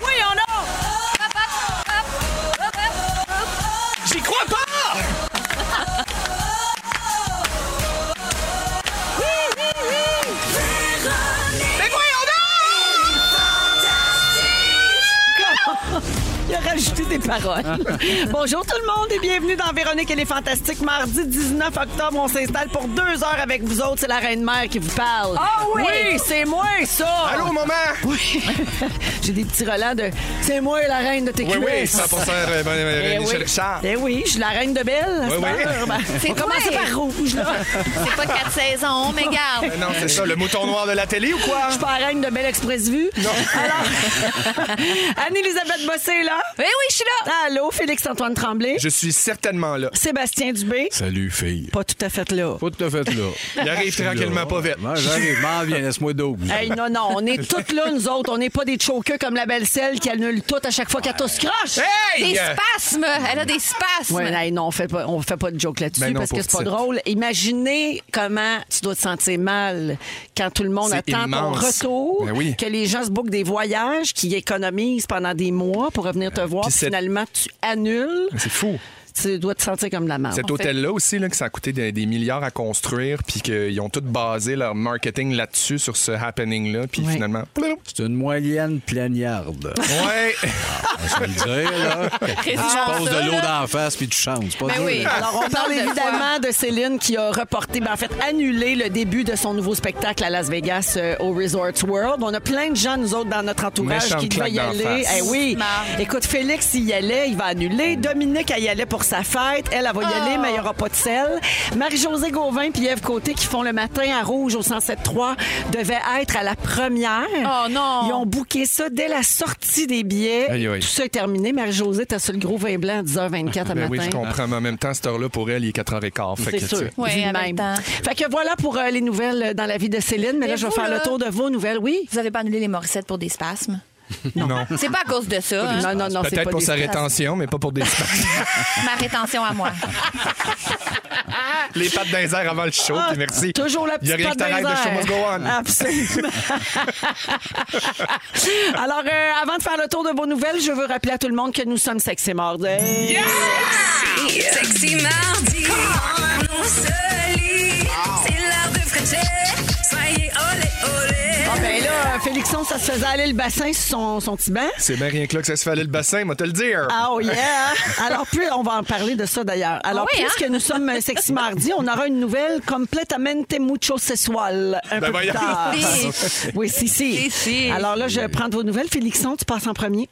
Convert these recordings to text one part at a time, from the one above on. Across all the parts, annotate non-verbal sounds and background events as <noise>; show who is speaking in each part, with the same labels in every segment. Speaker 1: Oui, on a!
Speaker 2: J'y crois pas! Mais voyons donc!
Speaker 1: <laughs> Il a rajouté des
Speaker 3: <laughs>
Speaker 1: paroles. Bonjour tout le monde et bienvenue dans Véronique et les Fantastiques. Mardi 19 octobre, on s'installe pour deux heures avec vous autres. C'est la Reine-Mère qui vous parle. Ah oui! Oui, c'est moi, ça!
Speaker 3: Allô, maman!
Speaker 1: Oui! <laughs> J'ai des petits relents de « C'est moi la reine de tes
Speaker 3: Oui, oui,
Speaker 1: cuisses.
Speaker 3: 100% euh, ben,
Speaker 1: Eh
Speaker 3: euh,
Speaker 1: oui.
Speaker 3: Michel Richard.
Speaker 1: Eh oui, je suis la reine de Belle. à
Speaker 3: Oui,
Speaker 1: cette
Speaker 3: oui.
Speaker 1: heure.
Speaker 3: <laughs>
Speaker 1: Ben, on va commencer par rouge, là.
Speaker 4: C'est pas quatre saisons, mais garde.
Speaker 3: Ben non, c'est ça, le mouton noir de la télé ou quoi?
Speaker 1: Eh Je suis pas la reine de Belle Express Vue.
Speaker 3: <laughs>
Speaker 1: Alors, Anne-Elisabeth Bossé est là.
Speaker 4: Mais oui, je suis là.
Speaker 1: Allô, Félix-Antoine Tremblay.
Speaker 3: Je suis certainement là.
Speaker 1: Sébastien Dubé.
Speaker 5: Salut, fille.
Speaker 1: Pas tout à fait là.
Speaker 5: Pas tout à fait <laughs> là.
Speaker 3: Il arrive tranquillement pas vite.
Speaker 5: Moi, j'arrive. M'en viens, laisse-moi 12.
Speaker 1: Hey, non, non, on
Speaker 3: <laughs>
Speaker 1: est toutes là, nous autres. On n'est pas des chokeux comme la belle celle qui annule tout à chaque fois qu'elle tousse croche.
Speaker 3: Hey!
Speaker 4: Des spasmes. Elle a des spasmes.
Speaker 1: Ouais, hey, non, on fait pas, on fait pas de joke là-dessus
Speaker 3: Ben non,
Speaker 1: parce que
Speaker 3: pour
Speaker 1: c'est pas
Speaker 3: petite.
Speaker 1: drôle. Imaginez comment tu dois te sentir mal quand tout le monde
Speaker 3: C'est
Speaker 1: attend ton
Speaker 3: immense.
Speaker 1: retour,
Speaker 3: Ben oui.
Speaker 1: que les gens se bookent des voyages, qui économisent pendant des mois pour revenir te voir,
Speaker 3: puis
Speaker 1: puis
Speaker 3: cette-
Speaker 1: finalement tu annules.
Speaker 3: C'est fou.
Speaker 1: Tu dois te sentir comme de la merde.
Speaker 3: Cet hôtel-là aussi, là, que ça a coûté des, des milliards à construire, puis qu'ils ont tout basé leur marketing là-dessus, sur ce happening-là, puis
Speaker 1: Ouais.
Speaker 3: finalement.
Speaker 5: C'est une moyenne planiarde.
Speaker 3: Ouais!
Speaker 5: On va se le dire, là.
Speaker 4: Ah,
Speaker 5: tu poses
Speaker 4: ça,
Speaker 5: de l'eau
Speaker 4: là.
Speaker 5: dans la face puis tu chantes. C'est pas
Speaker 4: Ben
Speaker 5: dur,
Speaker 4: oui.
Speaker 5: là.
Speaker 1: Alors, on parle
Speaker 4: Parle de
Speaker 1: évidemment de Céline qui a reporté, ben, en fait, annulé le début de son nouveau spectacle à Las Vegas euh, au Resorts World. On a plein de gens, nous autres, dans notre entourage
Speaker 3: Méchante
Speaker 1: qui devaient y
Speaker 3: claque d'en
Speaker 1: aller.
Speaker 3: face.
Speaker 1: Eh oui.
Speaker 4: Marre.
Speaker 1: Écoute, Félix, il y allait, il va annuler. Dominique, elle y allait pour sa fête. Elle, elle va y aller,
Speaker 4: Oh.
Speaker 1: mais il n'y aura pas de sel. Marie-Josée Gauvin puis Ève Côté qui font le matin à Rouge au 107.3 devaient être à la première.
Speaker 4: Oh non.
Speaker 1: Ils ont booké ça dès la sortie des billets.
Speaker 3: Aïe, aïe.
Speaker 1: Tout ça est terminé. Marie-Josée, t'as sur le gros vin blanc à 10h24 à
Speaker 3: Ben
Speaker 1: matin.
Speaker 3: oui, je comprends, mais en même temps, cette heure-là, pour elle, il est 4h15. fait
Speaker 1: C'est
Speaker 3: que,
Speaker 1: sûr.
Speaker 3: tu sais.
Speaker 4: Oui,
Speaker 1: Vu de
Speaker 4: en même temps.
Speaker 1: Fait que voilà pour euh, les nouvelles euh, dans la vie de Céline. Mais
Speaker 4: Mais
Speaker 1: là, je vais
Speaker 4: vous,
Speaker 1: faire
Speaker 4: là-
Speaker 1: le tour de vos nouvelles. Oui.
Speaker 4: Vous avez pas annulé les Morissettes pour des spasmes?
Speaker 3: Non.
Speaker 4: C'est pas à cause de ça. hein.
Speaker 1: Non, non, non, c'est
Speaker 3: Ah, Peut-être
Speaker 1: pas
Speaker 3: pour
Speaker 1: des-
Speaker 3: sa rétention, mais pas pour des
Speaker 1: <laughs>
Speaker 4: Ma rétention à moi.
Speaker 3: les pattes d'un air avant le show. puis merci.
Speaker 1: Ah, Toujours la petite
Speaker 3: Il y a rien
Speaker 1: patte
Speaker 3: qui t'arrête
Speaker 1: dans
Speaker 3: de
Speaker 1: les
Speaker 3: show
Speaker 1: airs.
Speaker 3: must go on.
Speaker 1: Absolument. <laughs> Alors, euh, avant de faire le tour de vos nouvelles, je veux rappeler à tout le monde que nous sommes sexy Ah, mordes.
Speaker 6: Sexy mardi, on se lit. C'est l'heure de Frencher. Soyez olé
Speaker 1: Ah ben là, euh, Félixon, ça se faisait aller le bassin sur son, son petit banc.
Speaker 3: C'est bien rien que là que ça se fait aller le bassin, moi te le dire.
Speaker 1: Ah, Oh yeah! Alors, plus on va en parler de ça d'ailleurs. Alors,
Speaker 4: Ah oui,
Speaker 1: puisque nous sommes euh, sexy mardi, on aura une nouvelle complètement mucho sexual un peu plus
Speaker 3: Ben voyons.
Speaker 1: tard.
Speaker 4: Si.
Speaker 1: Oui, si, si.
Speaker 4: Si, si.
Speaker 1: Alors là, je vais prendre vos nouvelles. Félixon, tu passes en premier.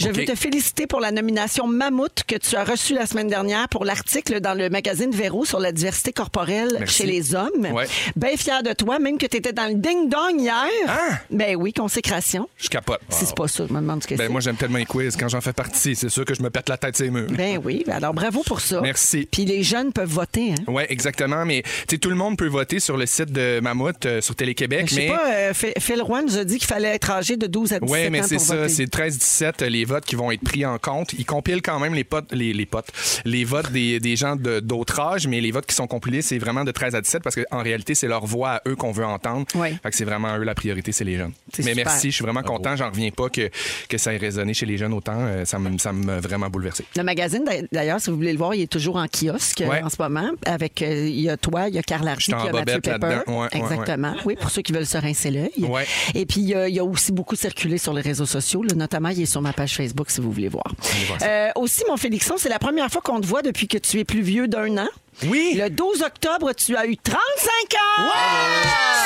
Speaker 1: Je veux te féliciter pour la nomination Mammouth que tu as reçue la semaine dernière pour l'article dans le magazine Véro sur la diversité corporelle
Speaker 3: Merci.
Speaker 1: chez les hommes.
Speaker 3: Ouais.
Speaker 1: Bien fier de toi, même que tu étais dans le ding-dong hier.
Speaker 3: Hein?
Speaker 1: Ben oui, consécration.
Speaker 3: Je capote.
Speaker 1: Si c'est pas ça, je me demande ce que c'est.
Speaker 3: Ben moi j'aime tellement les quiz quand j'en fais partie, c'est sûr que je me pète la tête ces murs.
Speaker 1: Ben oui, alors bravo pour ça.
Speaker 3: Merci.
Speaker 1: Puis les jeunes peuvent voter. Hein?
Speaker 3: Ouais, exactement, mais tu sais tout le monde peut voter sur le site de Mammouth euh, sur Télé-Québec,
Speaker 1: Je sais
Speaker 3: mais
Speaker 1: pas, euh, Phil- Phil Roy nous a dit qu'il fallait être âgé de 12 à 17
Speaker 3: Oui, mais
Speaker 1: ans
Speaker 3: c'est
Speaker 1: pour
Speaker 3: ça,
Speaker 1: voter.
Speaker 3: c'est 13-17, euh, les votes qui vont être pris en compte. Ils compilent quand même les potes, les, les potes, les votes des, des gens de- d'autres âges, mais les votes qui sont compilés, c'est vraiment de 13 à 17 parce qu'en réalité, c'est leur voix à eux qu'on veut entendre.
Speaker 1: Ouais.
Speaker 3: Fait que c'est vraiment à eux la priorité, c'est les jeunes.
Speaker 1: C'est
Speaker 3: Mais
Speaker 1: super.
Speaker 3: merci, je suis vraiment content, j'en reviens pas que, que ça ait résonné chez les jeunes autant. euh, Ça me ça m'a vraiment bouleversé.
Speaker 1: Le magazine, d'a- d'ailleurs, si vous voulez le voir, il est toujours en kiosque euh,
Speaker 3: Ouais.
Speaker 1: en ce moment. Avec, euh, il y a toi, il y a Carl Hardy,
Speaker 3: J'étais
Speaker 1: puis il y a
Speaker 3: en
Speaker 1: Mathieu
Speaker 3: bobette
Speaker 1: Pepper.
Speaker 3: là-dedans. Ouais, ouais,
Speaker 1: Exactement. Oui, pour ceux qui veulent se rincer l'œil.
Speaker 3: Ouais.
Speaker 1: Et puis, il y, a, il y a aussi beaucoup circulé sur les réseaux sociaux. là. Notamment, il est sur ma page Facebook si vous voulez voir. Euh, aussi, mon Félixon, c'est la première fois qu'on te voit depuis que tu es plus vieux d'un an.
Speaker 3: Oui!
Speaker 1: Le 12 octobre, tu as eu 35 ans!
Speaker 2: Ah!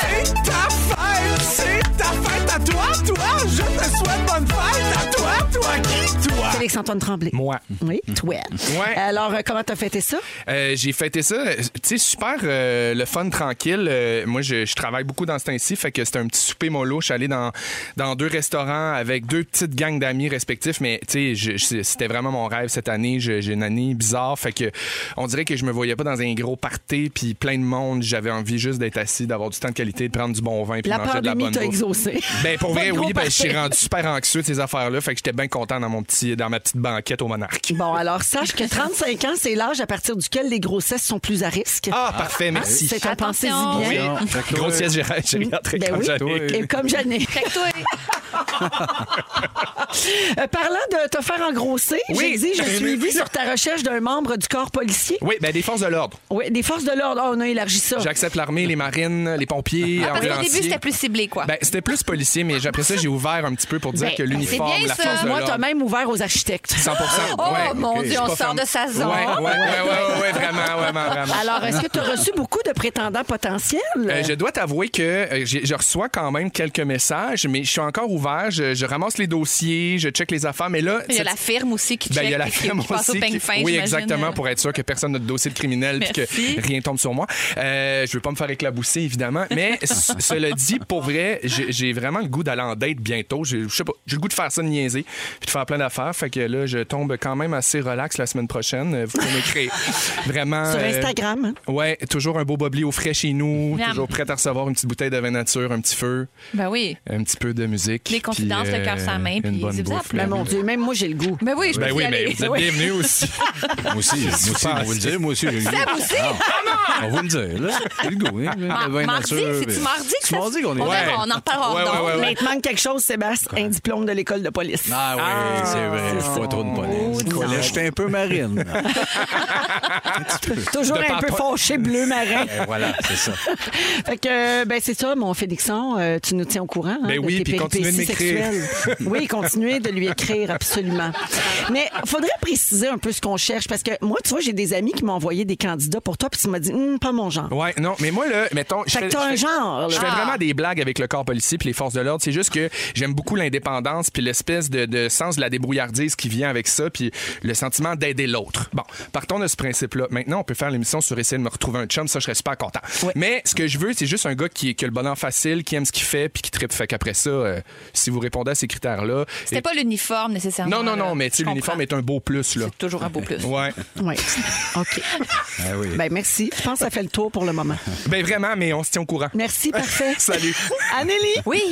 Speaker 3: C'est ta fête, c'est ta fête à toi, toi. Je te souhaite bonne fête à toi, toi qui, toi.
Speaker 4: C'est les
Speaker 1: Félix-Antoine Tremblay.
Speaker 3: Moi.
Speaker 1: Oui, toi.
Speaker 3: Ouais.
Speaker 1: Alors, euh, comment t'as fêté ça?
Speaker 3: Euh, j'ai fêté ça, euh, tu sais, super euh, le fun, tranquille. Euh, moi, je, je travaille beaucoup dans ce temps-ci, fait que c'était un petit souper mollo. Je suis allé dans, dans deux restaurants avec deux petites gangs d'amis respectifs, mais tu sais, je- je- c'était vraiment mon rêve cette année. Je- J'ai une année bizarre, fait que on dirait que je me voyais pas dans un gros party, puis plein de monde. J'avais envie juste d'être assis, d'avoir du temps de qualité, de prendre du bon vin, puis
Speaker 1: La
Speaker 3: de manger de la
Speaker 1: pandémie
Speaker 3: bonne
Speaker 1: t'a
Speaker 3: bouffe.
Speaker 1: exaucé. <laughs>
Speaker 3: Ben pour
Speaker 1: Pas
Speaker 3: vrai,
Speaker 1: de gros
Speaker 3: oui, ben, je suis
Speaker 1: party.
Speaker 3: rendu super anxieux de ces affaires-là, fait que j'étais bien content dans mon petit, dans ma petite banquette au Monarque.
Speaker 1: Bon, alors sache que 35 ans, c'est l'âge à partir duquel les grossesses sont plus à risque.
Speaker 3: Ah, parfait, merci.
Speaker 1: C'est un pensée
Speaker 4: Attention.
Speaker 1: bien.
Speaker 5: Non, fait que toi,
Speaker 3: Grosse sieste, j'ai <laughs> j'ai regardé
Speaker 1: Ben
Speaker 3: quand
Speaker 1: oui.
Speaker 3: j'allais.
Speaker 1: Et comme Jannick.
Speaker 4: <laughs> Fait que toi,
Speaker 1: Euh, parlant de te faire engrosser,
Speaker 3: Oui.
Speaker 1: j'exige un suivi sur ta recherche d'un membre du corps policier.
Speaker 3: Oui, ben des forces de l'ordre.
Speaker 1: Oui, des forces de l'ordre. Ah, on a élargi ça.
Speaker 3: J'accepte l'armée, les marines, les pompiers,
Speaker 4: Ah, parce qu'au
Speaker 3: ambulanciers.
Speaker 4: début, c'était plus ciblé, quoi.
Speaker 3: Ben, c'était plus policier, mais j'ai- après ça, j'ai ouvert un petit peu pour dire
Speaker 4: Ben,
Speaker 3: que
Speaker 4: c'est
Speaker 3: l'uniforme,
Speaker 4: bien
Speaker 3: la
Speaker 4: ça.
Speaker 3: force de
Speaker 1: Moi,
Speaker 3: l'ordre.
Speaker 1: t'as même ouvert aux architectes.
Speaker 3: 100
Speaker 4: Oh
Speaker 3: ouais,
Speaker 4: mon
Speaker 3: ok, je
Speaker 4: Dieu,
Speaker 3: suis
Speaker 4: on
Speaker 3: pas
Speaker 4: sort
Speaker 3: fermé.
Speaker 4: de sa zone. euh,
Speaker 3: Ouais, ouais, ouais, ouais, ouais, vraiment, vraiment, vraiment.
Speaker 1: Alors, est-ce que tu as reçu beaucoup de prétendants potentiels?
Speaker 3: Euh, je dois t'avouer que euh, j'ai- je reçois quand même quelques messages, mais je suis encore ouvert. Je, je ramasse les dossiers, je check les affaires, mais là...
Speaker 4: Il y a
Speaker 3: cette-
Speaker 4: la firme aussi qui
Speaker 3: Ben, il y a
Speaker 4: check
Speaker 3: la
Speaker 4: et qui-
Speaker 3: firme
Speaker 4: qui passe au
Speaker 3: aussi
Speaker 4: peigne
Speaker 3: qui-
Speaker 4: fin,
Speaker 3: Oui,
Speaker 4: j'imagine. hein. euh.
Speaker 3: exactement, pour être sûr que personne n'a de dossier de criminel puis
Speaker 4: Merci.
Speaker 3: que rien tombe sur moi. Euh, je veux pas me faire éclabousser, évidemment,
Speaker 4: <laughs>
Speaker 3: mais c- cela dit, pour vrai, j'ai j'ai vraiment le goût d'aller en date bientôt. J'ai- Je sais pas, j'ai le goût de faire ça, de niaiser, puis de faire plein d'affaires. Fait que là, je tombe quand même assez relax la semaine prochaine. Euh, Vous pouvez
Speaker 4: <laughs>
Speaker 3: m'écrire. vraiment.
Speaker 1: Sur
Speaker 3: euh,
Speaker 1: Instagram, hein?
Speaker 3: Ouais, toujours un beau bobli au frais chez nous,
Speaker 4: Miam.
Speaker 3: toujours prêt à recevoir une petite bouteille de vin nature, un petit feu,
Speaker 4: Ben oui.
Speaker 3: un petit peu de musique.
Speaker 4: Les confidences,
Speaker 3: puis, euh,
Speaker 4: le cœur sur la main,
Speaker 3: une
Speaker 4: puis
Speaker 3: bonne
Speaker 4: zip zap,
Speaker 3: bouffe,
Speaker 4: là.
Speaker 3: là.
Speaker 1: Ben, mon Dieu, même moi, j'ai le goût.
Speaker 4: Ben oui, je peux
Speaker 3: Ben
Speaker 4: y
Speaker 3: oui, mais
Speaker 4: aller.
Speaker 3: vous êtes
Speaker 4: Oui.
Speaker 3: bienvenus
Speaker 4: <laughs>
Speaker 3: aussi.
Speaker 5: Moi aussi, moi aussi, on va le dire. Moi aussi, j'ai le goût. Ah, On va le dire, là. J'ai le goût, hein.
Speaker 4: Ah,
Speaker 5: Le vin
Speaker 4: mardi,
Speaker 5: nature,
Speaker 4: c'est-tu
Speaker 5: puis-
Speaker 4: mardi que
Speaker 5: C'est
Speaker 4: ça-
Speaker 5: mardi qu'on est.
Speaker 4: On
Speaker 3: Ouais.
Speaker 4: verra, on en reparlera
Speaker 3: Ouais,
Speaker 4: hors
Speaker 3: ouais,
Speaker 4: d'onde.
Speaker 3: ouais,
Speaker 1: Mais
Speaker 3: ouais.
Speaker 1: il te manque quelque chose, Sébastien, un diplôme de l'école de police.
Speaker 5: Ah oui, c'est vrai. Pas trop de police. Collège, J'étais un peu marine.
Speaker 1: <laughs> Toujours
Speaker 3: De
Speaker 1: un peu
Speaker 3: papa.
Speaker 1: fauché, bleu
Speaker 3: <laughs>
Speaker 1: marin.
Speaker 5: Eh, voilà, c'est ça.
Speaker 1: Fait que, ben, c'est ça, mon Félixon, euh, tu nous tiens au courant. hein,
Speaker 3: Ben
Speaker 1: de
Speaker 3: oui,
Speaker 1: tes
Speaker 3: puis continuez de
Speaker 1: péripéties
Speaker 3: m'écrire.
Speaker 1: sexuelles.
Speaker 3: <laughs>
Speaker 1: oui, continuez de lui écrire, absolument. Mais faudrait préciser un peu ce qu'on cherche, parce que moi, tu vois, j'ai des amis qui m'ont envoyé des candidats pour toi, puis tu m'as dit, Hum, pas mon genre.
Speaker 3: Ouais, non, mais moi, là, mettons. je
Speaker 1: Fait que
Speaker 3: fais-
Speaker 1: t'as
Speaker 3: je
Speaker 1: un
Speaker 3: fais-
Speaker 1: genre, là.
Speaker 3: Je fais vraiment des blagues avec le corps policier puis les forces de l'ordre. C'est juste que j'aime beaucoup l'indépendance puis l'espèce de, de sens de la débrouillardise qui vient avec ça puis le sentiment d'aider l'autre. Bon, partons de ce principe-là. Maintenant, on peut faire l'émission sur essayer de me retrouver un chum. Ça, je serais super content. Mais ce que je veux, c'est juste un gars qui, qui a le bonheur facile, qui aime ce qu'il fait puis qui tripe. Fait qu'après ça, euh, si vous répondez à ces critères-là.
Speaker 4: C'était
Speaker 3: et-
Speaker 4: pas l'uniforme
Speaker 3: Non,
Speaker 4: nécessairement.
Speaker 3: non, non, mais tu sais, l'uniforme est un beau plus, là.
Speaker 4: C'est toujours un beau plus.
Speaker 3: Ouais.
Speaker 1: Oui. <laughs> OK.
Speaker 5: Ah oui.
Speaker 1: Ben, merci. Je pense que ça fait le tour pour le moment.
Speaker 3: Ben vraiment, mais on se tient au courant.
Speaker 1: Merci, parfait.
Speaker 4: <laughs>
Speaker 3: Salut.
Speaker 1: Anélie.
Speaker 4: Oui.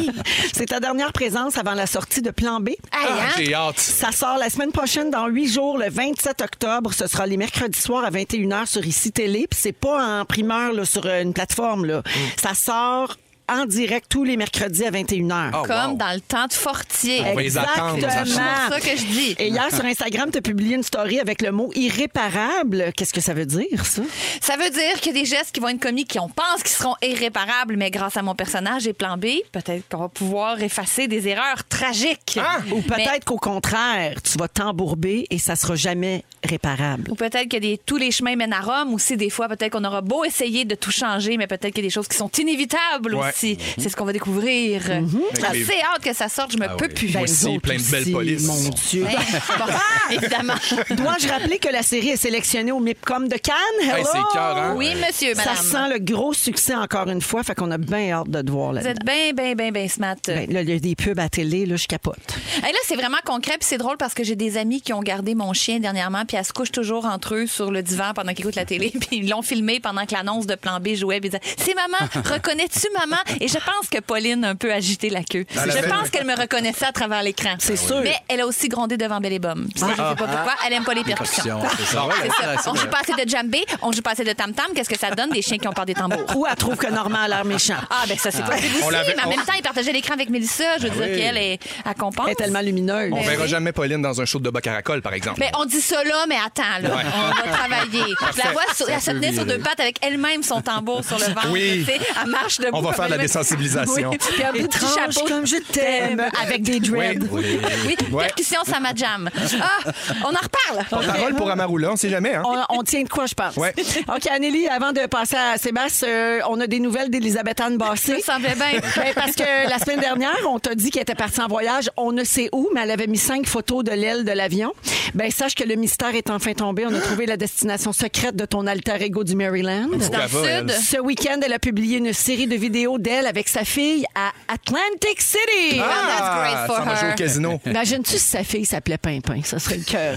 Speaker 1: C'est ta dernière présence avant la sortie de Plan B.
Speaker 4: Aïe,
Speaker 3: Ah,
Speaker 4: hein?
Speaker 3: J'ai hâte.
Speaker 1: Ça sort la semaine prochaine, dans huit jours, le 27 octobre. Ce sera les mercredis soirs à 21h sur ICI Télé. Puis c'est pas en primeur là, sur euh, une plateforme. Là.
Speaker 4: Mm.
Speaker 1: Ça sort en direct tous les mercredis à 21h.
Speaker 3: Oh,
Speaker 4: Comme
Speaker 3: wow.
Speaker 4: dans le temps de Fortier.
Speaker 3: On va les attendre, les
Speaker 1: Exactement.
Speaker 3: attendre.
Speaker 4: C'est pour ça que je dis.
Speaker 1: Et hier, sur Instagram, tu as publié une story avec le mot irréparable. Qu'est-ce que ça veut dire, ça?
Speaker 4: Ça veut dire qu'il y a des gestes qui vont être commis qui on pense qu'ils seront irréparables, mais grâce à mon personnage et plan B, peut-être qu'on va pouvoir effacer des erreurs tragiques.
Speaker 3: Hein?
Speaker 1: Ou peut-être qu'au contraire, tu vas t'embourber et ça sera jamais réparable.
Speaker 4: Ou peut-être que des- tous les chemins mènent à Rome aussi. Des fois, peut-être qu'on aura beau essayer de tout changer, mais peut-être qu'il y a des choses qui sont inévitables
Speaker 3: Ouais. Mm-hmm.
Speaker 4: aussi. C'est ce qu'on va découvrir. Ah,
Speaker 3: Avec les- Ah
Speaker 4: C'est hâte que ça sorte, je me peux plus.
Speaker 1: Ben,
Speaker 3: aussi,
Speaker 1: nous autres
Speaker 3: plein de belles
Speaker 1: aussi,
Speaker 3: polices.
Speaker 1: Mon Dieu.
Speaker 4: Hein? Bon,
Speaker 3: <laughs>
Speaker 4: évidemment.
Speaker 1: <laughs> Dois-je rappeler que la série est sélectionnée au MIPCOM de Cannes? Hello!
Speaker 3: Hey, c'est cœur, hein?
Speaker 4: Oui, monsieur,
Speaker 1: Ça
Speaker 4: madame.
Speaker 1: sent le gros succès encore une fois, fait qu'on a bien hâte de te voir
Speaker 4: Vous
Speaker 1: là-dedans.
Speaker 4: êtes bien, bien, bien, bien smart.
Speaker 1: Ben, là, il y a des pubs à télé, là, je capote.
Speaker 4: Hey, là, c'est vraiment concret, puis c'est drôle parce que j'ai des amis qui ont gardé mon chien dernièrement, puis elles se couchent toujours entre eux sur le divan pendant qu'ils écoutent la télé, <laughs> puis ils l'ont filmé pendant que l'annonce de Plan B jouait, puis ils disaient C'est maman, reconnais-tu maman Et je pense que Pauline a un peu agité la queue. Je pense qu'elle me reconnaissait à travers l'écran. Ah
Speaker 1: C'est sûr.
Speaker 4: Mais elle a aussi grondé devant Belle et Bomme. Puis ça, Je sais pas pourquoi, elle aime pas les percussions.
Speaker 5: Percussion, c'est ça. Ouais,
Speaker 4: C'est
Speaker 5: ouais,
Speaker 4: ça.
Speaker 5: c'est
Speaker 4: On
Speaker 5: vrai.
Speaker 4: joue pas assez de djembé, on joue pas assez de tam-tam. Qu'est-ce que ça donne des chiens qui ont peur des tambours
Speaker 1: Ou elle trouve que Normand a l'air méchant.
Speaker 4: ah, ben ça, c'est pas possible
Speaker 3: On
Speaker 4: aussi,
Speaker 3: l'avait-
Speaker 4: mais en
Speaker 3: on-
Speaker 4: même temps, il partageait l'écran avec Mélissa. Je veux dire qu'elle est à compense.
Speaker 1: Elle est tellement lumineuse.
Speaker 3: On
Speaker 4: Ben
Speaker 3: verra
Speaker 4: oui.
Speaker 3: jamais Pauline dans un show de Bocaracol, par exemple.
Speaker 4: Mais on dit ça là, mais attends, là. On
Speaker 3: <laughs>
Speaker 4: va travailler. Je la vois, sur, elle se tenait sur deux pattes avec elle-même son tambour sur le ventre.
Speaker 3: Oui.
Speaker 4: tu sais, Elle marche debout.
Speaker 3: On va
Speaker 4: comme
Speaker 3: faire de la désensibilisation.
Speaker 4: Oui. Puis un petit
Speaker 1: Étrange
Speaker 4: chapeau.
Speaker 1: comme je t'aime, avec des dreads.
Speaker 3: Oui.
Speaker 4: Oui,
Speaker 3: Ouais.
Speaker 4: percussion, ça ma jam. Ah, on en reparle.
Speaker 3: Parole pour Amaroula, on sait jamais. Hein?
Speaker 1: On, on tient de quoi, je pense.
Speaker 3: Ouais.
Speaker 1: <laughs> OK, Anneli, avant de passer à Sébastien, euh, on a des nouvelles d'Elisabeth Anne
Speaker 4: Ça
Speaker 1: Bassé.
Speaker 4: me
Speaker 3: <laughs>
Speaker 4: semblait bien.
Speaker 1: Ben, parce que la semaine dernière, on t'a dit qu'elle était partie en voyage. On ne sait où, mais elle avait mis cinq photos de l'aile de l'avion. Ben, sache que le mystère est enfin tombé. On a trouvé la destination secrète de ton alter ego du Maryland.
Speaker 3: Faut
Speaker 4: dans
Speaker 3: qu'elle va,
Speaker 4: le
Speaker 3: elle.
Speaker 4: sud.
Speaker 1: Ce week-end, elle a publié une série de vidéos d'elle avec sa fille à Atlantic City.
Speaker 3: Ah,
Speaker 4: Oh, that's great for
Speaker 3: ça va jouer au
Speaker 4: her. <laughs>
Speaker 3: casino.
Speaker 1: Imagine-tu si sa fille s'appelait Pimpin? Ça serait le cœur.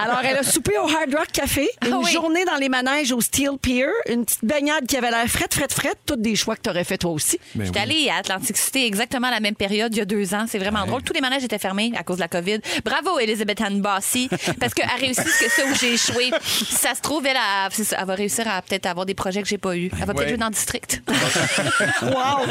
Speaker 1: Alors, elle a soupé au Hard Rock Café, une
Speaker 4: oui.
Speaker 1: journée dans les manèges au Steel Pier, une petite baignade qui avait l'air frette, frette, frette, toutes des choix que t'aurais fait toi aussi.
Speaker 3: Ben
Speaker 4: Je suis allée à Atlantic City exactement à la même période, il y a deux ans. C'est vraiment drôle. Tous les manèges étaient fermés à cause de la COVID. Bravo, Elizabeth Anne Bossy, parce qu'elle a réussi ce que ça où j'ai échoué. Si ça se trouve, elle, a- c'est ça, elle va réussir à peut-être avoir des projets que j'ai pas eu. Elle va peut-être
Speaker 3: Ouais.
Speaker 4: jouer dans le district. <laughs>
Speaker 1: Wow!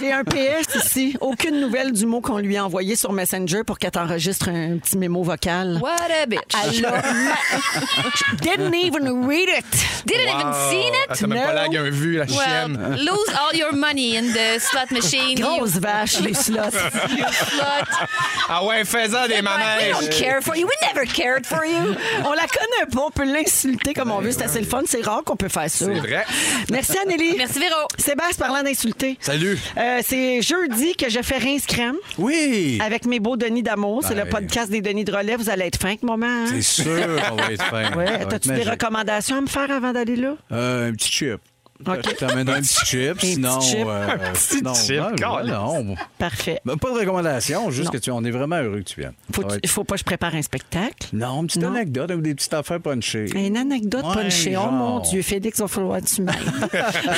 Speaker 1: J'ai un PS ici. Aucune nouvelle du mot qu'on lui a envoyé sur Messenger pour qu'elle t'enregistre un petit mémo vocal.
Speaker 4: What a bitch.
Speaker 1: Elle a ma- Didn't even read it.
Speaker 4: <laughs> Didn't even
Speaker 3: Wow.
Speaker 4: seen
Speaker 3: Ah,
Speaker 4: it.
Speaker 3: ça m'a
Speaker 1: No.
Speaker 3: pas lag un vu, la
Speaker 4: Well,
Speaker 3: chienne.
Speaker 4: lose all your money in the slot machine. You
Speaker 1: Grosse vache, les
Speaker 4: <laughs>
Speaker 1: slots.
Speaker 4: slut.
Speaker 3: Ah ouais, faisant des
Speaker 4: We
Speaker 3: manèges.
Speaker 4: don't care for you. We never cared for you.
Speaker 1: On la connaît pas, on peut l'insulter comme
Speaker 5: Ben
Speaker 1: on veut. C'est assez le fun, c'est rare qu'on peut faire ça.
Speaker 3: C'est vrai.
Speaker 1: <laughs> Merci, Anneli.
Speaker 4: Merci, Véro.
Speaker 1: Sébastien, parlant d'insulter.
Speaker 5: Salut.
Speaker 1: Euh, c'est jeudi que je fais Rince Crème
Speaker 5: Oui.
Speaker 1: avec mes beaux Denis d'amour. C'est
Speaker 5: Ben.
Speaker 1: le podcast des Denis de relais. Vous allez être fin, que moment. hein?
Speaker 5: C'est sûr, Ah on va être fin.
Speaker 1: Ouais.
Speaker 5: Ça va être
Speaker 1: T'as-tu des
Speaker 5: magique.
Speaker 1: recommandations à me faire avant d'aller là?
Speaker 5: Euh, un petit chip.
Speaker 1: Ok.
Speaker 5: Je t'amène un petit chip,
Speaker 1: petit
Speaker 5: sinon.
Speaker 1: chip.
Speaker 5: euh,
Speaker 3: Un petit
Speaker 5: non,
Speaker 3: chip,
Speaker 5: non,
Speaker 3: câlisse.
Speaker 5: non.
Speaker 1: Parfait.
Speaker 5: Ben, Pas de recommandation, juste
Speaker 1: Non.
Speaker 5: que tu on est vraiment heureux que tu viennes.
Speaker 1: Faut,
Speaker 5: Ça va être-
Speaker 1: faut pas que je prépare un spectacle.
Speaker 5: Non, une petite
Speaker 1: Non.
Speaker 5: anecdote ou des petites affaires punchées.
Speaker 1: Une anecdote
Speaker 5: Ouais,
Speaker 1: punchée. Oh
Speaker 5: genre.
Speaker 1: mon Dieu, Félix, il va falloir que tu m'aides.
Speaker 5: <laughs>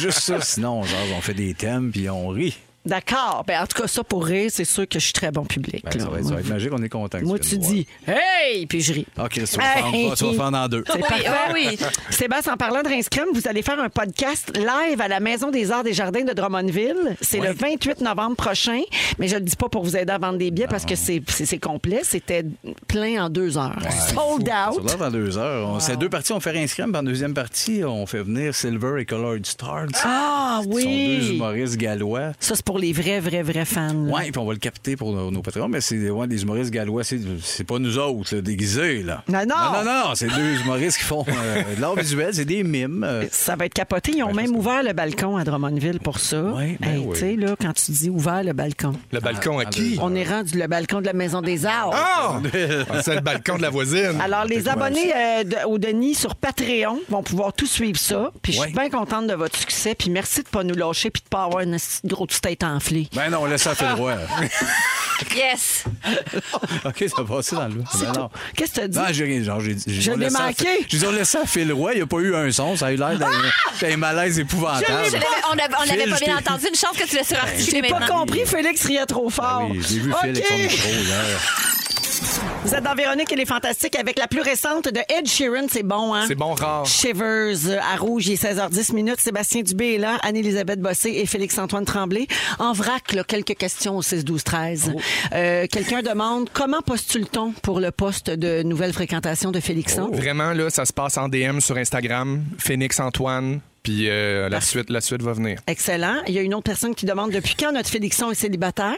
Speaker 5: Juste ça, sinon, genre, on fait des thèmes puis on rit.
Speaker 1: D'accord. Ben, en tout cas, ça pour rire, c'est sûr que je suis très bon public.
Speaker 5: Ben,
Speaker 1: là.
Speaker 5: ça, va être, ça va être magique, on est content. que Ah.
Speaker 1: Moi, tu
Speaker 5: viennes nous
Speaker 1: dis Hey! Puis je ris.
Speaker 5: voir. OK, tu vas, faire,
Speaker 1: Hey!
Speaker 5: tu vas faire dans deux.
Speaker 1: C'est
Speaker 4: Oui,
Speaker 1: parfait.
Speaker 4: ah oui.
Speaker 1: Sébastien, en parlant de Rince Crème, vous allez faire un podcast live à la Maison des Arts des Jardins de Drummondville. C'est le 28 novembre prochain, mais je le dis pas pour vous aider à vendre des billets parce que c'est- c'est c'est complet. C'était plein en deux heures. Sold
Speaker 5: Sur
Speaker 1: out.
Speaker 5: l'heure dans deux heures. On- C'est deux parties, on fait un scrum. Puis en deuxième partie, on fait venir Silver et Colored Stars.
Speaker 1: Ah
Speaker 5: Ils sont deux
Speaker 1: oui! Mm.
Speaker 5: humoristes gallois.
Speaker 1: Ça, c'est pour les vrais, vrais, vrais fans. là.
Speaker 5: Oui, puis on va le capter pour nos, nos patrons, mais c'est ouais, des humoristes gallois, c'est c'est pas nous autres, là, déguisés, là.
Speaker 1: Non, non.
Speaker 5: Non, non, non, c'est deux humoristes qui font euh, de l'art visuel, c'est des mimes. euh,
Speaker 1: Ça va être capoté. Ils ont même ouvert le balcon à Drummondville pour ça.
Speaker 5: Ben, Ouais, ben oui.
Speaker 1: Tu sais, là, quand tu dis ouvert le balcon,
Speaker 3: Le balcon à qui?
Speaker 1: <laughs>
Speaker 3: Oh!
Speaker 1: on est rendu le balcon de la Maison des Arts.
Speaker 3: Ah! C'est le balcon de la voisine.
Speaker 1: Alors, les abonnés euh, de- au Denis sur Patreon vont pouvoir tout suivre ça. Puis je suis bien contente de votre succès. Puis merci de pas nous lâcher puis de pas avoir une esti de grosse tête enflée.
Speaker 5: Ben non, laisse ça faire le roi.
Speaker 4: Yes.
Speaker 5: <laughs> OK, ça va passer dans le ben non.
Speaker 1: Qu'est-ce que tu
Speaker 5: Non,
Speaker 1: dis?
Speaker 5: j'ai rien. Genre, j'ai dit. j'ai dit,
Speaker 1: Je
Speaker 5: on
Speaker 1: l'ai
Speaker 5: laisse ça-
Speaker 1: manqué. Ah!
Speaker 5: J'ai dit, on laisse ça à Phil Roy. Il n'y a pas eu un son. Ça a eu l'air d'un d'un malaise
Speaker 3: Ah
Speaker 5: épouvantable.
Speaker 4: Je l'avais- On l'avait- on l'avait pas bien entendu. Une chance que tu l'as surarticulé
Speaker 1: J'ai pas
Speaker 4: maintenant.
Speaker 1: compris, Félix riait trop fort.
Speaker 5: Ben Ah Oui, j'ai vu Phil avec son
Speaker 1: Ah OK.
Speaker 5: micro hier.
Speaker 1: Vous êtes dans Véronique et les Fantastiques avec la plus récente de Ed Sheeran. C'est bon, hein?
Speaker 3: C'est bon, rare.
Speaker 1: Shivers euh, à Rouge, il est 16h10 minutes. Sébastien Dubé est là, Anne-Elisabeth Bossé et Félix-Antoine Tremblay. En vrac, là, quelques questions au 6-12-13. Euh, Quelqu'un demande comment postule-t-on pour le poste de nouvelle fréquentation de
Speaker 4: hein?
Speaker 1: Félixon?
Speaker 3: Oh. Vraiment, là, ça se passe en DM sur Instagram, Phoenix Antoine, puis euh, la, suite, la suite va venir.
Speaker 1: Excellent. Il y a une autre personne qui demande depuis quand notre Félixon est célibataire?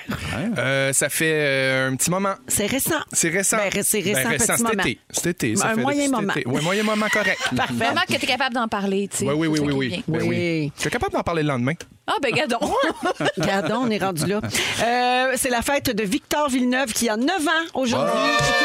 Speaker 3: Euh, ça fait euh, un petit moment.
Speaker 1: C'est récent.
Speaker 3: C'est récent.
Speaker 1: Ben, ré- c'est récent,
Speaker 3: Ben,
Speaker 1: petit
Speaker 3: cet
Speaker 1: moment.
Speaker 3: été. Cet été, ça
Speaker 1: Un
Speaker 3: fait
Speaker 1: moyen
Speaker 3: depuis cet
Speaker 1: moment.
Speaker 3: été. Ouais, moyen moment
Speaker 5: <laughs>
Speaker 3: correct.
Speaker 1: Parfait.
Speaker 4: Vraiment que tu es capable d'en parler, tu sais.
Speaker 3: Ouais, oui, oui,
Speaker 4: C'est ça
Speaker 3: oui,
Speaker 4: qui est
Speaker 3: oui.
Speaker 4: bien.
Speaker 3: Ben
Speaker 1: Oui.
Speaker 3: Je suis capable d'en parler le lendemain.
Speaker 4: Ah, ben,
Speaker 1: <laughs>
Speaker 4: gadon. <laughs>
Speaker 1: Regardons, on est rendu <laughs> là. Euh, c'est la fête de Victor Villeneuve qui a 9 ans aujourd'hui.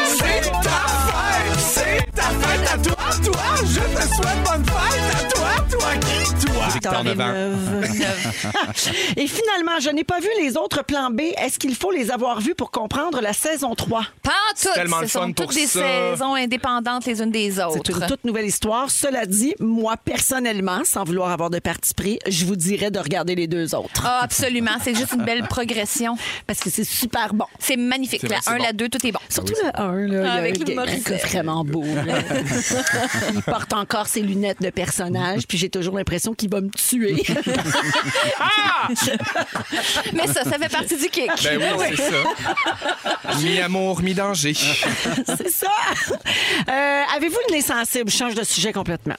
Speaker 2: C'est ta fête, c'est ta fête à toi, toi. Je te souhaite bonne fête à toi, toi qui, toi.
Speaker 1: Victor
Speaker 3: Victor
Speaker 1: Villeneuve. <laughs> Et finalement, je n'ai pas vu les autres plans B. Est-ce qu'il faut les avoir vus pour comprendre la saison 3?
Speaker 4: Pas en tout.
Speaker 3: tellement
Speaker 4: Ce
Speaker 3: le fun
Speaker 4: sont toutes
Speaker 3: pour
Speaker 4: des
Speaker 3: ça.
Speaker 4: saisons indépendantes les unes des
Speaker 1: C'est une
Speaker 4: autres.
Speaker 1: toute nouvelle histoire. Cela dit, moi, personnellement, sans vouloir avoir de parti pris, je vous dirais de regarder les deux autres.
Speaker 4: Ah, absolument. C'est juste une belle progression.
Speaker 1: <laughs> Parce que c'est super bon.
Speaker 4: C'est magnifique.
Speaker 3: C'est vrai,
Speaker 4: La
Speaker 3: c'est
Speaker 4: 1,
Speaker 3: bon. <laughs>
Speaker 4: la 2, tout est bon.
Speaker 1: Surtout le 1, là. il y a-
Speaker 4: Avec le
Speaker 1: il y a-
Speaker 4: Morissette.
Speaker 1: C'est vraiment beau. là. <laughs> Il porte encore ses lunettes de personnage, puis j'ai toujours l'impression qu'il va me tuer. <laughs>
Speaker 4: Mais ça, ça fait partie du kick.
Speaker 3: Ben oui, c'est ça.
Speaker 5: <laughs>
Speaker 3: Mi-amour,
Speaker 1: <laughs>
Speaker 3: mi-danger.
Speaker 1: C'est ça. Euh, Avez-vous le nez sensible? Je change de sujet complètement.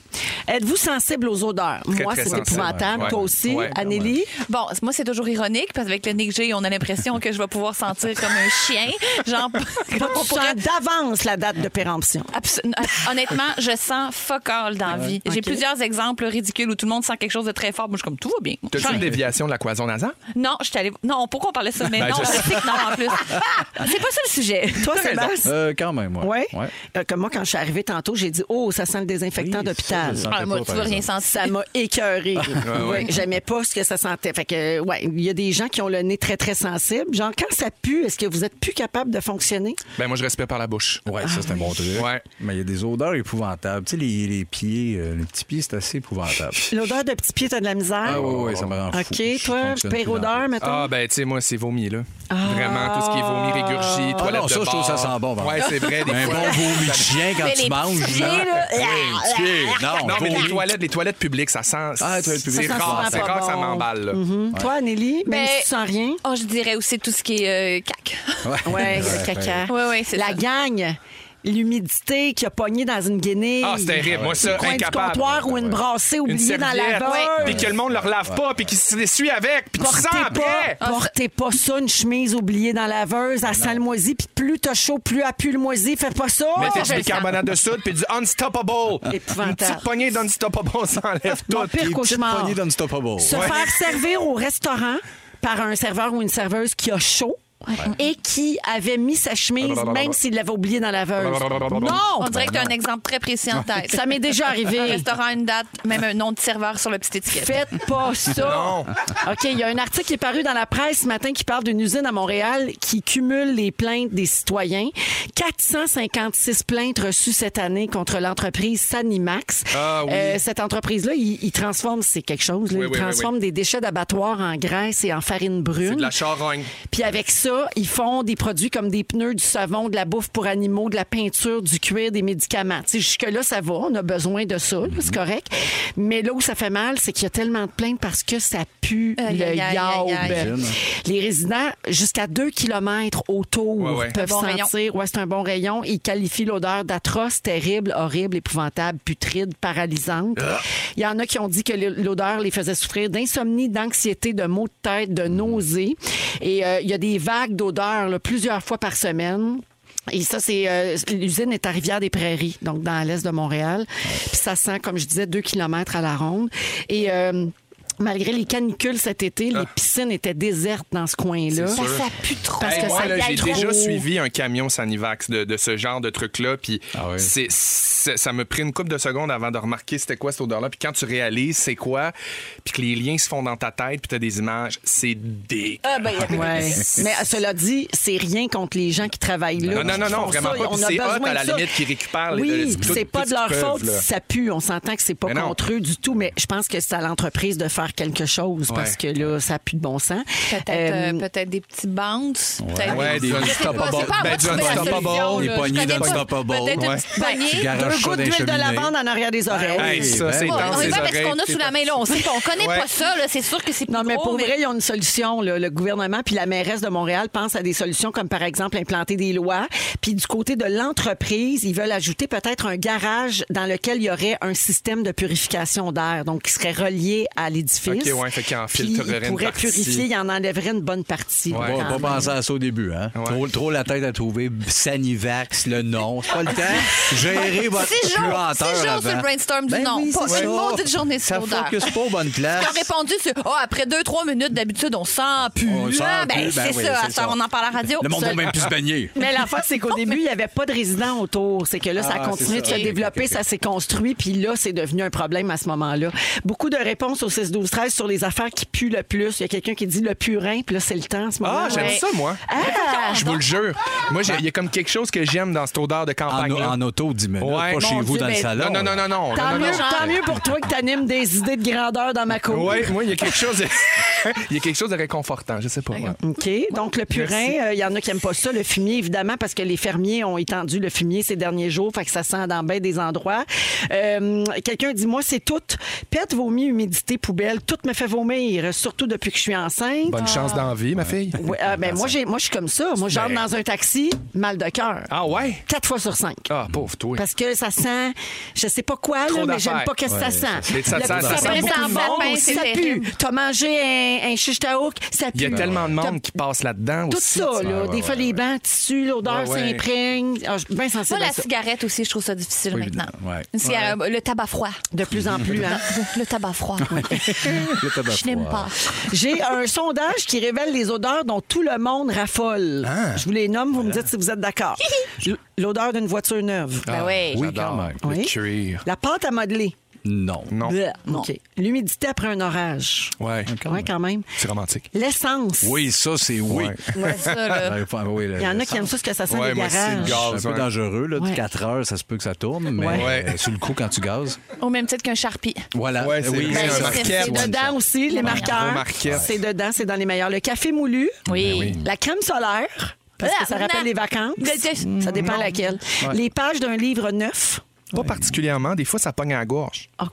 Speaker 1: Êtes-vous sensible aux odeurs?
Speaker 3: Très,
Speaker 1: Moi,
Speaker 3: très
Speaker 1: c'est
Speaker 3: sensible,
Speaker 1: épouvantable.
Speaker 3: ouais.
Speaker 1: Toi aussi,
Speaker 3: Ouais,
Speaker 1: Anélie?
Speaker 4: Bon, moi, c'est toujours ironique parce qu'avec le nez que j'ai, on a l'impression que je vais pouvoir sentir comme un chien. Genre,
Speaker 1: <laughs> Toi, tu sens d'avance la date de péremption.
Speaker 4: Abs- euh, Honnêtement, je sens fuck all dans la vie. J'ai
Speaker 1: Ok.
Speaker 4: plusieurs exemples ridicules où tout le monde sent quelque chose de très fort. Moi, je suis comme tout va bien. Je
Speaker 3: T'as-tu
Speaker 4: sens-
Speaker 3: une déviation de la cloison nasale?
Speaker 4: Non, je suis allée. Non, pourquoi on parlait de ça? Mais
Speaker 3: Ben,
Speaker 4: non,
Speaker 3: je
Speaker 4: je
Speaker 3: sais.
Speaker 4: sais que non,
Speaker 3: <laughs>
Speaker 4: en plus. C'est pas ça le sujet.
Speaker 1: Toi,
Speaker 4: Ah,
Speaker 1: Sébastien?
Speaker 5: Euh, quand même, ouais.
Speaker 1: Oui.
Speaker 5: Ouais.
Speaker 1: Euh, comme moi, quand je suis arrivée tantôt, j'ai dit Oh, ça sent le désinfectant
Speaker 5: Oui,
Speaker 1: d'hôpital.
Speaker 5: ça, je le sentais
Speaker 4: Ah, moi,
Speaker 5: pas,
Speaker 4: tu
Speaker 5: par
Speaker 4: veux rien
Speaker 5: exemple.
Speaker 4: sentir.
Speaker 1: Ça m'a
Speaker 5: <laughs>
Speaker 1: écœurée. Oui, J'aimais pas ce que ça sentait. Fait que, euh, ouais, il y a des gens qui ont le nez très, très sensible. Genre, quand ça pue, est-ce que vous êtes plus capable de fonctionner?
Speaker 3: Ben moi, je respire par la bouche.
Speaker 5: Ouais, ça, c'est un bon truc.
Speaker 3: Ouais.
Speaker 5: Mais il y a des odeurs épouvantables. Tu sais, les, les pieds, euh, les petits pieds, c'est assez épouvantable.
Speaker 1: L'odeur de petits pieds, t'as de la misère?
Speaker 5: Ah, oui, oui, ça me rend fou.
Speaker 1: OK,
Speaker 5: Je
Speaker 1: toi,
Speaker 5: fonctionne plus dans-
Speaker 1: pérodeur, mettons.
Speaker 3: Ah, ben, tu sais, moi, c'est vomi, là. Vraiment, tout ce qui est vomi, régurgie, toilette
Speaker 5: Ah. non,
Speaker 3: de
Speaker 5: ça, je trouve
Speaker 3: bord.
Speaker 5: ça sent bon, par
Speaker 3: Ouais,
Speaker 5: contre.
Speaker 3: c'est vrai. Des
Speaker 5: Mais <laughs> un
Speaker 3: fois.
Speaker 5: bon vomi de chien quand
Speaker 4: Mais les
Speaker 5: tu manges.
Speaker 4: petits
Speaker 5: là.
Speaker 4: pieds, là,
Speaker 5: Oui, les petits pieds. Non,
Speaker 3: Non, mais les
Speaker 5: vomi.
Speaker 3: toilettes, les toilettes publiques, ça sent.
Speaker 5: Ah, les toilettes publiques,
Speaker 3: c'est
Speaker 5: ça sent
Speaker 3: rare,
Speaker 5: souvent
Speaker 3: c'est
Speaker 5: pas
Speaker 3: rare, ça
Speaker 1: bon.
Speaker 3: m'emballe, là.
Speaker 1: Hum, Toi, Anélie, même
Speaker 4: Mais-
Speaker 1: si tu sens rien,
Speaker 4: Oh, je dirais aussi tout ce qui est euh, cac.
Speaker 3: Ah,
Speaker 5: Ouais.
Speaker 4: <laughs>
Speaker 1: Ouais,
Speaker 3: ben,
Speaker 5: Ouais,
Speaker 1: caca.
Speaker 4: Oui, oui, c'est
Speaker 1: la
Speaker 4: ça.
Speaker 1: gagne, l'humidité qui a pogné dans une guenille.
Speaker 3: Ah, c'est terrible. Moi, ça,
Speaker 1: Au coin du
Speaker 3: incapable.
Speaker 1: comptoir ou une brassée
Speaker 3: Une
Speaker 1: oubliée dans la
Speaker 3: serviette,
Speaker 1: vase.
Speaker 3: Puis que le monde ne leur lave pas, puis qu'ils s'essuient avec, puis tu sens
Speaker 1: Portez
Speaker 3: après.
Speaker 1: pas, Ah, portez pas ça, une chemise oubliée dans la laveuse, à sale moisi, puis plus t'as chaud, plus à pu le moisi, fais pas ça!
Speaker 3: Mettez
Speaker 4: je
Speaker 3: du
Speaker 4: le
Speaker 3: bicarbonate de soude puis du unstoppable.
Speaker 1: Épouvantable.
Speaker 3: Une petite poignée d'unstoppable, ça enlève
Speaker 1: Mon pire
Speaker 3: tout.
Speaker 5: Des petites
Speaker 1: cauchemar.
Speaker 5: poignées d'Unstoppable.
Speaker 1: Se faire servir au restaurant par un serveur ou une serveuse qui a chaud. Et qui avait mis sa chemise, même s'il l'avait oubliée dans la laveuse.
Speaker 4: On
Speaker 1: Oh, Non!
Speaker 4: dirait que t'as un exemple très précis en tête.
Speaker 1: Ça m'est
Speaker 4: <laughs>
Speaker 1: déjà
Speaker 4: Un
Speaker 1: arrivé.
Speaker 4: restaurant, une date, même un nom de serveur sur la petite étiquette.
Speaker 1: Faites pas ça.
Speaker 3: <laughs> Non.
Speaker 1: OK, il y a un article qui est paru dans la presse ce matin qui parle d'une usine à Montréal qui cumule les plaintes des citoyens. 456 plaintes reçues cette année contre l'entreprise Sanimax. Euh,
Speaker 3: Ah oui.
Speaker 1: cette entreprise-là, il, il transforme, c'est quelque chose, là,
Speaker 3: Oui,
Speaker 1: il
Speaker 3: oui, oui,
Speaker 1: transforme des déchets d'abattoir en graisse et en farine
Speaker 3: C'est de
Speaker 1: brune.
Speaker 3: la charogne.
Speaker 1: Puis avec ça, ils font des produits comme des pneus, du savon, de la bouffe pour animaux, de la peinture, du cuir, des médicaments. Tu sais, Jusque-là, ça va, on a besoin de ça, là,
Speaker 4: Mhm.
Speaker 1: c'est correct. Mais là où ça fait mal, c'est qu'il y a tellement de plaintes parce que ça pue
Speaker 4: Aïe,
Speaker 1: le
Speaker 4: aïe, aïe,
Speaker 1: yaourt.
Speaker 4: aïe, aïe.
Speaker 1: Les résidents, jusqu'à 2 km autour,
Speaker 3: Ouais, ouais.
Speaker 1: peuvent
Speaker 4: Un bon
Speaker 1: sentir, ouais, c'est un bon rayon. Ils qualifient l'odeur d'atroce, terrible, horrible, épouvantable, putride, paralysante.
Speaker 3: Ah.
Speaker 1: Il y en a qui ont dit que l'odeur les faisait souffrir d'insomnie, d'anxiété, de maux de tête, de nausées. Et euh, il y a des vagues d'odeurs là, plusieurs fois par semaine. Et ça, c'est euh, l'usine est à Rivière-des-Prairies, donc dans l'est de Montréal. Puis ça sent, comme je disais, deux kilomètres à la ronde. Et euh, malgré les canicules cet été, les piscines étaient désertes dans ce coin-là.
Speaker 3: Ah. C'est sûr.
Speaker 4: Ça pue trop.
Speaker 1: Parce
Speaker 3: Hey,
Speaker 1: que
Speaker 3: moi,
Speaker 1: ça
Speaker 3: là,
Speaker 1: y
Speaker 3: j'ai
Speaker 1: aille
Speaker 3: déjà
Speaker 1: trop.
Speaker 3: suivi un camion Sanivax de, de ce genre de truc-là, puis
Speaker 5: Ah ouais.
Speaker 3: c'est- c'est- ça me pris une couple de secondes avant de remarquer c'était quoi cette odeur-là, puis quand tu réalises c'est quoi, puis que les liens se font dans ta tête, puis t'as des images, c'est dégueu.
Speaker 1: Euh, Ah, ben, Ouais. Mais euh, cela dit, c'est rien contre les gens qui travaillent là.
Speaker 3: Non, non, non,
Speaker 1: qui
Speaker 3: non,
Speaker 1: font
Speaker 3: vraiment
Speaker 1: ça.
Speaker 3: pas. Puis
Speaker 1: On a
Speaker 3: c'est
Speaker 1: besoin
Speaker 3: hot, à la
Speaker 1: de ça.
Speaker 3: limite, qu'ils récupèrent les-
Speaker 1: Oui, puis
Speaker 3: les- tout-
Speaker 1: c'est pas
Speaker 3: tout
Speaker 1: de leur
Speaker 3: ce qu'ils
Speaker 1: faute
Speaker 3: peuvent, là.
Speaker 1: si ça pue. On s'entend que c'est pas
Speaker 3: Mais non.
Speaker 1: contre eux du tout, mais je pense que c'est à l'entreprise de faire quelque chose parce que
Speaker 3: Ouais.
Speaker 1: là, ça pue de bon sens.
Speaker 4: Peut-être
Speaker 1: Euh,
Speaker 4: euh, peut-être des petits bounce. peut-être
Speaker 3: Ouais, des
Speaker 4: Je sais
Speaker 3: unstoppables.
Speaker 4: pas, c'est pas à
Speaker 3: Ben, du
Speaker 4: moi de trouver la
Speaker 3: unstoppable,
Speaker 4: solution,
Speaker 5: des
Speaker 4: là.
Speaker 5: poignées
Speaker 4: Je connais pas.
Speaker 5: d'unstoppable,
Speaker 4: Peut-être une
Speaker 5: ouais.
Speaker 4: petite poignée.
Speaker 5: Tu
Speaker 1: deux
Speaker 5: garages ça
Speaker 1: gouttes
Speaker 5: dans les
Speaker 1: d'huile de
Speaker 5: cheminées.
Speaker 1: lavande en arrière des oreilles.
Speaker 3: Hey, ça,
Speaker 5: ben
Speaker 3: c'est
Speaker 5: oui.
Speaker 3: dans
Speaker 4: on
Speaker 3: ses
Speaker 4: y va avec ce
Speaker 3: oreilles,
Speaker 4: qu'on a
Speaker 3: puis
Speaker 4: sous la
Speaker 3: t'es-
Speaker 4: main là. On sait qu'on connaît
Speaker 3: Ouais.
Speaker 4: pas ça. là. C'est sûr que c'est plus
Speaker 1: Non, mais
Speaker 4: gros,
Speaker 1: pour vrai, il y a une solution. là. Le gouvernement puis la mairesse de Montréal pensent à des solutions comme, par exemple, implanter des lois. Puis du côté de l'entreprise, ils veulent ajouter peut-être un garage dans lequel il y aurait un système de purification d'air, donc qui serait relié à l'édifice.
Speaker 3: OK, ouais, fait qu'il en
Speaker 1: Puis
Speaker 3: filtrerait
Speaker 1: il
Speaker 3: une
Speaker 1: pourrait
Speaker 3: partie.
Speaker 1: purifier, il en enlèverait une bonne partie.
Speaker 3: Ouais.
Speaker 5: On va
Speaker 1: Quand
Speaker 5: pas
Speaker 1: même.
Speaker 5: penser à ça au début, hein? Trop, trop la tête à trouver Sanivax, le nom. C'est pas le temps. Gérer votre
Speaker 4: Six jours, six
Speaker 5: puanteur
Speaker 4: jours
Speaker 5: avant.
Speaker 4: sur le brainstorm du
Speaker 5: Ben
Speaker 4: nom.
Speaker 5: oui,
Speaker 4: Pas
Speaker 5: c'est
Speaker 4: une
Speaker 5: ça.
Speaker 4: maudite journée sur
Speaker 5: Ça
Speaker 4: l'odeur.
Speaker 5: focus pas aux bonnes
Speaker 4: Ce
Speaker 5: places.
Speaker 4: qu'ils ont répondu, c'est Ah, après deux, trois minutes, d'habitude, on sent plus.
Speaker 5: On sent
Speaker 4: Ah,
Speaker 5: plus,
Speaker 4: ben,
Speaker 5: ben
Speaker 4: c'est
Speaker 5: oui,
Speaker 4: ça.
Speaker 5: c'est
Speaker 4: À ça,
Speaker 5: ça.
Speaker 4: On en parle à la radio.
Speaker 5: Le monde va même plus se baigner.
Speaker 1: Mais la fois, c'est qu'au début, il n'y avait pas de résidents autour. C'est que là, ça
Speaker 5: Ah,
Speaker 1: a continué
Speaker 5: c'est
Speaker 1: de
Speaker 5: ça.
Speaker 1: se
Speaker 5: Ok,
Speaker 1: développer,
Speaker 5: ok, ok.
Speaker 1: ça s'est construit, puis là, c'est devenu un problème à ce moment-là. Beaucoup de réponses au 6-12-13 sur les affaires qui puent le plus. Il y a quelqu'un qui dit le purin, puis là, c'est le temps en ce moment.
Speaker 3: Ah, j'aime
Speaker 1: Ouais.
Speaker 3: ça, moi.
Speaker 1: Ah!
Speaker 3: Je vous le jure. Moi, j'ai- il y a comme quelque chose que j'aime dans cette odeur de
Speaker 5: En,
Speaker 3: campagne.
Speaker 5: en auto, 10 minutes.
Speaker 3: Ouais.
Speaker 5: Pas
Speaker 3: Mon
Speaker 5: chez vous
Speaker 1: Dieu,
Speaker 5: dans le
Speaker 1: mais-
Speaker 5: salon.
Speaker 3: non, non, non, non, non.
Speaker 1: Tant
Speaker 3: non, non,
Speaker 1: mieux,
Speaker 3: non.
Speaker 1: tant mieux pour toi que t'animes des idées de grandeur dans ma cour.
Speaker 3: Ouais, moi, il y a quelque chose. <laughs> Il y a quelque chose de réconfortant, je sais pas. moi.
Speaker 1: OK. Donc, le purin, euh, il y en a qui n'aiment pas ça. Le fumier, évidemment, parce que les fermiers ont étendu le fumier ces derniers jours, fait que ça sent dans bien des endroits. Euh, Quelqu'un dit Moi, c'est tout. Pète, vomi, humidité, poubelle. Tout me fait vomir, surtout depuis que je suis enceinte.
Speaker 3: Bonne chance d'envie, ma fille.
Speaker 1: Ouais, euh, ben, moi, j'ai- moi, je suis comme ça. Moi, j'entre
Speaker 3: Ben-
Speaker 1: dans un taxi, mal de cœur.
Speaker 3: Ah ouais?
Speaker 1: Quatre fois sur cinq.
Speaker 3: Ah, pauvre toi.
Speaker 1: Parce que ça sent, je sais pas quoi,
Speaker 3: Trop
Speaker 1: là, mais j'aime
Speaker 3: d'affaires.
Speaker 1: pas qu'est-ce que ça
Speaker 5: Ouais,
Speaker 3: ça,
Speaker 1: sent.
Speaker 3: ça-
Speaker 1: Le-
Speaker 3: ça- ça sent
Speaker 1: beaucoup
Speaker 4: beaucoup
Speaker 1: de
Speaker 4: de
Speaker 1: monde,
Speaker 4: vapeur, c'est
Speaker 1: ça pue.
Speaker 4: terrible.
Speaker 1: T'as mangé un, un shish taouk, ça pue.
Speaker 3: Il y a tellement de
Speaker 1: T'as-
Speaker 3: monde qui passe là-dedans
Speaker 1: tout
Speaker 3: aussi.
Speaker 1: ça,
Speaker 3: tu sais.
Speaker 1: là. des fois, les bancs, tissus, l'odeur
Speaker 3: Ouais, ouais.
Speaker 1: s'imprègne. Ah, je suis bien sensible
Speaker 4: Moi,
Speaker 1: à
Speaker 4: la
Speaker 1: ça.
Speaker 4: cigarette aussi, je trouve ça difficile maintenant.
Speaker 5: Ouais.
Speaker 4: Une cigarette, Le tabac froid.
Speaker 1: De plus en plus, hein.
Speaker 4: <laughs> Le tabac froid.
Speaker 5: Le tabac
Speaker 4: Je n'aime
Speaker 5: froid.
Speaker 4: pas.
Speaker 1: J'ai un sondage qui révèle les odeurs dont tout le monde raffole.
Speaker 3: Hein?
Speaker 1: Je vous les nomme, vous me dites si vous êtes d'accord. L- L'odeur d'une voiture neuve.
Speaker 4: Ben oui.
Speaker 5: Oui,
Speaker 3: J'adore.
Speaker 5: quand même.
Speaker 3: Ah, Le
Speaker 1: Oui.
Speaker 3: cuir.
Speaker 1: La pâte à modeler.
Speaker 5: Non.
Speaker 3: Non.
Speaker 1: Bleh. OK. L'humidité après un orage.
Speaker 3: Ouais.
Speaker 1: Ouais, quand même.
Speaker 3: C'est romantique.
Speaker 1: L'essence.
Speaker 5: Oui, ça, c'est oui.
Speaker 3: Ouais.
Speaker 4: Ouais, ça, là.
Speaker 5: Ben, enfin, oui, là,
Speaker 1: Il y en a
Speaker 5: ça,
Speaker 1: qui aiment ça, ce que ça sent
Speaker 3: Ouais,
Speaker 1: les
Speaker 3: moi aussi, le
Speaker 1: garages.
Speaker 3: gaz.
Speaker 5: C'est un peu
Speaker 3: Ouais.
Speaker 5: dangereux, là.
Speaker 1: Ouais.
Speaker 5: De 4 heures, ça se peut que ça tourne, mais
Speaker 3: Ouais.
Speaker 5: euh, sur le coup, quand tu gazes.
Speaker 4: Au même titre qu'un charpie.
Speaker 5: Voilà.
Speaker 3: Ouais, c'est
Speaker 5: oui,
Speaker 3: vrai,
Speaker 5: c'est
Speaker 3: un
Speaker 5: ça.
Speaker 3: marquette.
Speaker 1: C'est
Speaker 5: One
Speaker 1: dedans
Speaker 5: shot.
Speaker 1: aussi, les marqueurs.
Speaker 3: gros marquette.
Speaker 1: C'est dedans, c'est dans les meilleurs. Le café moulu.
Speaker 4: Oui. Ben oui.
Speaker 1: La crème solaire. Parce que ça
Speaker 4: Ah,
Speaker 1: rappelle
Speaker 4: non.
Speaker 1: les vacances.
Speaker 4: Mais c'est-
Speaker 1: Ça dépend laquelle. Les pages d'un livre neuf.
Speaker 3: Pas particulièrement. Des fois, ça pogne à la gorge.
Speaker 1: Ah,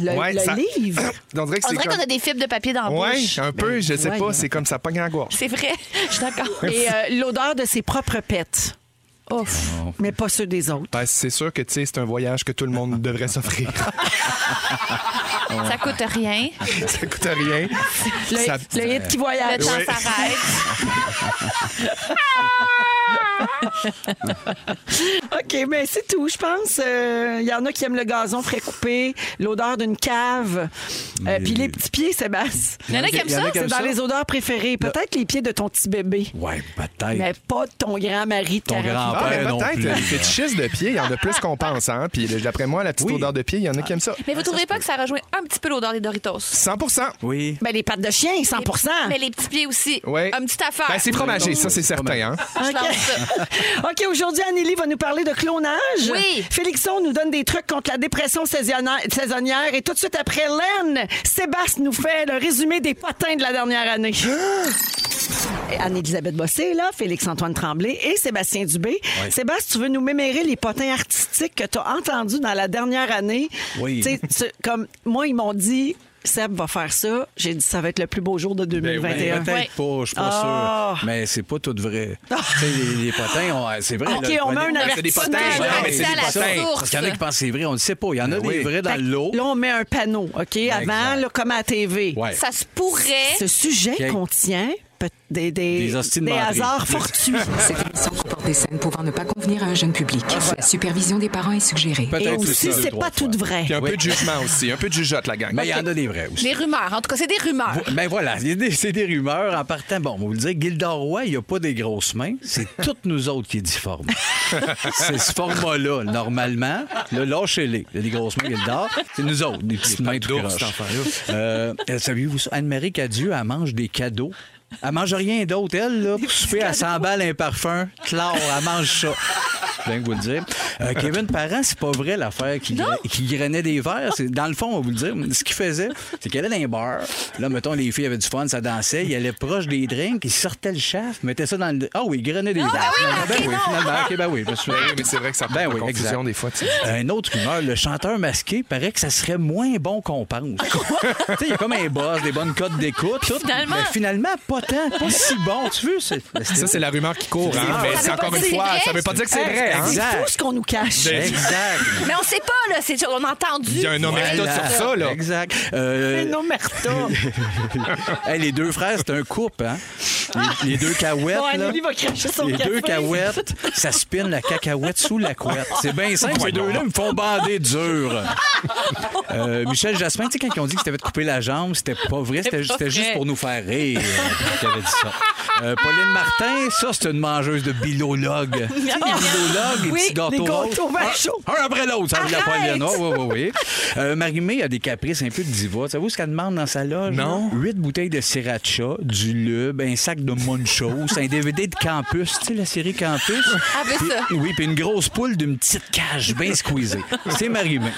Speaker 1: le,
Speaker 3: Ouais,
Speaker 1: le
Speaker 3: ça-
Speaker 1: livre.
Speaker 3: <coughs>
Speaker 1: Ben,
Speaker 3: On dirait que
Speaker 4: On
Speaker 3: c'est
Speaker 4: dirait
Speaker 3: comme...
Speaker 4: qu'on a des fibres de papier dans la
Speaker 3: Ouais,
Speaker 4: bouche.
Speaker 3: un peu, je sais
Speaker 1: ouais,
Speaker 3: pas.
Speaker 1: ouais.
Speaker 3: C'est comme ça pogne à la gorge.
Speaker 4: C'est vrai. Je suis d'accord.
Speaker 1: Et euh, l'odeur de ses propres pets. Ouf. Mais pas ceux des autres.
Speaker 3: Ben, c'est sûr que tu sais, c'est un voyage que tout le monde
Speaker 1: <laughs>
Speaker 3: devrait s'offrir.
Speaker 4: Ça coûte rien.
Speaker 3: ça coûte rien.
Speaker 1: Le,
Speaker 3: Ça-
Speaker 1: le hit qui
Speaker 4: Le
Speaker 1: voyage.
Speaker 4: temps
Speaker 3: Ouais.
Speaker 4: s'arrête.
Speaker 1: <laughs> OK, mais c'est tout, je pense. Euh, Il y en a qui aiment le gazon frais coupé, l'odeur d'une cave. Euh, Puis les petits pieds, Sébastien.
Speaker 4: Il y en a qui aiment ça.
Speaker 1: C'est dans les odeurs préférées. Peut-être les pieds de ton petit bébé.
Speaker 5: Ouais,
Speaker 1: Mais
Speaker 5: peut-être.
Speaker 1: pas de ton grand mari. de
Speaker 5: Ton
Speaker 1: 48
Speaker 5: grand-père
Speaker 3: Ah, mais
Speaker 5: non
Speaker 3: peut-être,
Speaker 5: plus.
Speaker 3: les fétichistes de pied, il y en a plus qu'on pense. Hein? Puis d'après moi, la petite
Speaker 5: Oui.
Speaker 3: odeur de pied, il y en a qui aiment ça.
Speaker 4: Mais vous trouvez pas que ça rejoint un petit peu l'odeur des Doritos?
Speaker 3: 100
Speaker 5: Oui.
Speaker 1: Ben, les pattes de chien, 100
Speaker 4: Mais les petits pieds aussi.
Speaker 3: Ouais.
Speaker 4: Un petit affaire.
Speaker 3: Ben, c'est fromager, ça, c'est certain. Hein?
Speaker 4: Je lance ça.
Speaker 1: Ah, <laughs> OK, aujourd'hui, Anneli va nous parler de clonage.
Speaker 4: Oui.
Speaker 1: Félixon nous donne des trucs contre la dépression saisonnière. saisonnière. Et tout de suite après, Len, Sébastien nous fait le résumé des potins de la dernière
Speaker 5: <gasps>
Speaker 1: année. Et Anne-Élisabeth Bossé, est là, Félix-Antoine Tremblay et Sébastien Dubé. Sébastien, tu veux nous mémérer les potins artistiques que tu as entendus dans la dernière année?
Speaker 5: Oui.
Speaker 1: Tu sais, tu- comme moi, ils m'ont dit. Seb va faire ça. J'ai dit, ça va être le plus beau jour de
Speaker 5: Ben,
Speaker 1: 2021.
Speaker 5: peut-être pas, je suis pas
Speaker 1: Ah.
Speaker 5: sûr. Mais c'est pas tout vrai. Tu sais, les, les potins, on- ah, c'est vrai.
Speaker 1: OK,
Speaker 5: là,
Speaker 1: on met un
Speaker 5: prenez-
Speaker 3: c'est des
Speaker 1: avertissement.
Speaker 3: potins,
Speaker 4: Ouais,
Speaker 1: hein,
Speaker 3: non, mais
Speaker 4: c'est
Speaker 3: c'est
Speaker 4: à
Speaker 3: des
Speaker 4: la
Speaker 3: potins.
Speaker 4: source.
Speaker 5: Parce qu'il y en a qui pensent que c'est vrai, on ne sait pas. Il y en a des vrais
Speaker 1: Ben Fait
Speaker 5: dans
Speaker 1: que
Speaker 5: l'eau.
Speaker 1: Là, on met un panneau, OK, avant,
Speaker 5: exact.
Speaker 1: là, comme à la TV.
Speaker 5: Ouais.
Speaker 4: Ça se pourrait.
Speaker 1: Ce sujet
Speaker 5: OK.
Speaker 1: contient peut- des, des,
Speaker 5: Des hosties de
Speaker 1: des
Speaker 5: menterie. <laughs>
Speaker 1: hasards fortuits.
Speaker 7: Cette émission supporte des scènes pouvant ne pas convenir à un jeune public.
Speaker 2: Ah,
Speaker 7: La supervision des parents est suggérée.
Speaker 5: Peut-être
Speaker 1: Et
Speaker 5: tout
Speaker 1: aussi,
Speaker 5: ça, deux,
Speaker 1: c'est
Speaker 5: trois
Speaker 1: pas tout
Speaker 5: fois.
Speaker 1: de vrai. Euh,
Speaker 3: Puis un peu de jugement aussi, un peu de jugeote, la gang.
Speaker 5: Mais il y en a des vrais aussi.
Speaker 4: Des rumeurs. En tout cas, c'est des rumeurs.
Speaker 5: Vo- Ben voilà, il y a des- c'est des rumeurs. En partant, bon, vous le dire, Gildor Roy, il n'y a pas des grosses mains. C'est toutes nous autres qui est difforme. c'est ce format-là, normalement. Là, lâchez-les. Il y a des grosses mains, Gildor. C'est nous autres, des petites mains tout
Speaker 3: d'ours, cet
Speaker 5: croches. Euh, euh, Saviez-vous ça? Anne-Marie Cadieux, elle mange des cadeaux. Elle mange rien d'autre, elle, là. Pour souper, elle s'emballe un parfum. Claire, elle mange ça. Je viens de vous le dire. Euh, Kevin Parent, c'est pas vrai l'affaire qui, qui grainait des verres. C'est- Dans le fond, on va vous le dire, ce qu'il faisait, c'est qu'il allait dans un bar. Là, mettons, les filles avaient du fun, ça dansait. Il allait proche des drinks, il sortait le chef, mettait ça dans le. Ah oui, il grainait des verres. Ben oui, finalement. OK, ben oui, je me souviens.
Speaker 3: Ben oui, mais c'est vrai que ça peut
Speaker 5: Ben
Speaker 3: être
Speaker 5: oui,
Speaker 3: confusion
Speaker 5: exact.
Speaker 3: des fois, tu sais.
Speaker 5: Un autre humeur, le chanteur masqué, paraît que ça serait moins bon qu'on pense. Tu sais, il y a comme un buzz, des bonnes cotes d'écoute. tout.
Speaker 4: finalement-
Speaker 5: Mais finalement, pas tant, pas si bon. Tu veux, c'est.
Speaker 3: Ça, c'est la rumeur qui court. hein.
Speaker 5: vrai.
Speaker 3: Mais
Speaker 5: Ça
Speaker 3: c'est
Speaker 4: veut pas
Speaker 3: encore
Speaker 4: dire
Speaker 3: une
Speaker 4: c'est
Speaker 3: fois,
Speaker 4: vrai.
Speaker 3: ça veut pas dire que c'est vrai. hein.
Speaker 1: C'est
Speaker 5: Exact.
Speaker 1: fou ce qu'on nous cache.
Speaker 5: Exact.
Speaker 4: Mais on sait pas, là. C'est... On a entendu.
Speaker 3: Il y a un homme
Speaker 5: Voilà.
Speaker 3: sur ça, là.
Speaker 5: Exact. <laughs> Euh,
Speaker 1: Un
Speaker 5: <laughs>
Speaker 1: omerta.
Speaker 5: hey, les deux frères, c'est un couple, hein? Les, les deux cahouettes,
Speaker 1: Bon,
Speaker 5: là.
Speaker 1: Anneli va cracher <laughs> son
Speaker 5: Les
Speaker 1: café.
Speaker 5: deux cahouettes, ça spinne la cacahuète sous la couette. C'est bien simple, ces deux-là me font bander dur. <laughs> Euh, Michel Jasmin, tu sais, quand ils ont dit que c'était de couper la jambe, c'était pas vrai, c'était
Speaker 4: C'est pas
Speaker 5: c'était juste
Speaker 4: vrai.
Speaker 5: pour nous faire rire. qu'il avait dit ça. Euh, Pauline Martin, ça, c'est une mangeuse de
Speaker 1: <laughs>
Speaker 5: bilologue. Tu sais, les bilologues, les
Speaker 1: Ah! Oui,
Speaker 5: petits gâteaux
Speaker 1: les gâteaux
Speaker 5: roses.
Speaker 1: vin chaud.
Speaker 5: Un, un après l'autre, ça veut dire
Speaker 1: Arrête!
Speaker 5: Pauline. Oh, Oui, oui, oui. Euh, Marie-Mé a des caprices un peu de diva. Savez-vous ce qu'elle demande dans sa loge?
Speaker 3: Non.
Speaker 5: là? Huit bouteilles de sriracha, du lube, un sac de munchos, un DVD de Campus. Tu sais, la série Campus?
Speaker 4: Ah, ben ça.
Speaker 5: Puis- Oui, puis une grosse poule d'une petite cage bien squeezée. C'est Marie-Mé.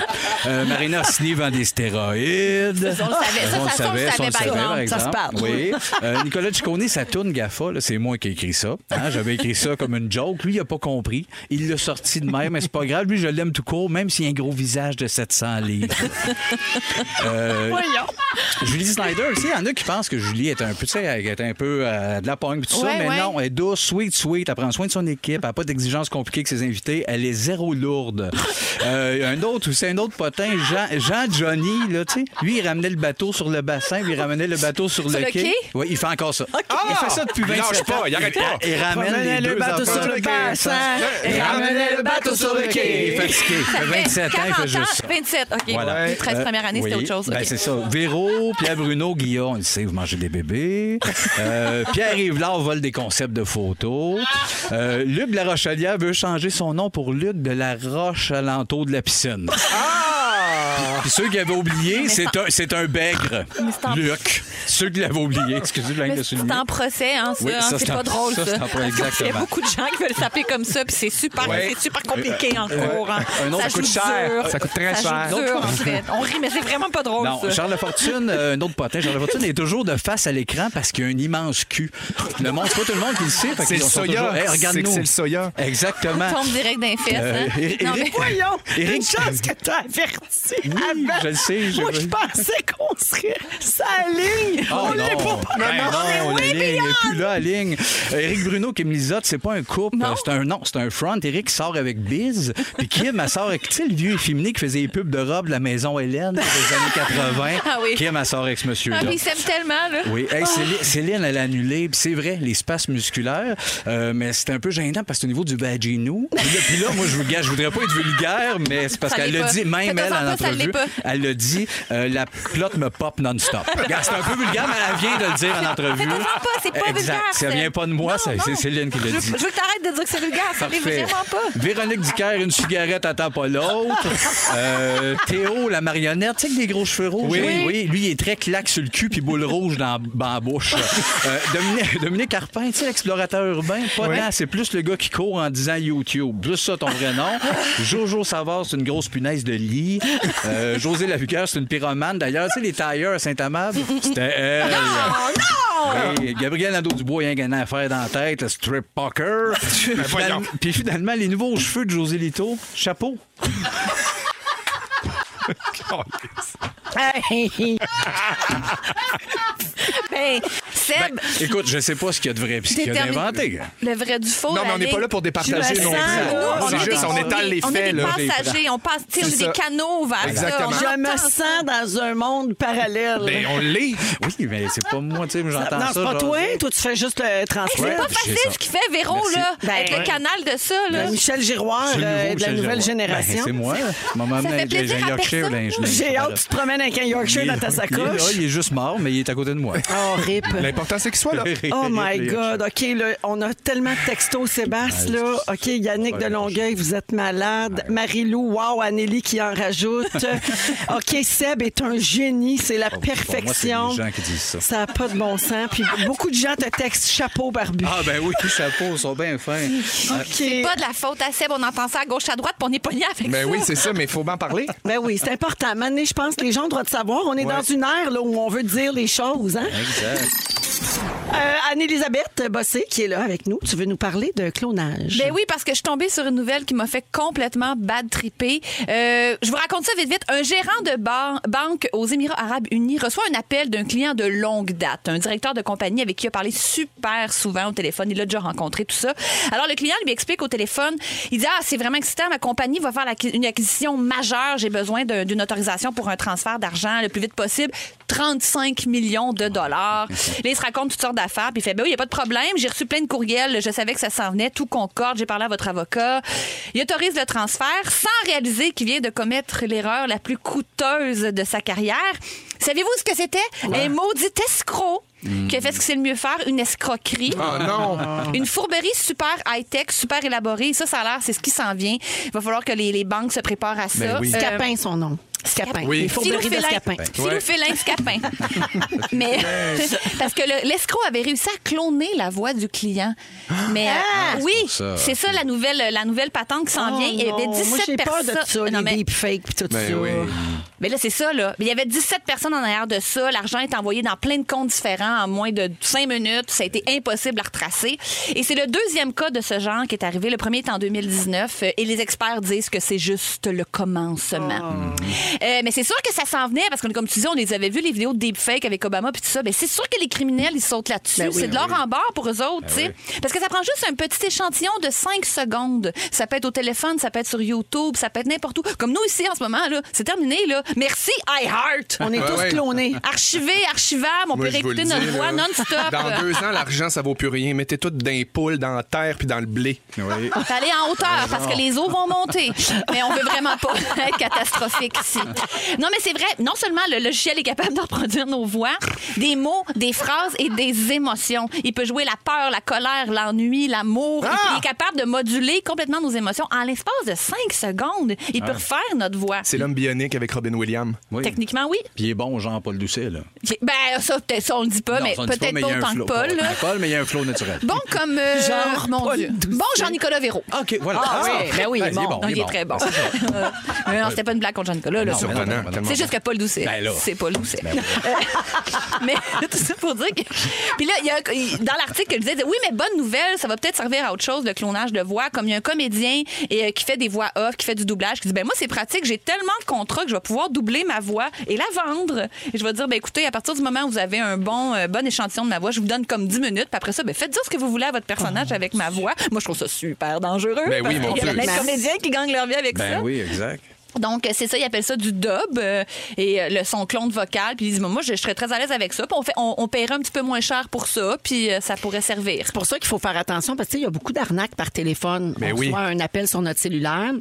Speaker 5: Euh, Marina Sini vend des stéroïdes.
Speaker 4: Ça, on le savait. Ça,
Speaker 5: On
Speaker 4: ça, ça, on le savait, par
Speaker 1: exemple. Ça se parle.
Speaker 5: Oui. Euh, Nicolas Ciccone, ça tourne Gaffa. là. C'est moi qui ai écrit ça. Hein, J'avais écrit ça comme une joke. Lui, il n'a pas compris. Il l'a sorti de même, mais c'est pas grave. Lui, je l'aime tout court, même s'il a un gros visage de 700 livres. Euh,
Speaker 1: Voyons.
Speaker 5: Julie Snyder, tu sais, il y en a qui pensent que Julie est un peu, tu sais, elle est un peu euh, de la pogne, tout
Speaker 4: Ouais,
Speaker 5: ça, mais
Speaker 4: ouais.
Speaker 5: non, elle est douce, sweet, sweet, elle prend soin de son équipe, elle n'a pas d'exigences compliquées avec ses invités, elle est
Speaker 3: <laughs>
Speaker 5: zéro lourde. Euh, un autre, c'est un autre potin, Jean, Jean Johnny, là, tu sais, lui, il ramenait le bateau sur le bassin, puis il ramenait le bateau sur,
Speaker 4: Sur le quai?
Speaker 5: Oui, il fait encore ça. Il fait ça depuis
Speaker 3: Ah! Il
Speaker 5: 27
Speaker 3: lâche
Speaker 5: ans.
Speaker 3: pas, il arrête pas.
Speaker 5: Il ramène
Speaker 1: Ramenez
Speaker 5: les
Speaker 1: le
Speaker 5: deux
Speaker 1: bateau
Speaker 5: enfants.
Speaker 1: sur le bassin.
Speaker 5: Et ramenez le bateau sur le quai. Il est fatigué. Il fait
Speaker 4: Ça
Speaker 5: 27 ans, il
Speaker 4: 40
Speaker 5: fait juste ça.
Speaker 4: 27, OK.
Speaker 5: Voilà. Euh,
Speaker 4: Les 13 premières années, c'était
Speaker 5: Oui.
Speaker 4: autre chose.
Speaker 5: Ben,
Speaker 4: OK.
Speaker 5: c'est ça. Véro, Pierre Bruno, Guillaume, on le sait, vous mangez des
Speaker 4: <laughs>
Speaker 5: bébés. Euh, Pierre Yvelard vole des concepts de photos. Euh, Luc de la Rochelière veut changer son nom pour Luc de la Roche alentour de la piscine.
Speaker 3: Ah!
Speaker 5: Puis ceux qui avaient oublié, c'est un, c'est un bègre.
Speaker 4: en-
Speaker 5: Luc. Ceux qui l'avaient oublié, excusez-moi, je viens de
Speaker 4: Mais
Speaker 5: le
Speaker 4: c'est
Speaker 5: souligner.
Speaker 4: en procès, hein, ça.
Speaker 5: Oui,
Speaker 4: hein,
Speaker 5: ça,
Speaker 4: c'est
Speaker 5: c'est en-
Speaker 4: pas drôle, ça.
Speaker 5: ça, c'est en procès,
Speaker 4: <laughs> Il y a
Speaker 5: exactement.
Speaker 4: beaucoup de gens qui veulent s'appeler comme ça, puis c'est super,
Speaker 3: Ouais.
Speaker 4: c'est super compliqué
Speaker 5: Euh,
Speaker 4: en cours. hein.
Speaker 5: un autre, ça
Speaker 4: joue
Speaker 5: coûte
Speaker 3: cher.
Speaker 4: dur.
Speaker 3: Ça coûte très
Speaker 4: joue
Speaker 3: cher.
Speaker 4: dur, en fait. On rit, mais c'est vraiment pas drôle,
Speaker 5: Non,
Speaker 4: ça.
Speaker 5: Charles Lafortune, euh, un autre potin, Charles Lafortune est toujours de face à l'écran parce qu'il a un immense cul. Le monde, c'est pas tout le monde qui le sait. fait
Speaker 3: C'est
Speaker 5: qu'ils
Speaker 3: le
Speaker 5: sont
Speaker 3: soya.
Speaker 5: toujours, Hey,
Speaker 3: C'est que
Speaker 5: regarde-nous.
Speaker 3: c'est le soya.
Speaker 5: Exactement.
Speaker 4: tombe direct d'un fesse.
Speaker 5: Euh,
Speaker 4: hein.
Speaker 5: Éric-
Speaker 4: Non, mais-
Speaker 1: Voyons,
Speaker 5: Éric- euh,
Speaker 1: une chance que t'as averti
Speaker 5: Oui,
Speaker 1: avant.
Speaker 5: je le sais, je-
Speaker 1: Moi, je pensais qu'on serait ça ligne.
Speaker 5: Oh
Speaker 1: on
Speaker 5: non.
Speaker 1: l'est pas.
Speaker 5: Ben non, la ligne n'est plus là, la ligne. Eric Bruno, Kim Lisotte, c'est pas un couple.
Speaker 4: Non.
Speaker 5: C'est un, non, c'est un front. Eric sort avec Biz. Puis Kim, elle sort avec, tu sais, le vieux efféminé qui faisait les pubs de robe de la maison Hélène des années 80.
Speaker 4: Ah oui.
Speaker 5: Kim, elle sort avec ce monsieur-là.
Speaker 4: Ah, puis ils s'aiment tellement, là.
Speaker 5: Oui, Hey, Céline, Céline, elle a annulé. Puis c'est vrai, les spasmes musculaires. euh, mais c'est un peu gênant parce que au niveau du vaginou. Puis là- puis là, moi, je vous gars, je voudrais pas être vulgaire, mais c'est parce
Speaker 4: Ça
Speaker 5: qu'elle
Speaker 4: l'est
Speaker 5: l'a
Speaker 4: pas.
Speaker 5: dit, même
Speaker 4: Ça te
Speaker 5: elle,
Speaker 4: sent
Speaker 5: en
Speaker 4: pas, ça l'est
Speaker 5: entrevue,
Speaker 4: pas.
Speaker 5: elle l'a dit, euh, la plotte me pop non-stop. Regarde, c'est un peu vulgaire, mais elle vient de le dire en entrevue.
Speaker 4: tellement pas, c'est pas
Speaker 5: exact.
Speaker 4: vulgaire,
Speaker 5: Ça
Speaker 4: c'est-
Speaker 5: vient pas de moi,
Speaker 4: Non,
Speaker 5: ça-
Speaker 4: non.
Speaker 5: c'est Céline qui
Speaker 4: Je,
Speaker 5: l'a dit.
Speaker 4: je veux que t'arrêtes de dire que c'est vulgaire, ça l'est
Speaker 5: Parfait.
Speaker 4: vraiment pas.
Speaker 5: Véronique Dicker, une cigarette, attends pas
Speaker 4: <laughs>
Speaker 5: l'autre. Euh, Théo, la marionnette, tu sais, avec des gros cheveux rouges.
Speaker 3: Oui.
Speaker 5: oui. Lui, il est très claque sur le cul puis boule rouge dans, dans la bouche. Euh, Dominique, Dominique Arpin, tu sais, l'explorateur urbain, pas tant, c'est plus le gars qui court en disant YouTube. Plus ça, ton vrai nom. Jojo Savard, c'est une grosse punaise de lit. Euh, José Lafuqueur, c'est une pyromane. D'ailleurs, tu sais, les tailleurs à Saint-Amable, c'était elle. Oui, Gabriel Nadeau-Dubois, il y a un gagnant à faire dans la tête, le strip poker. Puis
Speaker 3: voyons.
Speaker 5: finalement- Puis finalement, les nouveaux cheveux de José Lito, chapeau.
Speaker 1: Hey.
Speaker 4: Ben, Seb,
Speaker 5: Écoute, je sais pas ce qu'il y a de vrai puis ce
Speaker 4: t'es
Speaker 5: qu'il y a
Speaker 4: terminé.
Speaker 5: d'inventé.
Speaker 4: le vrai du faux.
Speaker 3: Non, mais
Speaker 4: la
Speaker 3: on n'est pas
Speaker 4: ligne.
Speaker 3: là pour
Speaker 1: Je
Speaker 3: départager
Speaker 1: le sens,
Speaker 3: non
Speaker 4: Nous,
Speaker 1: là.
Speaker 3: plus.
Speaker 4: on
Speaker 3: C'est
Speaker 4: est
Speaker 3: juste,
Speaker 4: des-
Speaker 3: on étale les
Speaker 4: on est
Speaker 3: faits,
Speaker 4: des
Speaker 3: là.
Speaker 4: passagers, on passe, tu sais,
Speaker 3: C'est
Speaker 4: j'ai
Speaker 3: ça.
Speaker 4: des canaux vers
Speaker 3: Exactement.
Speaker 4: ça.
Speaker 1: Je
Speaker 4: on entend
Speaker 1: me
Speaker 4: ça.
Speaker 1: sens dans un monde parallèle.
Speaker 3: Ben, on l'est.
Speaker 5: Oui, mais c'est pas moi, tu sais, j'entends
Speaker 1: Ah, non,
Speaker 5: ça.
Speaker 1: c'est pas
Speaker 5: genre- euh,
Speaker 1: toi. Toi, tu fais juste le transfert.
Speaker 4: C'est
Speaker 5: Ouais,
Speaker 4: pas
Speaker 5: j'ai
Speaker 4: facile
Speaker 5: ça.
Speaker 4: ce qu'il fait, Véro,
Speaker 5: Merci.
Speaker 4: là,
Speaker 1: Ben,
Speaker 4: avec
Speaker 1: ouais.
Speaker 4: le canal de ça, là.
Speaker 1: Euh, Michel Giroir
Speaker 5: C'est le nouveau
Speaker 1: euh, de la
Speaker 5: Michel
Speaker 1: nouvelle
Speaker 5: Giroux. Ben,
Speaker 1: génération.
Speaker 5: c'est moi. Maman m'a
Speaker 4: Ça
Speaker 5: amené
Speaker 4: fait
Speaker 5: avec
Speaker 4: plaisir
Speaker 5: les
Speaker 4: à
Speaker 5: Yorkshire,
Speaker 4: personne.
Speaker 5: ben, je l'ai-
Speaker 1: J'ai hâte que tu te promènes avec un Yorkshire
Speaker 5: Il est-
Speaker 1: dans ta
Speaker 5: Il est, là,
Speaker 1: sacoche.
Speaker 5: il est juste mort, mais il est à côté de moi.
Speaker 1: Oh, rip.
Speaker 3: L'important, c'est qu'il soit là.
Speaker 1: Oh my God, OK, là, on a tellement de textos, Sébastien, là.
Speaker 5: Ah,
Speaker 1: OK, Yannick de Longueuil, vous êtes malade. Marie-Lou, wow, Anélie qui en
Speaker 5: <laughs>
Speaker 1: rajoute. OK, Seb est un génie, c'est la
Speaker 5: Oh, moi, c'est
Speaker 1: perfection.
Speaker 5: les gens qui disent ça.
Speaker 1: Ça n'a pas de bon sens. Puis beaucoup de gens te textent chapeau barbu.
Speaker 5: Ah ben oui, chapeau, ils sont bien fins.
Speaker 1: OK.
Speaker 4: Pas de la faute à Seb, on entend ça à gauche, à droite, puis on est pogné avec
Speaker 3: Ben
Speaker 4: ça.
Speaker 3: oui, c'est ça, mais il faut bien parler.
Speaker 1: <laughs> Ben oui, c'est important. Mané, je pense que les gens ont le droit de savoir. On est dans une ère là, où on veut dire les choses. Hein?
Speaker 5: Exact.
Speaker 1: Euh, Anne-Élisabeth Bossé, qui est là avec nous, tu veux nous parler de clonage.
Speaker 4: Ben oui, parce que je suis tombée sur une nouvelle qui m'a fait complètement bad tripper. Euh, je vous raconte ça vite vite. Un gérant de ban- banque aux Émirats Arabes Unis reçoit un appel d'un client de longue date, un directeur de compagnie avec qui il a parlé super souvent au téléphone. Il l'a déjà rencontré, tout ça. Alors le client lui explique au téléphone, il dit ah c'est vraiment excitant, ma compagnie va faire l'acqui- une acquisition majeure, j'ai besoin d'un- d'une autorisation pour un transfert d'argent le plus vite possible. 35 millions de dollars. Là, il se raconte toutes sortes d'affaires, puis il fait, ben oui, il n'y a pas de problème, j'ai reçu plein de courriels, je savais que ça s'en venait, tout concorde, j'ai parlé à votre avocat. Il autorise le transfert sans réaliser qu'il vient de commettre l'erreur la plus coûteuse de sa carrière. Saviez-vous ce que c'était? Un maudit escroc qui a fait ce que c'est le mieux faire, une escroquerie.
Speaker 3: Ah non!
Speaker 4: Une fourberie super high-tech, super élaborée. Ça, ça a l'air, c'est ce qui s'en vient. Il va falloir que les, les banques se préparent
Speaker 3: Ben
Speaker 4: à ça. Euh,
Speaker 8: Scapin, son nom. Scapin.
Speaker 3: Oui.
Speaker 8: Les fourberies de Scapin.
Speaker 3: Ouais.
Speaker 4: Philofélin Scapin. Mais parce que le- l'escroc avait réussi à cloner la voix du client. Mais euh, oui,
Speaker 5: ça.
Speaker 4: c'est ça la nouvelle la nouvelle patente qui s'en vient. Il y avait 17
Speaker 1: Oh, Moi, j'ai peur
Speaker 4: personnes.
Speaker 1: de ça,
Speaker 4: Non,
Speaker 1: les
Speaker 4: mais,
Speaker 1: deepfakes puis tout
Speaker 3: Ben
Speaker 1: ça.
Speaker 3: oui.
Speaker 4: mais là c'est ça là. Il y avait 17 personnes en arrière de ça. L'argent est envoyé dans plein de comptes différents en moins de 5 minutes. Ça a été impossible à retracer. Et c'est le deuxième cas de ce genre qui est arrivé. Le premier est en 2019 euh, et les experts disent que c'est juste le commencement. Euh, mais c'est sûr que ça s'en venait parce que comme tu disais, on les avait vus les vidéos de deepfake avec Obama puis tout ça. Ben, c'est sûr que les criminels ils sautent là-dessus. c'est de l'or
Speaker 3: Ben
Speaker 4: en barre pour eux autres, tu sais. Parce que ça prend juste un petit échantillon de 5 secondes. Ça peut être au téléphone, ça peut être sur YouTube, ça peut être n'importe où. Comme nous ici en ce moment là, c'est terminé là. Merci iHeart.
Speaker 1: On est
Speaker 3: Ouais,
Speaker 1: tous
Speaker 3: Ben ouais.
Speaker 1: clonés.
Speaker 4: Archivé, archivable, on
Speaker 3: Moi,
Speaker 4: peut
Speaker 3: je vous le
Speaker 4: réécouter
Speaker 3: dis,
Speaker 4: notre
Speaker 3: là,
Speaker 4: voix non-stop.
Speaker 3: Dans deux ans, l'argent, ça vaut plus rien. Mettez tout dans les poules, dans la terre puis dans le blé.
Speaker 5: Oui.
Speaker 4: Faut aller en
Speaker 5: Ah,
Speaker 4: hauteur parce que les eaux vont monter. Mais on veut vraiment pas <laughs> être catastrophique ici. Non, mais c'est vrai. Non seulement le logiciel est capable de reproduire nos voix, des mots, des phrases et des émotions. Il peut jouer la peur, la colère, l'ennui, l'amour. Et puis,
Speaker 5: Ah!
Speaker 4: Il est capable de moduler complètement nos émotions en l'espace de cinq secondes. Il peut refaire notre voix.
Speaker 3: C'est l'homme bionique avec Robin Williams.
Speaker 5: Ah. Oui.
Speaker 4: Techniquement, oui.
Speaker 5: Puis il est bon, Jean-Paul Doucet, là.
Speaker 4: Ben, ça, peut-être- ça, on le dit pas,
Speaker 5: Non,
Speaker 4: mais
Speaker 5: ça, on dit
Speaker 4: peut-être
Speaker 5: mais il y
Speaker 4: pas
Speaker 5: a un
Speaker 4: autant que
Speaker 5: flow.
Speaker 4: Paul. là.
Speaker 5: Pas Paul, mais il y a un flow naturel.
Speaker 4: Bon comme euh,
Speaker 1: Genre
Speaker 4: mon
Speaker 1: Paul
Speaker 4: Dieu.
Speaker 1: Doucet.
Speaker 4: Bon Jean-Nicolas Véro.
Speaker 5: OK, voilà.
Speaker 4: Ah, oui, ben oui, il
Speaker 5: Ah,
Speaker 4: est bon.
Speaker 5: il est
Speaker 4: il est très bon.
Speaker 5: Ben, c'est ça.
Speaker 4: <laughs> Mais non, c'était pas une blague contre Jean-Nicolas. là.
Speaker 5: Non, mais non,
Speaker 3: Surprenant.
Speaker 5: non,
Speaker 3: tellement
Speaker 4: C'est juste que Paul Doucet.
Speaker 5: Ben là.
Speaker 4: C'est Paul Doucet. Ben <laughs> mais tout ça pour dire que. Puis là, il y a, il- dans l'article, il disait oui, mais bonne nouvelle, ça va peut-être servir à autre chose, le clonage de voix. Comme il y a un comédien et, euh, qui fait des voix off, qui fait du doublage, qui dit ben moi, c'est pratique, j'ai tellement de contrats que je vais pouvoir doubler ma voix et la vendre. Et je vais dire ben écoutez, à partir du moment où vous avez un bon, euh, bon échantillon de ma voix, je vous donne comme 10 minutes, puis après ça, ben faites dire ce que vous voulez à votre personnage avec ma voix. Moi, je trouve ça super dangereux.
Speaker 3: Ben oui,
Speaker 4: parce
Speaker 3: mon
Speaker 4: qu'il y a
Speaker 3: Dieu.
Speaker 4: plein de comédiens qui gagnent leur vie avec ça.
Speaker 5: Ben oui, exact.
Speaker 4: Donc, euh, c'est ça, ils appellent ça du dub euh, et euh, le son clone vocal. Puis ils disent, moi, je, je serais très à l'aise avec ça. Puis on, fait, on, on paierait un petit peu moins cher pour ça, puis euh, ça pourrait servir.
Speaker 8: C'est pour ça qu'il faut faire attention parce qu'il y a beaucoup d'arnaques par téléphone.
Speaker 3: Ben
Speaker 8: on
Speaker 3: oui.
Speaker 8: reçoit un appel sur notre cellulaire.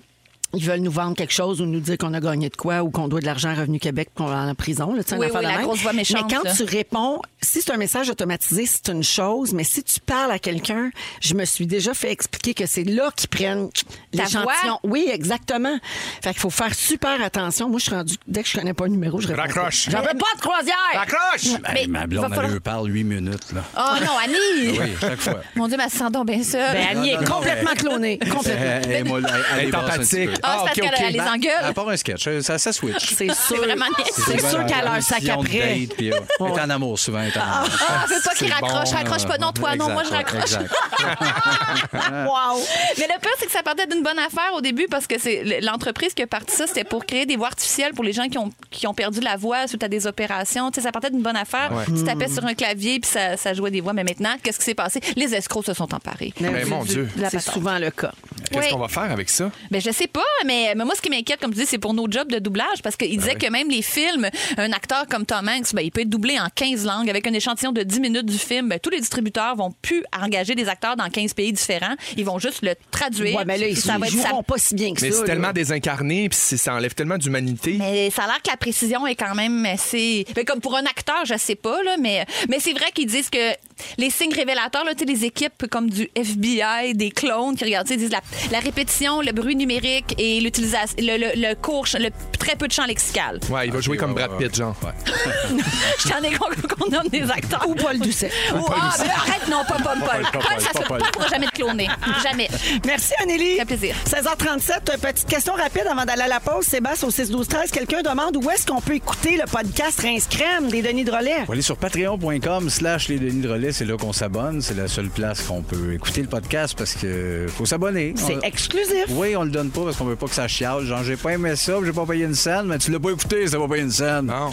Speaker 8: Ils veulent nous vendre quelque chose ou nous dire qu'on a gagné de quoi ou qu'on doit de l'argent à Revenu Québec pour qu'on va en prison. Là, tu sais, une
Speaker 4: Oui,
Speaker 8: affaire
Speaker 4: oui,
Speaker 8: de
Speaker 4: la
Speaker 8: même.
Speaker 4: grosse voix méchante,
Speaker 8: Mais quand
Speaker 4: là.
Speaker 8: tu réponds, si c'est un message automatisé, c'est une chose. Mais si tu parles à quelqu'un, je me suis déjà fait expliquer que c'est là qu'ils prennent
Speaker 4: Ta
Speaker 8: l'échantillon. Oui, exactement. Fait qu'il faut faire super attention. Moi, je suis rendue, dès que je connais pas le numéro, je réponds.
Speaker 3: Raccroche.
Speaker 8: pas. J'en veux pas de croisière!
Speaker 3: Accroche!
Speaker 5: Ben,
Speaker 4: Mais
Speaker 5: ma
Speaker 4: il
Speaker 5: blonde,
Speaker 4: va
Speaker 5: elle
Speaker 4: falloir-
Speaker 5: lui parle huit minutes, là.
Speaker 4: Oh non, Annie!
Speaker 5: Ah Oui, chaque
Speaker 4: <laughs>
Speaker 5: fois.
Speaker 4: Mon Dieu, ma se sent donc bien ça.
Speaker 8: Ben, Annie
Speaker 5: Non, non,
Speaker 8: est
Speaker 5: non,
Speaker 8: complètement
Speaker 5: mais-
Speaker 8: clonée. Complètement.
Speaker 5: Elle- elle- elle- elle- elle
Speaker 3: Elle est
Speaker 5: les brasse un petit
Speaker 3: empathique.
Speaker 5: peu.
Speaker 4: Ah, c'est
Speaker 3: ok,
Speaker 4: parce qu'elle
Speaker 3: ok.
Speaker 4: elle les
Speaker 3: Ben,
Speaker 4: engueule.
Speaker 5: À part un sketch, euh, ça, ça switch.
Speaker 8: C'est sûr.
Speaker 4: vraiment
Speaker 8: C'est
Speaker 4: niaiseux.
Speaker 8: sûr qu'elle a leur
Speaker 5: un
Speaker 8: sac après.
Speaker 5: Date, puis, euh, elle est en amour souvent. elle est en amour.
Speaker 4: Ah, veux pas qu'il
Speaker 5: C'est
Speaker 4: raccroche.
Speaker 5: bon,
Speaker 4: raccroche
Speaker 5: là.
Speaker 4: pas. Non, toi, non,
Speaker 5: Exact,
Speaker 4: moi, je raccroche.
Speaker 5: exact.
Speaker 3: hein.
Speaker 1: Wow!
Speaker 4: Mais le pire, c'est que ça partait d'une bonne affaire au début parce que c'est l'entreprise qui a parti ça, c'était pour créer des voix artificielles pour les gens qui ont, qui ont perdu la voix suite à des opérations. Tu sais, ça partait d'une bonne affaire. Tu tapais
Speaker 8: Hmm.
Speaker 4: sur un clavier puis ça, ça jouait des voix. Mais maintenant, qu'est-ce qui s'est passé? Les escrocs se sont emparés.
Speaker 3: Mais Ben, mon Dieu.
Speaker 4: de la
Speaker 8: C'est
Speaker 4: patente.
Speaker 8: souvent le cas.
Speaker 3: Qu'est-ce
Speaker 4: Oui.
Speaker 3: qu'on va faire avec ça?
Speaker 4: Ben, je sais pas, mais, mais moi, ce qui m'inquiète, comme tu dis, c'est pour nos jobs de doublage, parce
Speaker 8: Ben
Speaker 4: qu'il disait
Speaker 3: oui.
Speaker 4: que même les films, un acteur comme Tom Hanks, ben, il peut être doublé en 15 langues avec un échantillon de 10 minutes du film. Ben, tous les distributeurs vont plus engager des acteurs dans 15 pays différents. Ils vont juste le traduire.
Speaker 8: Ouais, mais là, ils
Speaker 4: Ça va
Speaker 8: ne
Speaker 4: être sa-
Speaker 8: joueront pas si bien que
Speaker 3: Mais
Speaker 8: ça.
Speaker 3: c'est
Speaker 8: là.
Speaker 3: tellement désincarné, puis c'est- ça enlève tellement d'humanité.
Speaker 4: Mais ça a l'air que la précision est quand même assez. Mais comme pour un acteur, je sais pas, là, mais, mais c'est vrai qu'ils disent que les signes révélateurs, là, tu sais, les équipes comme du FBI, des clones qui regardent, tu sais, ils disent la, la répétition, le bruit numérique et l'utilisation, le, le, le court, ch- le très peu de champ lexical. <laughs>
Speaker 3: Ouais, il va jouer
Speaker 5: Ok,
Speaker 3: comme
Speaker 5: ouais,
Speaker 3: Brad
Speaker 5: ouais,
Speaker 3: Pitt, genre.
Speaker 4: Je t'en ai con qu'on nomme des acteurs.
Speaker 8: Ou Paul Doucet.
Speaker 4: Ou- ah, mais arrête, non, pas Paul. Paul,
Speaker 5: Paul,
Speaker 4: Paul,
Speaker 5: pas Paul,
Speaker 4: ça
Speaker 5: pas
Speaker 4: se
Speaker 5: Paul.
Speaker 4: Paul pourra jamais te cloner. Jamais.
Speaker 1: Merci, Anneli.
Speaker 4: Ça fait plaisir.
Speaker 1: 16h37, euh, petite question rapide avant d'aller à la pause. Sébastien, au 6-12-13, quelqu'un demande où est-ce qu'on peut écouter le podcast Rince Crème des Denis de Relais?
Speaker 5: Faut aller sur patreon.com slash les Denis de Relais, c'est là qu'on s'abonne. C'est la seule place qu'on peut écouter le podcast parce que faut s'abonner.
Speaker 1: C'est
Speaker 3: Euh,
Speaker 5: On-
Speaker 1: exclusif.
Speaker 5: Oui, on le donne pas parce qu'on veut pas que ça chiale. Genre, j'ai pas aimé ça, puis j'ai pas payé une scène, mais tu l'as pas écouté, ça va pas payé une scène.
Speaker 3: Non.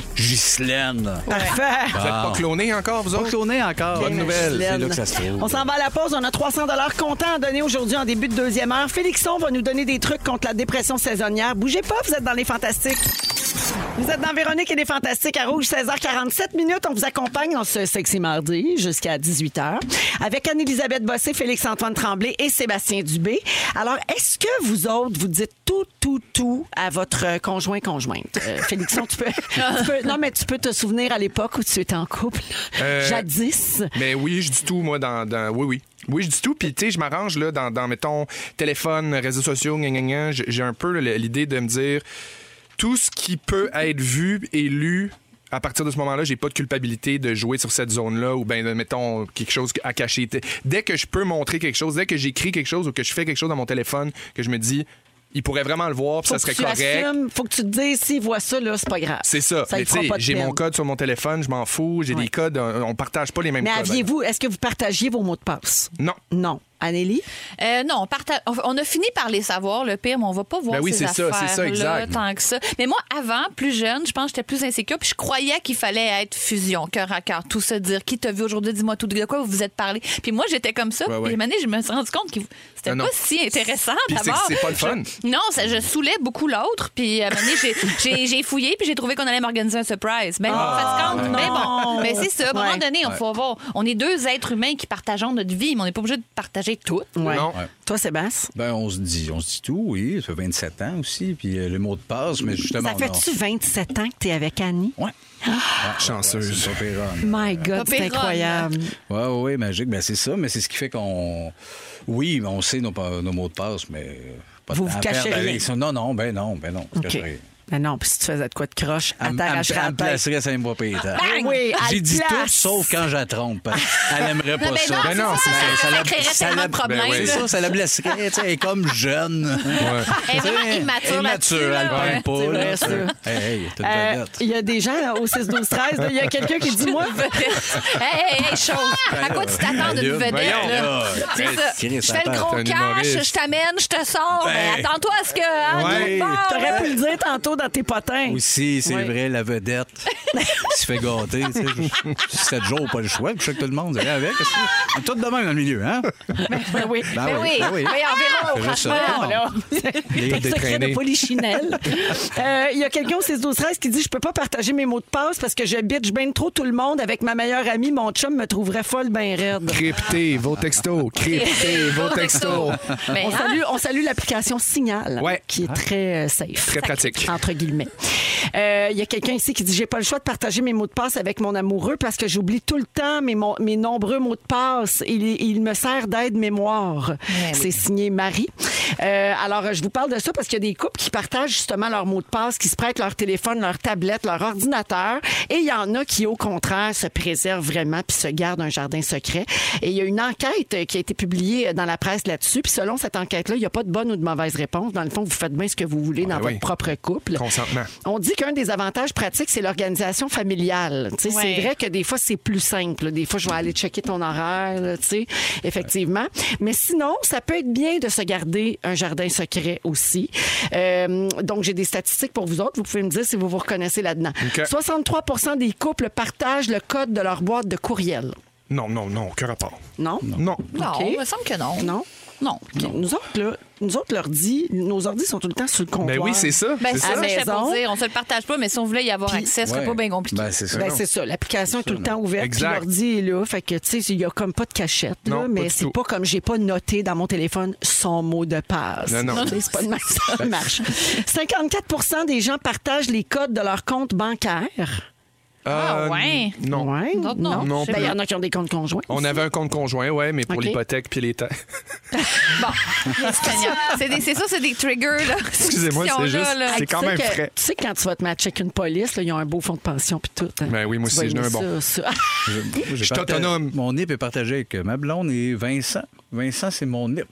Speaker 5: Ghislaine. Ah.
Speaker 1: Parfait.
Speaker 3: Vous êtes pas cloné encore, vous
Speaker 5: Pas
Speaker 3: autres?
Speaker 5: cloné encore. Bonne
Speaker 1: Bien,
Speaker 5: nouvelle.
Speaker 1: Ghislaine.
Speaker 5: C'est là que ça se trouve.
Speaker 1: On s'en va à la pause. On a 300 dollars comptant à donner aujourd'hui en début de deuxième heure. Félixon va nous donner des trucs contre la dépression saisonnière. Bougez pas, vous êtes dans les fantastiques. Vous êtes dans Véronique et les Fantastiques à Rouge, 16h47 minutes. On vous accompagne dans ce sexy mardi jusqu'à 18h avec Anne-Élisabeth Bossé, Félix-Antoine Tremblay et Sébastien Dubé. Alors, est-ce que vous autres, vous dites tout, tout, tout à votre conjoint-conjointe?
Speaker 5: <laughs>
Speaker 1: Euh, Félixon, tu peux, tu peux- Non, mais tu peux te souvenir à l'époque où tu étais en couple,
Speaker 3: Euh,
Speaker 1: jadis.
Speaker 3: Mais oui, je dis tout, moi, dans. dans- oui, oui. Oui, je dis tout, puis tu sais, je m'arrange, là, dans, dans, mettons, téléphone, réseaux sociaux, gna, gna, gna. J'ai- J'ai un peu là, l'idée de me dire tout ce qui peut être vu et lu. À partir de ce moment-là, j'ai pas de culpabilité de jouer sur cette zone-là ou ben mettons quelque chose à cacher. T- Dès que je peux montrer quelque chose, dès que j'écris quelque chose ou que je fais quelque chose dans mon téléphone, que je me dis, il pourrait vraiment le voir, puis ça
Speaker 1: Faut que
Speaker 3: serait
Speaker 1: tu
Speaker 3: correct.
Speaker 1: assumes, faut que tu te dises, s'il voit ça, là, c'est pas grave.
Speaker 3: C'est ça.
Speaker 1: ça
Speaker 3: Mais
Speaker 1: lui
Speaker 3: tu
Speaker 1: fera
Speaker 3: sais,
Speaker 1: pas de
Speaker 3: j'ai mon
Speaker 1: peine.
Speaker 3: code sur mon téléphone, je m'en fous, j'ai des codes, on on partage pas les mêmes
Speaker 1: Mais
Speaker 3: codes.
Speaker 1: aviez-vous, est-ce que vous partagiez vos mots de passe?
Speaker 3: Non.
Speaker 1: Non. Anélie?
Speaker 4: Euh, non, on, parta- on- on a fini par les savoir, le pire, mais on va pas voir
Speaker 3: Ben oui, c'est
Speaker 4: ces
Speaker 3: ça, c'est ça,
Speaker 4: affaires-là
Speaker 3: exact.
Speaker 4: tant que ça. Mais moi, avant, plus jeune, je pense que j'étais plus insécure, puis je croyais qu'il fallait être fusion, cœur à cœur, tout se dire. Qui t'a vu aujourd'hui, dis-moi tout, de quoi vous vous êtes parlé. Puis moi, j'étais comme ça,
Speaker 3: Ouais, ouais.
Speaker 4: puis une année, je me suis rendu compte que c'était
Speaker 3: Ah non.
Speaker 4: pas si intéressant
Speaker 3: Puis c'est-
Speaker 4: d'abord.
Speaker 3: c'est pas le
Speaker 4: Je-
Speaker 3: fun.
Speaker 4: non, ça, je saoulais beaucoup l'autre, puis à un moment donné, j'ai- j'ai j'ai fouillé, puis j'ai trouvé qu'on allait m'organiser un surprise. Ben, fatigante, mais bon, mais c'est ça. À un moment
Speaker 1: Ouais.
Speaker 4: donné, on, faut voir, on est deux êtres humains qui partageons notre vie, mais on n'est pas obligé de partager tout.
Speaker 1: Ouais.
Speaker 3: Non.
Speaker 1: Toi, Sébastien?
Speaker 5: Ben, on se dit, on se dit tout, oui. Ça fait 27 ans aussi. Puis euh, le mot de passe, mais justement.
Speaker 1: Ça
Speaker 5: on-
Speaker 1: fait-tu 27 ans que t'es avec Annie?
Speaker 5: Ouais.
Speaker 3: Chanceuse.
Speaker 5: Ouais, c'est pas pire, hein.
Speaker 1: My God, c'est
Speaker 4: Opéra,
Speaker 1: incroyable.
Speaker 5: Ouais, ouais, ouais, magique. Ben, c'est ça, mais c'est ce qui fait qu'on. Oui, on sait nos, pa- nos mots de passe, mais. Pas de
Speaker 1: Vous
Speaker 5: temps
Speaker 1: vous
Speaker 5: à
Speaker 1: cachez
Speaker 5: perdre
Speaker 1: rien.
Speaker 5: avec ça. Non, non, ben non, ben non. je
Speaker 1: OK.
Speaker 5: cacherai.
Speaker 1: Mais non, puis si tu faisais de quoi de croche,
Speaker 5: Elle me- elle me-
Speaker 1: t'arracherais
Speaker 5: elle
Speaker 1: la
Speaker 5: me
Speaker 1: tête.
Speaker 5: placerait ça me pire.
Speaker 1: Ah oui, à
Speaker 5: J'ai dit
Speaker 1: place.
Speaker 5: tout, sauf quand je la trompe. Elle aimerait pas
Speaker 4: Non, mais
Speaker 5: ça.
Speaker 4: non,
Speaker 3: Ben non, c'est ça,
Speaker 4: ça
Speaker 5: la-
Speaker 4: créerait
Speaker 5: ça
Speaker 4: tellement
Speaker 5: la-
Speaker 4: de problèmes,
Speaker 5: ben oui.
Speaker 4: là.
Speaker 5: C'est ça, ça la blesserait. tu sais, Elle est comme jeune.
Speaker 4: Elle est vraiment
Speaker 5: Tu sais,
Speaker 4: immature là-dessus,
Speaker 5: immature,
Speaker 4: là,
Speaker 5: elle
Speaker 4: ouais.
Speaker 5: parle
Speaker 1: C'est
Speaker 5: pas.
Speaker 1: vrai,
Speaker 5: là,
Speaker 1: ça.
Speaker 5: tu sais. Hey, hey, t'as une
Speaker 1: Euh,
Speaker 5: vedette.
Speaker 1: Il y a des gens là, au 6-12-13, là, il y a quelqu'un <laughs> qui dit, moi,
Speaker 4: hey, hey, hey, chose. À quoi tu t'attends d'une
Speaker 5: Voyons,
Speaker 4: vedette, là?
Speaker 5: là.
Speaker 4: C'est ça.
Speaker 5: Chris,
Speaker 4: Je fais le
Speaker 5: attends,
Speaker 4: gros
Speaker 3: t'es un
Speaker 4: cash,
Speaker 3: humoriste.
Speaker 4: je t'amène, je te sors. mais
Speaker 5: Ben.
Speaker 4: attends-toi à ce que. hein,
Speaker 3: Ouais.
Speaker 4: nous, bon,
Speaker 1: t'aurais pu le dire tantôt dans tes potins.
Speaker 5: Aussi, c'est
Speaker 1: Oui.
Speaker 5: vrai, la vedette qui se fait gâter. tu sais. Sept jours, pas le choix. puis Je sais que tout le monde dirait avec. qu'est-ce que- On est Tout de même dans le milieu, hein?
Speaker 1: Ben oui.
Speaker 5: Ben
Speaker 4: Ben oui,
Speaker 5: ben
Speaker 4: oui, on
Speaker 5: C'est
Speaker 4: verra,
Speaker 5: juste ça.
Speaker 4: franchement.
Speaker 5: Non.
Speaker 3: Les
Speaker 1: T'as le secret de
Speaker 3: détraînés. <laughs>
Speaker 1: polichinelle. Euh, Il y a quelqu'un au 6 12 13 qui dit Je peux pas partager mes mots de passe parce que je bitch bien trop tout le monde avec ma meilleure amie. Mon chum me trouverait folle ben raide.
Speaker 3: Cryptez vos textos. Cryptez vos textos.
Speaker 4: Mais,
Speaker 1: On
Speaker 4: hein,
Speaker 1: salue, on salue l'application Signal,
Speaker 3: Ouais.
Speaker 1: qui est très euh, safe.
Speaker 3: Très pratique.
Speaker 1: <laughs> Entre guillemets. Euh, Il y a quelqu'un ici qui dit J'ai pas le choix de partager mes mots de passe avec mon amoureux parce que j'oublie tout le temps mes, mon- mes nombreux mots de passe. Il, il me sert d'aide mémoire.
Speaker 4: Ouais,
Speaker 1: C'est signé Marie. Euh, alors, euh, je vous parle de ça parce qu'il y a des couples qui partagent justement leurs mots de passe, qui se prêtent leur téléphone, leur tablette, leur ordinateur. Et il y en a qui, au contraire, se préservent vraiment puis se gardent un jardin secret. Et il y a une enquête euh, qui a été publiée euh, dans la presse là-dessus. Puis selon cette enquête-là, il n'y a pas de bonne ou de mauvaise réponse. Dans le fond, vous faites bien ce que vous voulez dans
Speaker 3: Ouais,
Speaker 1: votre
Speaker 3: oui.
Speaker 1: propre couple.
Speaker 3: Consentement.
Speaker 1: On dit qu'un des avantages pratiques, c'est l'organisation familiale. Tu sais,
Speaker 4: Ouais.
Speaker 1: C'est vrai que des fois, c'est plus simple. Des fois, je vais aller checker ton horaire, là, tu sais, effectivement. Mais sinon, ça peut être bien de se garder un jardin secret aussi. Euh, donc, j'ai des statistiques pour vous autres. Vous pouvez me dire si vous vous reconnaissez là-dedans.
Speaker 3: OK.
Speaker 1: 63 des couples partagent le code de leur boîte de courriel.
Speaker 3: Non, non, non, aucun rapport.
Speaker 1: Non?
Speaker 3: Non.
Speaker 4: Non,
Speaker 1: OK.
Speaker 4: il me semble que non.
Speaker 1: Non?
Speaker 4: Non.
Speaker 1: Nous autres, là, nous autres, l'ordi, nos ordis sont tout le temps sur le comptoir. ah,
Speaker 3: Ben oui, c'est ça.
Speaker 4: Ben,
Speaker 3: c'est
Speaker 4: c'est
Speaker 3: ça. Euh,
Speaker 4: ça, je sais pas
Speaker 1: maison.
Speaker 4: dire. On se le partage pas, mais si on voulait y avoir accès, ce serait
Speaker 5: Ouais.
Speaker 4: pas bien compliqué.
Speaker 5: Ben, c'est ça.
Speaker 1: Ben, c'est ça. L'application est tout le temps ouverte. Puis
Speaker 3: Exact.
Speaker 1: l'ordi est là. Fait que, tu sais, il n'y a comme pas de cachette. là,
Speaker 3: Non, pas
Speaker 1: mais
Speaker 3: du
Speaker 1: c'est
Speaker 3: tout.
Speaker 1: pas comme j'ai pas noté dans mon téléphone son mot de passe.
Speaker 3: Non, non.
Speaker 1: Tu sais, <laughs> C'est pas de ma
Speaker 3: <laughs>
Speaker 1: ça marche. 54 des gens partagent les codes de leur compte bancaire.
Speaker 4: Ah,
Speaker 3: Euh,
Speaker 4: ouais.
Speaker 3: Non.
Speaker 1: Ouais,
Speaker 4: D'autres, non.
Speaker 3: Non
Speaker 1: Ben,
Speaker 3: plus.
Speaker 1: il y en a qui ont des comptes conjoints.
Speaker 3: On avait un compte conjoint, ouais, mais pour
Speaker 1: OK.
Speaker 3: l'hypothèque puis les taxes.
Speaker 4: Bon, Seigneur. c'est des- c'est ça, c'est des triggers. là.
Speaker 3: Excusez-moi,
Speaker 4: Ces
Speaker 3: c'est
Speaker 4: discussions-là,
Speaker 3: juste-
Speaker 4: là.
Speaker 3: c'est
Speaker 1: Tu sais
Speaker 3: quand même
Speaker 1: que-
Speaker 3: frais.
Speaker 1: Tu sais, que quand tu vas te matcher avec une police, là, ils ont un beau fonds de pension puis tout. hein.
Speaker 3: Ben oui, moi
Speaker 1: Tu
Speaker 3: aussi,
Speaker 1: vas
Speaker 3: j'en ai un
Speaker 1: aimer
Speaker 3: bon.
Speaker 1: ça, ça. <laughs>
Speaker 5: Je
Speaker 3: suis autonome.
Speaker 5: Mon nip est partagé avec ma blonde et Vincent. Vincent, c'est mon nip.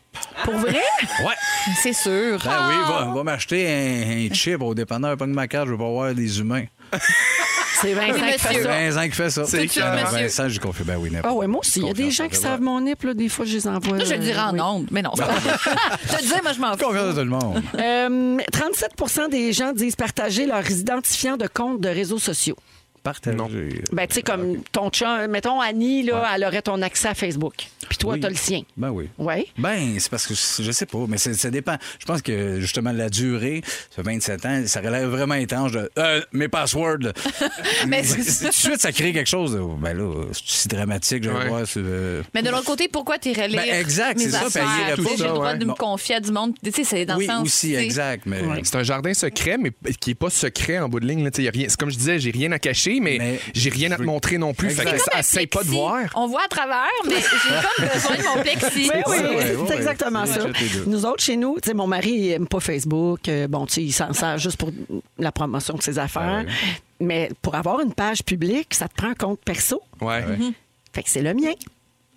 Speaker 4: Pour vrai?
Speaker 5: Ouais.
Speaker 4: C'est sûr.
Speaker 5: Ben oui, va, va m'acher un, un chip au dépanneur, pas de ma carte, je veux pas voir des humains.
Speaker 1: C'est Vincent qui fait
Speaker 4: monsieur.
Speaker 1: ça.
Speaker 5: Vincent qui fait ça.
Speaker 3: C'est Tout de suite,
Speaker 5: Ah,
Speaker 4: monsieur.
Speaker 5: Vincent, j'ai confie. Ben oui, nip.
Speaker 1: Ah ouais, moi aussi. Il y a des gens qui savent mon nip, là, des fois, je les envoie.
Speaker 4: Là, je le dirais en
Speaker 1: euh, oui.
Speaker 4: ondes, mais non. c'est pas vrai. Je te disais, moi, je m'en fous.
Speaker 5: Confiance de tout le monde.
Speaker 1: Euh, 37 des gens disent partager leurs identifiants de comptes de réseaux sociaux.
Speaker 5: partager.
Speaker 3: Non.
Speaker 8: Ben, tu sais,
Speaker 5: Ah,
Speaker 8: comme ton chat, mettons Annie, là, elle aurait ton accès à Facebook. Puis toi,
Speaker 5: Oui.
Speaker 8: t'as le sien.
Speaker 5: Ben oui.
Speaker 8: Oui.
Speaker 5: Ben, c'est parce que je je sais pas, mais c'est- ça dépend. Je pense que justement la durée, ce 27 ans, ça relève vraiment étanche de Euh, mes passwords.
Speaker 4: Mais
Speaker 5: Tout
Speaker 4: c'est ça.
Speaker 5: de suite, ça crée quelque chose. de, ben là, c'est si dramatique, je
Speaker 3: Ouais.
Speaker 5: vois. c'est, euh,
Speaker 4: Mais de l'autre côté, pourquoi t'es relais?
Speaker 5: Ben, exact, c'est ça, ben, il y aurait
Speaker 4: J'ai
Speaker 5: pas
Speaker 4: le
Speaker 5: ça,
Speaker 4: droit
Speaker 5: ouais.
Speaker 4: de me
Speaker 5: Bon.
Speaker 4: confier à du monde. Tu sais, c'est dans
Speaker 5: Oui,
Speaker 4: le sens.
Speaker 5: aussi,
Speaker 4: tu sais.
Speaker 5: exact. Mais
Speaker 3: C'est un jardin secret, mais qui n'est pas secret en bout de ligne. là. Tu sais, y a rien- C'est comme je disais, j'ai rien à cacher, mais,
Speaker 5: Mais-
Speaker 3: j'ai rien à te montrer non plus.
Speaker 5: Exact.
Speaker 3: Fait
Speaker 4: C'est
Speaker 3: que
Speaker 4: comme
Speaker 3: ça
Speaker 4: un
Speaker 3: essaye pas de
Speaker 4: plexi.
Speaker 3: voir.
Speaker 4: On voit à travers, mais j'ai comme besoin de mon plexi.
Speaker 1: Ben oui,
Speaker 5: Ouais, ouais,
Speaker 1: c'est
Speaker 5: ouais,
Speaker 1: exactement
Speaker 5: ouais.
Speaker 1: ça.
Speaker 5: J'ai acheté deux.
Speaker 1: Nous autres, chez nous, tu sais, mon mari, il aime pas Facebook. Euh, Bon, tu sais, il s'en sert juste pour la promotion de ses affaires.
Speaker 5: Ah,
Speaker 1: Mais pour avoir une page publique, ça te prend un compte perso.
Speaker 3: Ouais.
Speaker 1: Fait que c'est le mien.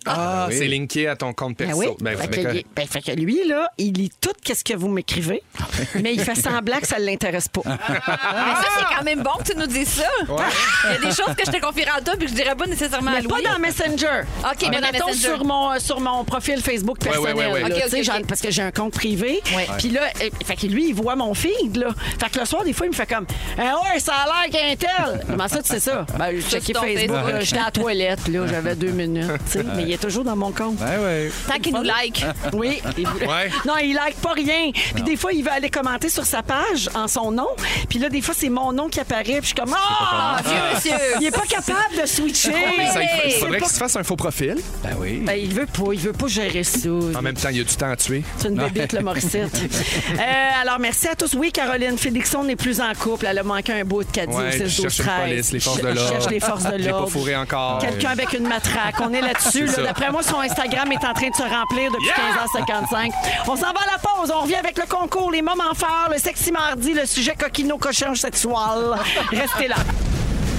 Speaker 3: Ah,
Speaker 5: oui.
Speaker 3: c'est linké à ton compte
Speaker 1: Ben
Speaker 3: perso.
Speaker 1: oui.
Speaker 3: Ben,
Speaker 1: fait,
Speaker 3: ben,
Speaker 1: que, lui- ben, fait que lui, là, il lit tout quest ce que vous m'écrivez,
Speaker 5: Ah,
Speaker 1: mais il fait semblant que ça ne l'intéresse pas.
Speaker 4: Mais ça, c'est quand même bon que tu nous dises ça. Il y a des choses que je te confierai à toi puis que je dirais pas nécessairement à
Speaker 1: Mais pas
Speaker 4: Louis.
Speaker 1: dans Messenger. Ah,
Speaker 4: OK, mais
Speaker 1: mais
Speaker 4: dans
Speaker 1: mettons
Speaker 4: Messenger.
Speaker 1: sur mon, euh, sur mon profil Facebook
Speaker 3: ouais,
Speaker 1: personnel.
Speaker 3: ouais, ouais.
Speaker 1: là,
Speaker 4: OK,
Speaker 1: tu
Speaker 4: OK,
Speaker 1: sais,
Speaker 4: OK.
Speaker 1: genre, Parce que j'ai un compte privé.
Speaker 4: Ouais.
Speaker 1: Puis là, euh, fait que lui, il voit mon feed. Là. Fait que le soir, des fois, il me fait comme Eh ouais, ça a l'air qu'un tel. Comment ça, tu sais ça? Ben, j'ai checké
Speaker 4: ton
Speaker 1: Facebook.
Speaker 4: Facebook.
Speaker 1: là, J'étais à la toilette. Là, J'avais deux minutes. tu sais, Mais il est toujours dans mon compte.
Speaker 5: Ben ouais.
Speaker 4: Tant qu'il nous like.
Speaker 1: Oui. Il voulait-
Speaker 3: Hein? <laughs> Ouais.
Speaker 1: Non, il like pas rien. Puis des fois, il va aller commenter sur sa page en son nom. Puis là, des fois, c'est mon nom qui apparaît. Puis je suis comme Ah!
Speaker 4: Vieux monsieur.
Speaker 1: Il est pas capable de switcher.
Speaker 3: ça,
Speaker 4: Hey!
Speaker 3: il fa- faudrait qu'il se fasse un faux profil.
Speaker 5: Ben oui.
Speaker 1: Ben, il veut pas, il veut pas gérer ça.
Speaker 3: En même temps, il y a du temps à tuer.
Speaker 1: C'est une bébite, le
Speaker 3: <laughs>
Speaker 1: Morissette. Euh, alors, merci à tous. Oui, Caroline Félixon n'est plus en couple. Elle a manqué un bout de caddie
Speaker 3: Ouais,
Speaker 1: au
Speaker 3: puis
Speaker 1: 6
Speaker 3: je cherche
Speaker 1: 12,
Speaker 3: une police, les forces
Speaker 1: Je-
Speaker 3: de l'ordre.
Speaker 1: Je cherche les forces
Speaker 3: <laughs>
Speaker 1: de
Speaker 3: Je l'ai pas
Speaker 1: l'ordre.
Speaker 3: fourré encore.
Speaker 1: Quelqu'un avec une matraque. On est là-dessus. là.
Speaker 3: ça.
Speaker 1: D'après moi, son Instagram est en train de se remplir depuis 15h55. On s'en va à la pause. On revient avec le concours, les moments forts, le sexy mardi, le sujet coquino-cochon sexuel. Restez là.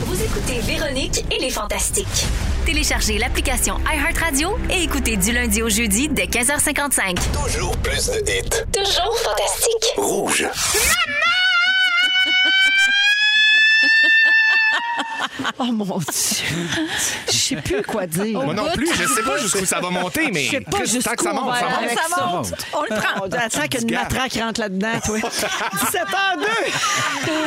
Speaker 9: Vous écoutez Véronique et les Fantastiques. Téléchargez l'application iHeartRadio et écoutez du lundi au jeudi dès 15h55.
Speaker 10: Toujours plus de hits.
Speaker 9: Toujours fantastique.
Speaker 10: Rouge.
Speaker 1: Oh mon Dieu. Je sais plus quoi dire.
Speaker 3: Moi non
Speaker 4: bout.
Speaker 3: plus, je sais pas jusqu'où ça va monter, mais
Speaker 1: Je sais pas
Speaker 3: Chris, tant que
Speaker 1: jusqu'où
Speaker 3: ça
Speaker 1: on
Speaker 3: monte,
Speaker 1: va
Speaker 3: ça
Speaker 1: aller
Speaker 3: monte.
Speaker 1: avec
Speaker 4: Ça
Speaker 1: ça.
Speaker 4: monte. On le prend.
Speaker 1: On attend qu'une matraque rentre là-dedans,
Speaker 3: <laughs>
Speaker 1: toi. 17h02!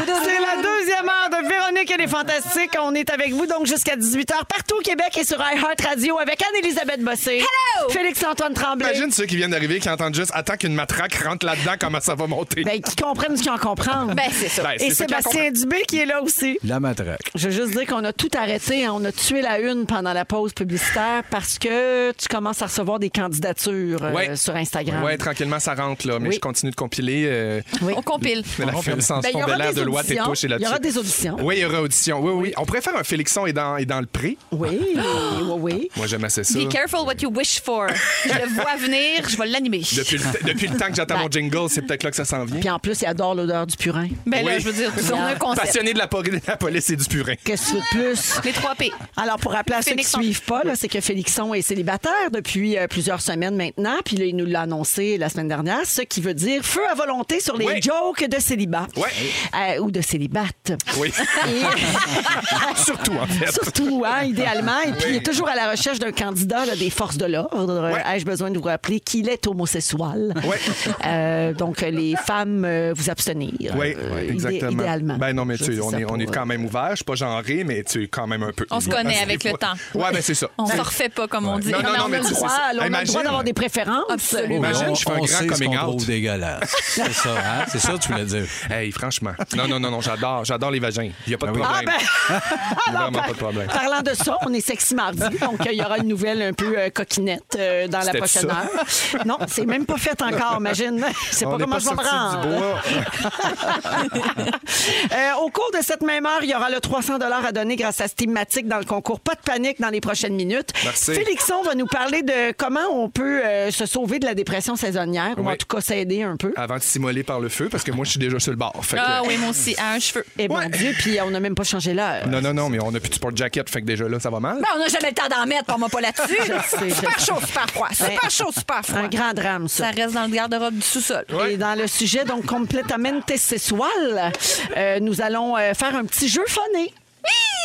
Speaker 1: C'est la deuxième heure de Véronique et les Fantastiques. On est avec vous donc jusqu'à 18h partout au Québec et sur iHeartRadio avec Anne-Elisabeth Bossé.
Speaker 4: Hello!
Speaker 1: Félix-Antoine Tremblay.
Speaker 3: Imagine ceux qui viennent d'arriver qui entendent juste Attends qu'une matraque rentre là-dedans, comment ça va monter.
Speaker 1: Ben, qui comprennent ce qu'ils en comprennent.
Speaker 4: Ben, c'est ça.
Speaker 3: Ben,
Speaker 1: et
Speaker 3: c'est ça qui
Speaker 1: Sébastien Dubé qui est là aussi.
Speaker 5: La matraque.
Speaker 1: Je veux juste dire qu'on a tout arrêté. hein. On a tué la une pendant la pause publicitaire parce que tu commences à recevoir des candidatures euh,
Speaker 3: Ouais.
Speaker 1: sur Instagram.
Speaker 3: Ouais, tranquillement, ça rentre, là. Mais
Speaker 1: Oui.
Speaker 3: je continue de compiler. euh,
Speaker 4: On compile.
Speaker 3: mais la file sans
Speaker 1: Ben, il y
Speaker 3: fond
Speaker 1: aura
Speaker 3: de l'air
Speaker 1: des
Speaker 3: de loi, tes
Speaker 1: auditions.
Speaker 3: touches et
Speaker 1: Il y
Speaker 3: là-dessus.
Speaker 1: aura des auditions.
Speaker 3: <laughs> Oui, il y aura audition. Oui, oui. On pourrait faire un Félixon et dans, et dans le pré.
Speaker 1: Oui, oui, oui.
Speaker 3: Moi, j'aime assez ça.
Speaker 4: Be careful what you wish for. Je le vois venir, je vais l'animer.
Speaker 3: Depuis le, t- depuis le temps
Speaker 1: <laughs>
Speaker 3: que
Speaker 1: Ben.
Speaker 3: j'attends mon jingle, c'est peut-être là que ça s'en vient.
Speaker 1: Puis en plus, il adore l'odeur du purin.
Speaker 4: Ben là,
Speaker 3: Oui.
Speaker 4: je veux dire, on a un concept.
Speaker 3: Passionné de la, por- de la police et du purin.
Speaker 1: Qu'est-ce que tu veux de plus?
Speaker 4: Les trois P.
Speaker 1: Alors, pour rappeler à ceux qui ne
Speaker 4: Félixon.
Speaker 1: suivent pas, là, c'est que Félixon est célibataire depuis euh, plusieurs semaines maintenant. Puis là, il nous l'a annoncé la semaine dernière, ce qui veut dire feu à volonté sur les
Speaker 3: Oui.
Speaker 1: jokes de célibat.
Speaker 3: Ouais.
Speaker 1: Euh, ou de célibate.
Speaker 3: Oui. <laughs> Surtout, en fait.
Speaker 1: Surtout, hein, idéalement. Et puis, il est toujours à la recherche d'un candidat là, des forces de l'ordre. Euh,
Speaker 3: Ouais.
Speaker 1: Ai-je besoin de vous rappeler qu'il est homosexuel?
Speaker 3: Ouais.
Speaker 1: Euh, donc, les femmes, euh, vous abstenir.
Speaker 3: Oui,
Speaker 1: Euh, idé-
Speaker 3: exactement.
Speaker 1: Idéalement.
Speaker 3: Ben non, mais
Speaker 1: Je
Speaker 3: tu
Speaker 1: dis
Speaker 3: sais, on
Speaker 1: ça
Speaker 3: est,
Speaker 1: pour,
Speaker 3: on est
Speaker 1: euh,
Speaker 3: quand même ouvert. Je suis pas genré, mais tu es quand même un peu.
Speaker 4: On se connaît avec le temps.
Speaker 3: Ouais, ben c'est ça.
Speaker 4: On se refait pas, comme on dit.
Speaker 3: Non, non,
Speaker 4: mais
Speaker 3: non,
Speaker 4: on
Speaker 3: mais
Speaker 4: a le
Speaker 3: tu sais,
Speaker 4: droit.
Speaker 1: Ah, là, on a le
Speaker 3: Imagine.
Speaker 1: droit d'avoir des préférences.
Speaker 4: Absolument.
Speaker 3: Imagine,
Speaker 5: on,
Speaker 3: je fais un
Speaker 5: on
Speaker 3: grand
Speaker 5: sait ce
Speaker 3: coming
Speaker 5: qu'on
Speaker 3: out.
Speaker 5: trouve
Speaker 3: <laughs>
Speaker 5: dégueulasse. C'est ça, hein? C'est ça que tu voulais dire.
Speaker 3: Hey, franchement. Non, non, non, non, j'adore. J'adore les vagins. Il n'y a pas de
Speaker 1: Ah,
Speaker 3: problème.
Speaker 1: ben, <laughs> alors,
Speaker 3: Vraiment
Speaker 1: par-
Speaker 3: pas de problème.
Speaker 1: Parlant de ça, on est sexy mardi, donc euh, il y aura une nouvelle un peu euh, coquinette euh, dans la
Speaker 3: C'était
Speaker 1: prochaine
Speaker 3: ça.
Speaker 1: heure. Non, c'est même pas fait encore,
Speaker 3: <laughs>
Speaker 1: imagine. Je sais pas
Speaker 3: On n'est
Speaker 1: comment je vais me
Speaker 3: sortis
Speaker 1: rendre.
Speaker 3: du bois.
Speaker 1: <laughs> Euh, au cours de cette même heure, il y aura le 300 à donner grâce à Steamatic dans le concours. Pas de panique dans les prochaines minutes.
Speaker 3: Merci.
Speaker 1: Félixon va nous parler de comment on peut euh, se sauver de la dépression saisonnière, ou
Speaker 3: Oui.
Speaker 1: en tout cas s'aider un peu.
Speaker 3: Avant de s'immoler par le feu, parce que moi, je suis déjà sur le bord. Fait que-
Speaker 4: Ah oui, moi aussi, à un cheveu.
Speaker 1: Et mon Eh ben, Dieu, puis on n'a même pas changé l'heure.
Speaker 3: Non, non, non, mais on n'a plus de sport jacket, fait que déjà là, ça va mal.
Speaker 4: Ben, on n'a jamais le temps d'en mettre, on m'a pas là-dessus.
Speaker 1: sais, je
Speaker 4: super chaud, super froid.
Speaker 1: Ben,
Speaker 4: Super chaud, super froid.
Speaker 1: Un grand drame, ça.
Speaker 4: Ça reste dans le garde-robe du sous-sol.
Speaker 1: Et dans le sujet, donc, complètement sexual, euh, nous allons euh, faire un petit jeu funné.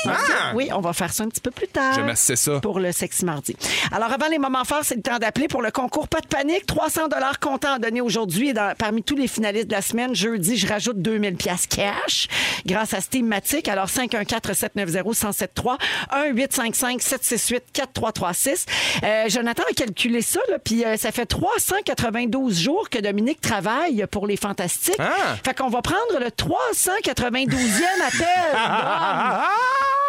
Speaker 3: Ah!
Speaker 1: Oui, on va faire ça un petit peu plus tard.
Speaker 3: Je m'assais ça.
Speaker 1: Pour le Sexy Mardi. Alors, avant les moments forts, c'est le temps d'appeler pour le concours Pas de panique. 300 comptant à donner aujourd'hui. Et dans- Parmi tous les finalistes de la semaine, jeudi, je rajoute 2000 pièces cash grâce à Steamatic. Alors, 514-790-1073, 1-855-768-4336. Euh, Jonathan a calculé ça, là, puis euh, ça fait 392 jours que Dominique travaille pour les Fantastiques.
Speaker 3: Ah!
Speaker 1: Fait qu'on va prendre le 392e
Speaker 3: <laughs>
Speaker 1: appel. Dom.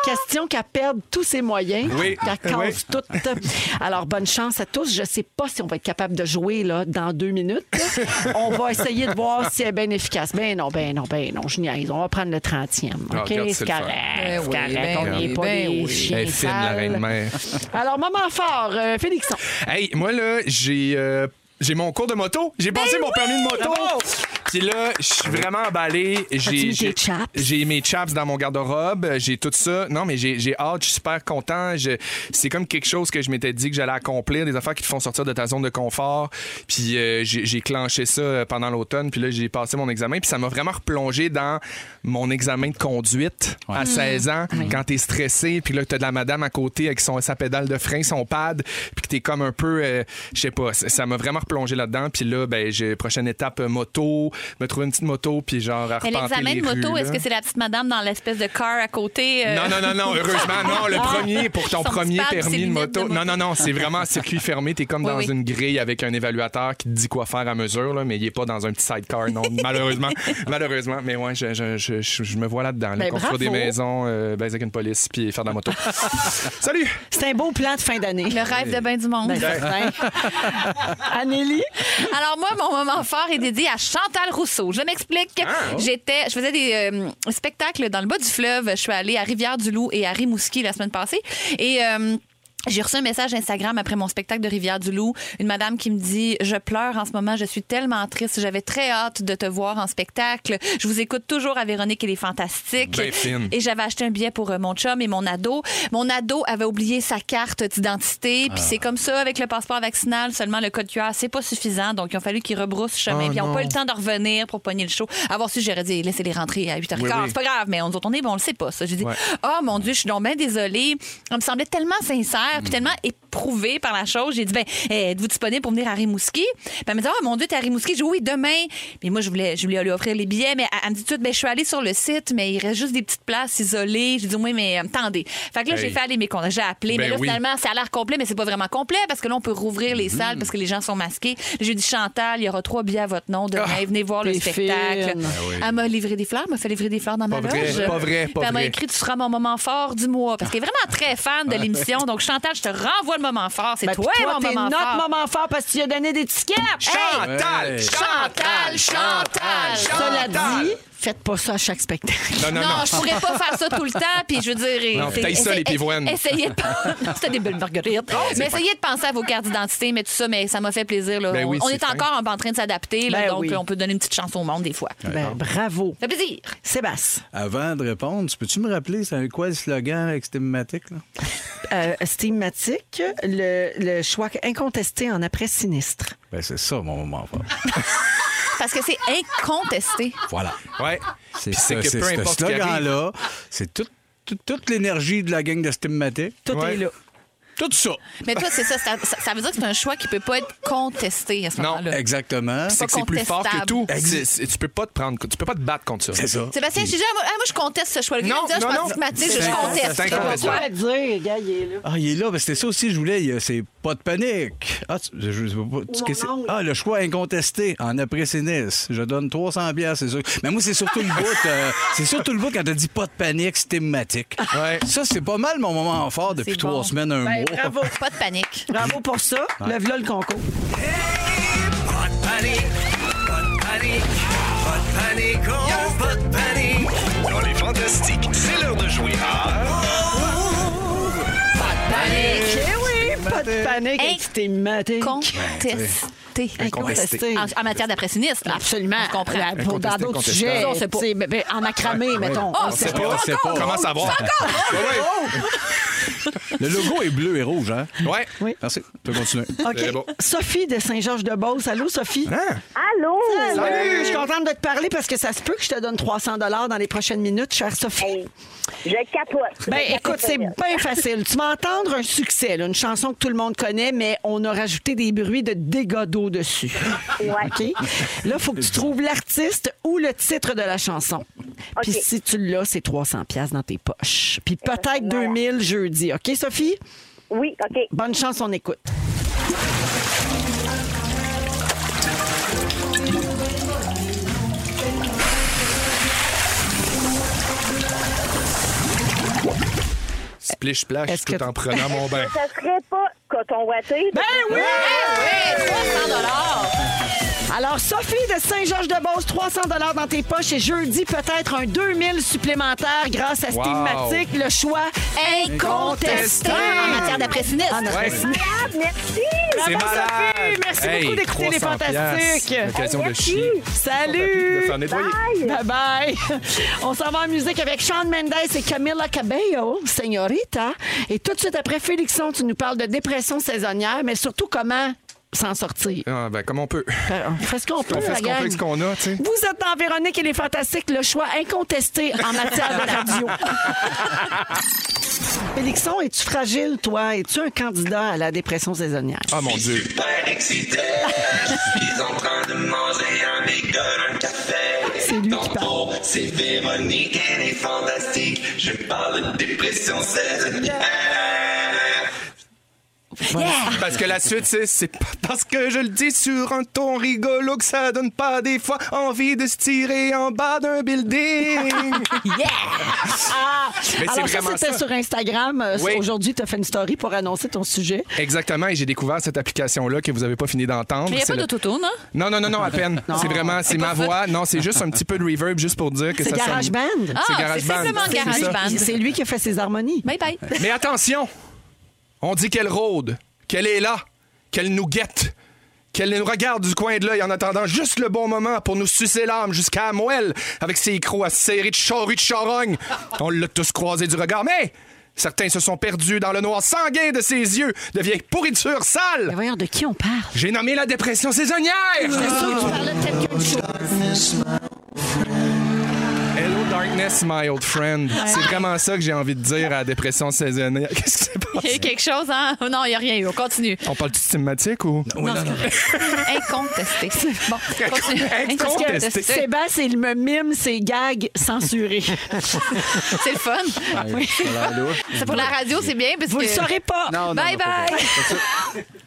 Speaker 1: Question qu'à perdre tous ses moyens,
Speaker 3: Oui.
Speaker 1: qu'à
Speaker 3: Oui.
Speaker 1: cause toutes. Alors, bonne chance à tous. Je sais pas si on va être capable de jouer là, dans deux minutes. on va essayer de voir si elle est bien efficace. Ben non, ben non, ben non, je niaise. On va prendre le 30e.
Speaker 3: Ah,
Speaker 1: OK,
Speaker 3: regarde, c'est
Speaker 1: c'est
Speaker 3: le fun.
Speaker 1: correct.
Speaker 4: Ben
Speaker 1: c'est
Speaker 4: oui,
Speaker 1: correct.
Speaker 4: ben
Speaker 1: on
Speaker 4: oui,
Speaker 1: n'est pas
Speaker 4: ben
Speaker 1: des
Speaker 4: oui.
Speaker 1: chiens
Speaker 3: Elle est fine, la
Speaker 1: sales.
Speaker 3: reine-mère.
Speaker 1: Alors, moment fort, euh, Félixon.
Speaker 3: Hey, moi là, j'ai euh, j'ai mon cours de moto. J'ai passé mon permis de moto. Puis là, je suis vraiment emballé.
Speaker 1: As-tu
Speaker 3: J'ai
Speaker 1: mis
Speaker 3: j'ai-
Speaker 1: tes chaps?
Speaker 3: j'ai mes chaps dans mon garde-robe. J'ai tout ça. Non, mais j'ai j'ai hâte. Je suis super content. Je- C'est comme quelque chose que je m'étais dit que j'allais accomplir. Des affaires qui te font sortir de ta zone de confort. Puis euh, j'ai j'ai clenché ça euh, pendant l'automne. Puis là, j'ai passé mon examen. Puis ça m'a vraiment replongé dans mon examen de conduite à 16 ans. Quand t'es stressé, puis là, t'as de la madame à côté avec son, sa pédale de frein, son pad. Puis que t'es comme un peu... euh, je sais pas. ça- Ça m'a vraiment replongé là-dedans. Puis là, ben, j'ai prochaine étape euh, moto. Me trouver une petite moto. Puis genre,
Speaker 4: Mais
Speaker 3: arpenter
Speaker 4: l'examen
Speaker 3: les
Speaker 4: de moto,
Speaker 3: rues,
Speaker 4: est-ce
Speaker 3: là.
Speaker 4: que c'est la petite madame dans l'espèce de car à côté? euh, Ah,
Speaker 3: Non, non, non,
Speaker 4: <laughs>
Speaker 3: non, heureusement, non, le premier pour ton
Speaker 4: Son petit
Speaker 3: premier
Speaker 4: pad, ses
Speaker 3: permis de
Speaker 4: lunettes
Speaker 3: moto.
Speaker 4: de moto.
Speaker 3: Non, non, non, c'est vraiment un circuit fermé. T'es comme
Speaker 4: Oui,
Speaker 3: dans
Speaker 4: oui.
Speaker 3: une grille avec un évaluateur qui te dit quoi faire à mesure, là, mais il est pas dans un petit sidecar, non, <laughs> malheureusement. Malheureusement, mais ouais, je, je, je, je- je me vois là-dedans. là,
Speaker 1: Ben,
Speaker 3: construire des
Speaker 1: bravo.
Speaker 3: maisons, euh, baiser avec une police, puis faire de la
Speaker 4: <laughs>
Speaker 3: moto. Salut!
Speaker 1: C'est un beau plan de fin d'année.
Speaker 4: Le rêve de bain du monde.
Speaker 1: Ben, certain.
Speaker 4: <laughs>
Speaker 1: Anélie,
Speaker 4: Alors moi, mon moment fort est dédié à Chantal Rousseau. Je m'explique.
Speaker 3: Ah, oh.
Speaker 4: J'étais, je faisais des euh, spectacles dans le bas du fleuve. Je suis allée à Rivière-du-Loup et à Rimouski la semaine passée. Et euh, j'ai reçu un message Instagram après mon spectacle de Rivière-du-Loup. Une madame qui me dit Je pleure en ce moment, je suis tellement triste. J'avais très hâte de te voir en spectacle. Je vous écoute toujours à Véronique, elle est fantastique.
Speaker 3: Ben fine.
Speaker 4: Et j'avais acheté un billet pour euh, mon chum et mon ado. Mon ado avait oublié sa carte d'identité.
Speaker 3: Ah.
Speaker 4: Puis c'est comme ça, avec le passeport vaccinal, seulement le code QR, c'est pas suffisant. Donc, il a fallu qu'ils rebroussent chemin.
Speaker 3: Oh
Speaker 4: puis ils n'ont
Speaker 3: non.
Speaker 4: pas eu le temps de revenir pour pogner le show. Avoir su, j'aurais dit, laissez-les rentrer à 8h15.
Speaker 3: Oui, oui.
Speaker 4: C'est pas grave, mais on, nous autres, on est bon, on le sait pas, ça. J'ai dit,
Speaker 3: Ouais.
Speaker 4: oh mon Dieu, je suis donc bien désolée. On me semblait tellement sincère,
Speaker 3: Mm.
Speaker 4: puis tellement éprouvée par la chose. J'ai dit, ben, eh, êtes-vous disponible pour venir à Rimouski? Puis elle me dit, oh mon Dieu, t'es à Rimouski? J'ai dit, oui, demain. Mais moi, je voulais, je voulais lui offrir les billets, mais elle, elle me dit tout de suite, ben, je suis allée sur le site, mais il reste juste des petites places isolées. J'ai dit, oui, mais euh, attendez. Fait que là, j'ai
Speaker 3: Hey.
Speaker 4: fait aller mes contacts. J'ai appelé,
Speaker 3: Ben
Speaker 4: mais là,
Speaker 3: oui. Mm-hmm.
Speaker 4: finalement, ça a l'air complet, mais c'est pas vraiment complet parce que là, on peut rouvrir les salles parce que les gens sont masqués. J'ai dit, Chantal, il y aura trois billets à votre nom demain.
Speaker 3: Ah.
Speaker 4: Venez voir le
Speaker 1: t'es
Speaker 4: spectacle.
Speaker 1: fine.
Speaker 4: Elle m'a livré des fleurs, elle m'a fait livrer des fleurs dans
Speaker 3: Pas
Speaker 4: ma
Speaker 3: vrai,
Speaker 4: loge.
Speaker 3: pas vrai, pas
Speaker 4: Puis elle m'a
Speaker 3: vrai. Ah.
Speaker 4: écrit Tu seras mon moment fort du mois. Parce qu'elle est vraiment très fan de l'émission. Donc, Chantal, je te renvoie le moment fort. C'est
Speaker 1: ben,
Speaker 4: toi,
Speaker 1: puis toi,
Speaker 4: mon
Speaker 1: t'es
Speaker 4: moment
Speaker 1: notre
Speaker 4: fort.
Speaker 1: moment fort parce que tu lui as donné des tickets.
Speaker 3: Chantal!
Speaker 4: Chantal, Chantal,
Speaker 1: Cela
Speaker 3: Chantal!
Speaker 1: dit, faites pas ça à chaque spectacle.
Speaker 3: Non, non,
Speaker 4: Non,
Speaker 3: non.
Speaker 4: je pourrais pas faire ça tout le temps, puis je veux dire...
Speaker 3: Non,
Speaker 4: c'est-
Speaker 3: taille ça, les
Speaker 4: essa-
Speaker 3: pivoines.
Speaker 4: Essayez
Speaker 3: <laughs>
Speaker 4: de penser... C'était des belles marguerites. mais essayez de penser à vos cartes d'identité, mais tout ça, mais ça m'a fait plaisir. là.
Speaker 3: Ben
Speaker 4: on
Speaker 3: oui,
Speaker 4: on
Speaker 3: c'est
Speaker 4: est encore en en train de s'adapter, là,
Speaker 1: Ben
Speaker 4: donc
Speaker 1: oui.
Speaker 4: on peut donner une petite chance au monde des fois. Ça
Speaker 1: Ben, bravo.
Speaker 4: fait plaisir.
Speaker 1: Sébastien,
Speaker 5: Avant de répondre, tu peux-tu me rappeler c'est quoi le slogan avec cette thématique? Là?
Speaker 1: euh, Stématique, le, le choix incontesté en après-sinistre.
Speaker 5: Ben, c'est ça mon moment fort.
Speaker 4: Parce que c'est incontesté.
Speaker 5: Voilà.
Speaker 3: Ouais.
Speaker 5: C'est
Speaker 3: Puis c'est
Speaker 5: ça,
Speaker 3: que
Speaker 5: c'est
Speaker 3: peu
Speaker 5: ce
Speaker 3: importe ce qui
Speaker 5: slogan-là. C'est tout- tout- toute l'énergie de la gang de Stématique.
Speaker 1: Tout
Speaker 3: Ouais. Ah,
Speaker 1: est là.
Speaker 5: Tout ça.
Speaker 4: Mais toi, c'est ça, ça, ça veut dire que c'est un choix qui peut pas être contesté à ce
Speaker 3: Non.
Speaker 4: moment-là.
Speaker 5: Exactement.
Speaker 3: C'est que c'est plus fort que tout. C'est- c'est- tu peux pas te prendre, tu peux pas te battre contre ça.
Speaker 5: C'est ça.
Speaker 4: Sébastien, je dis, ah, moi, ah, moi, je conteste ce choix-là.
Speaker 3: Non,
Speaker 4: Quelqu'un me dit, ah, je
Speaker 3: non,
Speaker 4: suis
Speaker 3: non.
Speaker 4: astigmatique, je
Speaker 5: C'est
Speaker 4: conteste.
Speaker 3: c'est
Speaker 4: Je comprends
Speaker 3: incontestable.
Speaker 4: pas.
Speaker 1: Quoi dire, gars, il est là.
Speaker 5: Ah, il est là, parce que c'est ça aussi que je voulais. il y a- C'est pas de panique. Ah, tu- je- je- je- tu- qu'est-ce que c'est?
Speaker 1: oncle.
Speaker 5: Ah, le choix incontesté en après-sinistre. Je donne 300 bières, c'est sûr. Mais moi, c'est surtout le bout. euh, c'est surtout le bout quand t'as dit pas de panique, c'est thématique.
Speaker 3: Ouais.
Speaker 5: Ça, c'est pas mal mon moment fort depuis
Speaker 4: C'est
Speaker 5: trois
Speaker 4: bon.
Speaker 5: semaines, un
Speaker 3: Ben,
Speaker 5: mois.
Speaker 1: Ben, bravo.
Speaker 4: Pas de panique.
Speaker 1: Bravo pour ça. Le v'là le concours.
Speaker 11: Pas de panique, pas de panique, pas de panique, oh, pas de panique.
Speaker 10: Dans les fantastiques, c'est l'heure de jouer
Speaker 3: Ah,
Speaker 10: à
Speaker 3: Euh,
Speaker 1: Eh oui, pas de panique.
Speaker 4: Hey.
Speaker 1: Stématique.
Speaker 4: Contesté.
Speaker 1: Incontesté.
Speaker 4: En, en matière d'après-sinistre, là.
Speaker 1: Absolument.
Speaker 4: Je comprends.
Speaker 1: Là, Pour dans
Speaker 3: Incontesté,
Speaker 1: d'autres
Speaker 3: incontestable.
Speaker 1: sujets.
Speaker 4: Ça, on sait pas.
Speaker 1: t'sais, ben, ben, en macramé, mettons.
Speaker 4: Ah,
Speaker 1: On
Speaker 4: c'est
Speaker 1: sait
Speaker 3: pas,
Speaker 4: encore
Speaker 3: c'est pas.
Speaker 4: drôle.
Speaker 3: Comment savoir?
Speaker 4: C'est encore drôle.
Speaker 3: Ouais, ouais.
Speaker 5: Le logo est bleu et rouge, hein?
Speaker 3: Ouais.
Speaker 1: Oui.
Speaker 5: Merci. Tu peux continuer.
Speaker 3: Très
Speaker 1: OK.
Speaker 3: bon.
Speaker 1: Sophie de Saint-Georges-de-Beauce. Allô, Sophie?
Speaker 3: Hein?
Speaker 12: Allô?
Speaker 1: Salut! Je suis contente de te parler parce que ça se peut que je te donne 300 dans les prochaines minutes, chère Sophie.
Speaker 3: Oh.
Speaker 12: Je capote.
Speaker 1: Ben,
Speaker 12: Je capote
Speaker 1: écoute, c'est
Speaker 12: bien.
Speaker 1: bien facile. Tu vas entendre un succès, là, une chanson que tout le monde connaît, mais on a rajouté des bruits de dégâts d'eau dessus.
Speaker 12: Ouais.
Speaker 1: OK? Là, il faut que tu trouves l'artiste ou le titre de la chanson. Puis
Speaker 12: OK. Euh,
Speaker 1: si tu l'as, c'est 300 pièces dans tes poches. Puis peut-être 2000 jeudi. OK, Sophie?
Speaker 12: Oui, OK.
Speaker 1: Bonne chance, on écoute.
Speaker 3: Splish splash
Speaker 1: Est-ce
Speaker 3: tout
Speaker 1: que-
Speaker 3: en prenant mon
Speaker 1: <laughs>
Speaker 3: bain.
Speaker 12: Ça serait pas coton watté.
Speaker 1: Ben oui!
Speaker 4: Oui, 300
Speaker 1: Alors, Sophie de Saint-Georges-de-Beauce, 300 dans tes poches et jeudi, peut-être un 2000 supplémentaire grâce à
Speaker 3: Wow.
Speaker 1: Stigmatique. Le choix incontesté.
Speaker 4: En matière d'après-sinistre.
Speaker 12: Incroyable, merci!
Speaker 3: C'est
Speaker 1: Bravo,
Speaker 3: malade.
Speaker 1: Sophie. Merci beaucoup d'écouter les
Speaker 3: 300
Speaker 1: Fantastiques.
Speaker 3: piastres. L'occasion de
Speaker 12: Merci.
Speaker 3: chier. De
Speaker 1: Salut!
Speaker 3: faire nettoyer.
Speaker 12: Bye!
Speaker 1: Bye bye! On s'en va en musique avec Sean Mendes et Camila Cabello, señorita. Et tout de suite après, Félixon, tu nous parles de dépression saisonnière, mais surtout comment s'en sortir. Euh,
Speaker 3: Ah, ben, comme on peut.
Speaker 1: On fait ce qu'on peut,
Speaker 3: On fait
Speaker 1: la
Speaker 3: ce qu'on peut
Speaker 1: gang.
Speaker 3: avec ce qu'on a, tu sais.
Speaker 1: Vous êtes dans Véronique et les Fantastiques, le choix incontesté en matière de radio. <laughs> Félixon, es-tu fragile, toi? Es-tu un candidat à la dépression saisonnière?
Speaker 3: Ah, mon Dieu.
Speaker 10: Super excité, je suis en train de manger un bagel, un café.
Speaker 1: C'est lui qui
Speaker 10: Tantôt,
Speaker 1: parle.
Speaker 10: C'est Véronique, elle est fantastique. Je parle de dépression saisonnière.
Speaker 3: Parce que la suite, c'est- c'est pas parce que je le dis sur un ton rigolo que ça donne pas des fois envie de se tirer en bas
Speaker 1: <laughs>
Speaker 3: d'un building. Mais c'est
Speaker 1: Ah! Alors, ça,
Speaker 3: vraiment
Speaker 1: c'était
Speaker 3: ça.
Speaker 1: sur Instagram. Euh,
Speaker 3: Oui.
Speaker 1: Aujourd'hui, tu as fait une story pour annoncer ton sujet.
Speaker 3: Exactement, et j'ai découvert cette application-là que vous avez pas fini d'entendre.
Speaker 4: Mais il n'y a
Speaker 3: C'est
Speaker 4: pas
Speaker 3: le-
Speaker 4: d'autotune, hein?
Speaker 3: Non, non, non, non, à peine. C'est vraiment, c'est ma voix. Non, c'est juste un petit peu de reverb, juste pour dire que
Speaker 1: C'est
Speaker 3: ça sonne.
Speaker 1: GarageBand.
Speaker 4: Ah,
Speaker 3: c'est
Speaker 4: c'est simplement
Speaker 3: GarageBand. C'est ça.
Speaker 4: GarageBand.
Speaker 1: C'est lui qui a fait ses harmonies.
Speaker 4: Bye
Speaker 3: <laughs>
Speaker 4: bye.
Speaker 3: Mais attention, on dit qu'elle rôde, qu'elle est là, qu'elle nous guette, qu'elle nous regarde du coin de l'œil en attendant juste le bon moment pour nous sucer l'âme jusqu'à moelle avec ses crocs à serrer de charrue de charogne. On l'a tous croisé du regard, mais certains se sont perdus dans le noir sanguin de ses yeux, de vieilles pourritures
Speaker 1: Mais
Speaker 3: sales.
Speaker 1: ben voyons, de qui on parle?
Speaker 3: J'ai nommé la dépression saisonnière. Hello darkness, my old friend. C'est vraiment ça que j'ai envie de dire à la dépression saisonnière. Qu'est-ce qui s'est
Speaker 4: Il y a eu
Speaker 3: passé?
Speaker 4: quelque chose, hein? Non, il n'y a rien eu. On continue.
Speaker 3: On parle de stigmatique ou?
Speaker 4: Incontesté. Bon, continue.
Speaker 3: Incontesté.
Speaker 4: C'est
Speaker 1: Sébastien, il me mime ses gags
Speaker 3: <laughs>
Speaker 1: censurés.
Speaker 4: c'est le fun. C'est pour la radio, c'est bien. Parce
Speaker 1: Vous
Speaker 4: que...
Speaker 1: le saurez pas.
Speaker 4: Bye bye.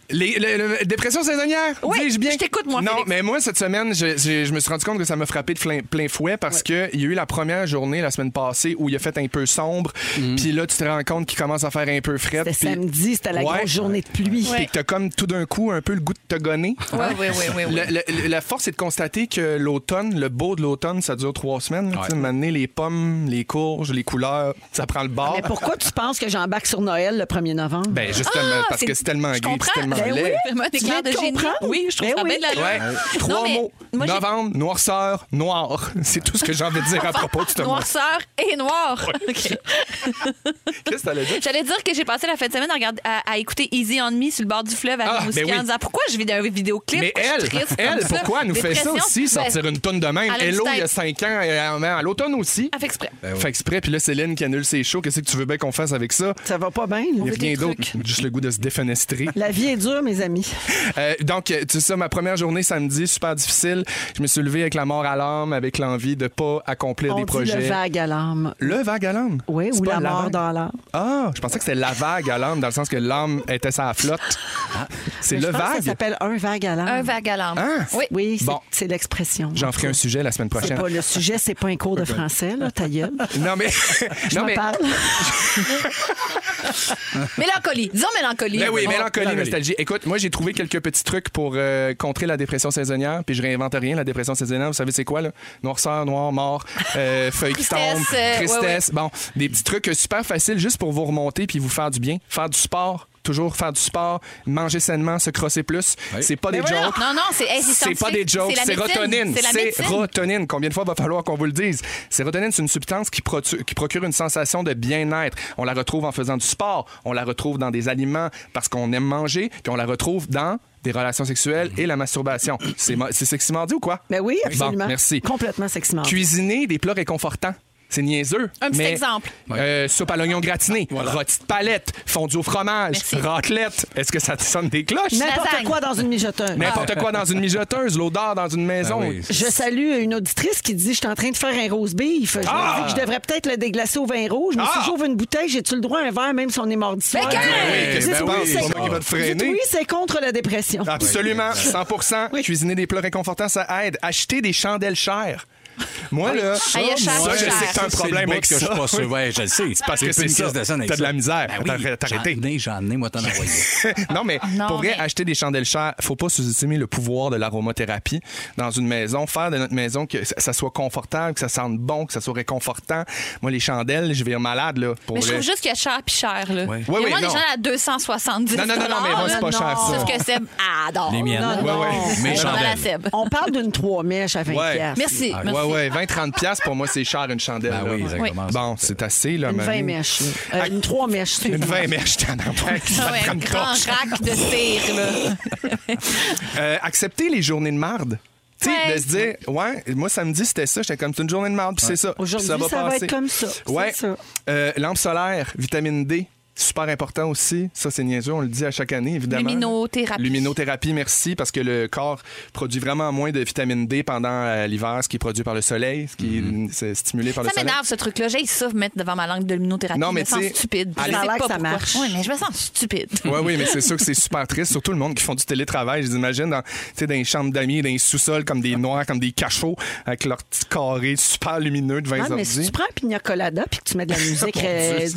Speaker 3: Les, le- le- dépression saisonnière?
Speaker 4: Oui,
Speaker 3: dis-je bien?
Speaker 4: je t'écoute, moi,
Speaker 3: Non,
Speaker 4: Félix.
Speaker 3: mais moi, cette semaine, je, je- je me suis rendu compte que ça m'a frappé de plein, plein fouet parce qu'il y a eu la première journée la semaine passée où il a fait un peu sombre. Puis là, tu te rends compte qu'il commence à faire un peu frais.
Speaker 1: C'était
Speaker 3: puis-
Speaker 1: samedi, c'était la
Speaker 3: Ouais.
Speaker 1: grosse journée de pluie.
Speaker 3: Puis que t'as comme tout d'un coup un peu le goût de te gonner.
Speaker 4: Oui, oui, oui, oui. oui.
Speaker 3: Le- le- le- la force est de constater que l'automne, le beau de l'automne, ça dure trois semaines. Tu sais, maintenant, les pommes, les courges, les couleurs, ça prend le bord.
Speaker 1: Mais pourquoi tu penses que j'embarque sur Noël le 1er novembre?
Speaker 3: Ah. Ben justement,
Speaker 4: Ah,
Speaker 3: parce que c'est tellement
Speaker 4: je
Speaker 3: gris,
Speaker 4: comprends.
Speaker 3: c'est tellement
Speaker 4: Ben oui,
Speaker 3: laid.
Speaker 4: vraiment, des
Speaker 1: Tu
Speaker 4: clairs
Speaker 1: viens de
Speaker 4: de génie.
Speaker 1: comprendre?
Speaker 4: Oui, je trouve
Speaker 1: Ben
Speaker 4: ça
Speaker 1: oui.
Speaker 4: bien de la
Speaker 3: Ouais. Euh, Trois
Speaker 4: Non, mais
Speaker 3: mots.
Speaker 4: moi, j'ai-
Speaker 3: Novembre, noirceur, noir. <laughs> C'est tout ce que j'ai envie de dire à propos de ce mot.
Speaker 4: Noirceur et noir. OK.
Speaker 3: Qu'est-ce que t'allais dire?
Speaker 4: <laughs> J'allais dire que j'ai passé la fin de semaine à, regarder- à- à écouter Easy on Me sur le bord du fleuve à
Speaker 3: Ah,
Speaker 4: Rimouski
Speaker 3: ben oui.
Speaker 4: en disant pourquoi je vis d'un vidéoclip.
Speaker 3: Mais
Speaker 4: Pourquoi je
Speaker 3: elle,
Speaker 4: suis triste comme
Speaker 3: elle,
Speaker 4: ça?
Speaker 3: pourquoi elle nous fait ça
Speaker 4: Dépression?
Speaker 3: aussi, sortir
Speaker 4: Ben,
Speaker 3: une tonne de même?
Speaker 4: elle a une
Speaker 3: Hello, il y a
Speaker 4: tête. Ah.
Speaker 3: cinq ans, et à, à l'automne aussi.
Speaker 4: Elle fait exprès.
Speaker 3: Fait exprès, puis là, Céline qui annule ses shows, qu'est-ce que tu veux bien qu'on fasse avec ça?
Speaker 1: Ça va pas bien.
Speaker 3: Il
Speaker 1: là.
Speaker 3: n'y a rien
Speaker 4: des
Speaker 3: d'autre, juste le goût de se défenestrer.
Speaker 1: La vie est dure, mes amis.
Speaker 3: Euh, donc, euh, tu sais ça, ma première journée samedi, super difficile. Je me suis levé avec la mort à l'âme, avec l'envie de pas accomplir
Speaker 1: On
Speaker 3: des
Speaker 1: dit le
Speaker 3: projets.
Speaker 1: vague à l'âme.
Speaker 3: Le vague à l'âme?
Speaker 1: Oui,
Speaker 3: C'est
Speaker 1: ou
Speaker 3: pas
Speaker 1: la mort
Speaker 3: vague?
Speaker 1: dans l'âme.
Speaker 3: Ah, je pensais que c'était la vague à l'âme, dans le sens que l'âme était sa flotte.
Speaker 4: Ah.
Speaker 3: C'est
Speaker 1: Mais
Speaker 3: le
Speaker 1: je pense que Ça
Speaker 3: vague.
Speaker 1: s'appelle un vague à l'âme.
Speaker 4: Un vagalant.
Speaker 3: Hein?
Speaker 4: Oui.
Speaker 1: Oui, c'est
Speaker 3: Bon.
Speaker 1: c'est l'expression.
Speaker 3: J'en ferai un sujet la semaine
Speaker 1: C'est
Speaker 3: prochaine.
Speaker 1: pas le sujet, c'est pas un cours de français, là, ta gueule.
Speaker 3: Non, <laughs> mais.
Speaker 1: Je
Speaker 3: non,
Speaker 1: m'en
Speaker 3: mais.
Speaker 1: parle.
Speaker 4: Mélancolie. Disons mélancolie.
Speaker 3: Ben oui,
Speaker 4: Bon.
Speaker 3: mélancolie, nostalgie. Écoute, moi, j'ai trouvé quelques petits trucs pour euh, contrer la dépression saisonnière, puis je réinvente rien. La dépression saisonnière, vous savez, c'est quoi, là? Noirceur, noir, mort, euh, feuilles qui
Speaker 4: Tristesse,
Speaker 3: tombent,
Speaker 4: euh,
Speaker 3: tristesse. Bon, des petits trucs euh, super faciles juste pour vous remonter puis vous faire du bien. Faire du sport, toujours faire du sport, manger sainement, se crosser plus. C'est pas
Speaker 4: Mais
Speaker 3: des
Speaker 4: voyons.
Speaker 3: jokes.
Speaker 4: Non, non, c'est- hey, c'est
Speaker 3: C'est pas
Speaker 4: scientifique.
Speaker 3: des jokes,
Speaker 4: C'est la
Speaker 3: c'est
Speaker 4: médecine.
Speaker 3: sérotonine.
Speaker 4: C'est la médecine.
Speaker 3: Sérotonine. Combien de fois va falloir qu'on vous le dise? Sérotonine, c'est une substance qui, protu- qui procure une sensation de bien-être. On la retrouve en faisant du sport, on la retrouve dans des aliments parce qu'on aime manger, puis on la retrouve dans des relations sexuelles et la masturbation. C'est mo- c'est seximent dit ou quoi?
Speaker 1: Ben oui,
Speaker 3: Bon,
Speaker 1: absolument.
Speaker 3: merci.
Speaker 1: Complètement seximent.
Speaker 3: Cuisiner des plats réconfortants. C'est niaiseux.
Speaker 4: Un petit
Speaker 3: mais,
Speaker 4: exemple.
Speaker 3: euh, soupe à l'oignon gratiné, rôti de palette, fondue au fromage, raclette. Est-ce que ça te sonne des cloches?
Speaker 1: N'importe quoi dans une mijoteuse.
Speaker 3: N'importe quoi dans une mijoteuse, l'odeur dans une maison.
Speaker 1: Je salue une auditrice qui dit Je suis en train de faire un rose beef. Je me
Speaker 3: Ah!
Speaker 1: dis que je devrais peut-être le déglacer au vin rouge, mais si j'ouvre une bouteille, j'ai-tu le droit à un verre, même si on est mort d'ici?
Speaker 3: Mais quel- Ben oui, ben oui, c'est pas moi qui va te freiner.
Speaker 1: Oui, c'est contre la dépression.
Speaker 3: Absolument, 100 Cuisiner des plats réconfortants, ça aide. Acheter des chandelles chères. Moi, là, ça,
Speaker 4: Ah, il y a cher,
Speaker 3: je sais
Speaker 4: cher.
Speaker 3: que t'as un
Speaker 5: C'est
Speaker 3: problème
Speaker 5: le bout
Speaker 3: avec
Speaker 5: que
Speaker 3: ça.
Speaker 5: je suis pas sûr. Ouais, je le sais.
Speaker 3: C'est parce
Speaker 5: J'ai
Speaker 3: que
Speaker 5: pris
Speaker 3: c'est
Speaker 5: une
Speaker 3: ça.
Speaker 5: caisse de scène avec
Speaker 3: T'as de
Speaker 5: ça.
Speaker 3: la misère.
Speaker 5: Ben oui,
Speaker 3: T'as- t'as
Speaker 5: j'en
Speaker 3: arrêté.
Speaker 5: ai, J'en
Speaker 3: <laughs>
Speaker 5: ai, moi, t'en envoyé.
Speaker 3: <laughs> non, mais
Speaker 4: Non,
Speaker 3: pour vrai,
Speaker 4: mais-
Speaker 3: acheter des chandelles chères, faut pas sous-estimer le pouvoir de l'aromathérapie dans une maison. Faire de notre maison que ça- ça soit confortable, que ça sente bon, que ça soit réconfortant. Moi, les chandelles, je vais être malade, là. Pour
Speaker 4: Mais je
Speaker 3: vrai.
Speaker 4: trouve juste qu'il y a cher puis cher. Là.
Speaker 3: Ouais.
Speaker 4: Il y a
Speaker 3: Ouais, ouais,
Speaker 4: moins des
Speaker 3: non.
Speaker 4: gens à 270
Speaker 3: Non, non, non, non, mais moi, c'est pas
Speaker 4: là.
Speaker 3: cher, ça.
Speaker 4: C'est ce que Seb adore.
Speaker 3: Les miennes.
Speaker 4: Non,
Speaker 3: Ouais,
Speaker 4: non.
Speaker 3: ouais. Mes
Speaker 4: On demande à
Speaker 3: chandelles.
Speaker 4: Seb.
Speaker 1: On parle d'une trois mèches à 20
Speaker 3: Ouais.
Speaker 1: piastres.
Speaker 4: Merci,
Speaker 3: Ah,
Speaker 4: merci.
Speaker 3: Ouais, ouais, 20, 30 piastres, pour moi, c'est cher une chandelle.
Speaker 5: Ben
Speaker 3: là.
Speaker 5: oui, exactement.
Speaker 3: Bon, c'est assez, là,
Speaker 1: Une
Speaker 3: Manu.
Speaker 1: 20 mèches. oui. Euh, une trois mèches.
Speaker 3: Une
Speaker 1: excuse-moi.
Speaker 3: 20 mèches, t'en as pas. Ça
Speaker 4: <laughs> Ah
Speaker 3: te
Speaker 4: ouais,
Speaker 3: prend
Speaker 4: un
Speaker 3: une
Speaker 4: grand
Speaker 3: torche.
Speaker 4: rack de cire.
Speaker 3: <laughs>
Speaker 4: Là.
Speaker 3: Euh, accepter les journées de marde. Tu sais,
Speaker 4: Ouais.
Speaker 3: de se dire, ouais, moi samedi c'était ça, j'étais comme c'est une journée de marde, puis c'est ça. puis
Speaker 1: Aujourd'hui,
Speaker 3: ça va
Speaker 1: ça va
Speaker 3: passer.
Speaker 1: être comme ça, c'est
Speaker 3: Ouais.
Speaker 1: ça.
Speaker 3: Euh, lampe solaire, vitamine D, super important aussi. Ça, c'est niaiseux, on le dit à chaque année, évidemment.
Speaker 4: Luminothérapie.
Speaker 3: Luminothérapie, merci, parce que le corps produit vraiment moins de vitamine D pendant euh, l'hiver, ce qui est produit par le soleil, ce qui est c'est stimulé par
Speaker 4: Ça
Speaker 3: le soleil.
Speaker 4: m'énerve, ce truc-là. J'ai ça, mettre devant ma langue de luminothérapie.
Speaker 3: Non, mais
Speaker 4: je me
Speaker 3: tu
Speaker 4: sens
Speaker 3: sais,
Speaker 4: stupide.
Speaker 3: allez-
Speaker 4: Je sais
Speaker 1: Ça a l'air
Speaker 4: pas
Speaker 1: que ça
Speaker 4: pourquoi.
Speaker 1: marche.
Speaker 4: Oui, mais je me sens stupide.
Speaker 3: Oui, oui, mais c'est sûr que c'est super triste. Surtout le monde qui font du télétravail. Je les imagine dans, tu sais, dans les chambres d'amis, dans les sous-sols, comme des noirs, comme des cachots, avec leur petit carré super lumineux de 20
Speaker 1: Ah, mais si tu prends un pina colada puis que tu mets de
Speaker 3: <laughs> Oh,
Speaker 1: la musique euh,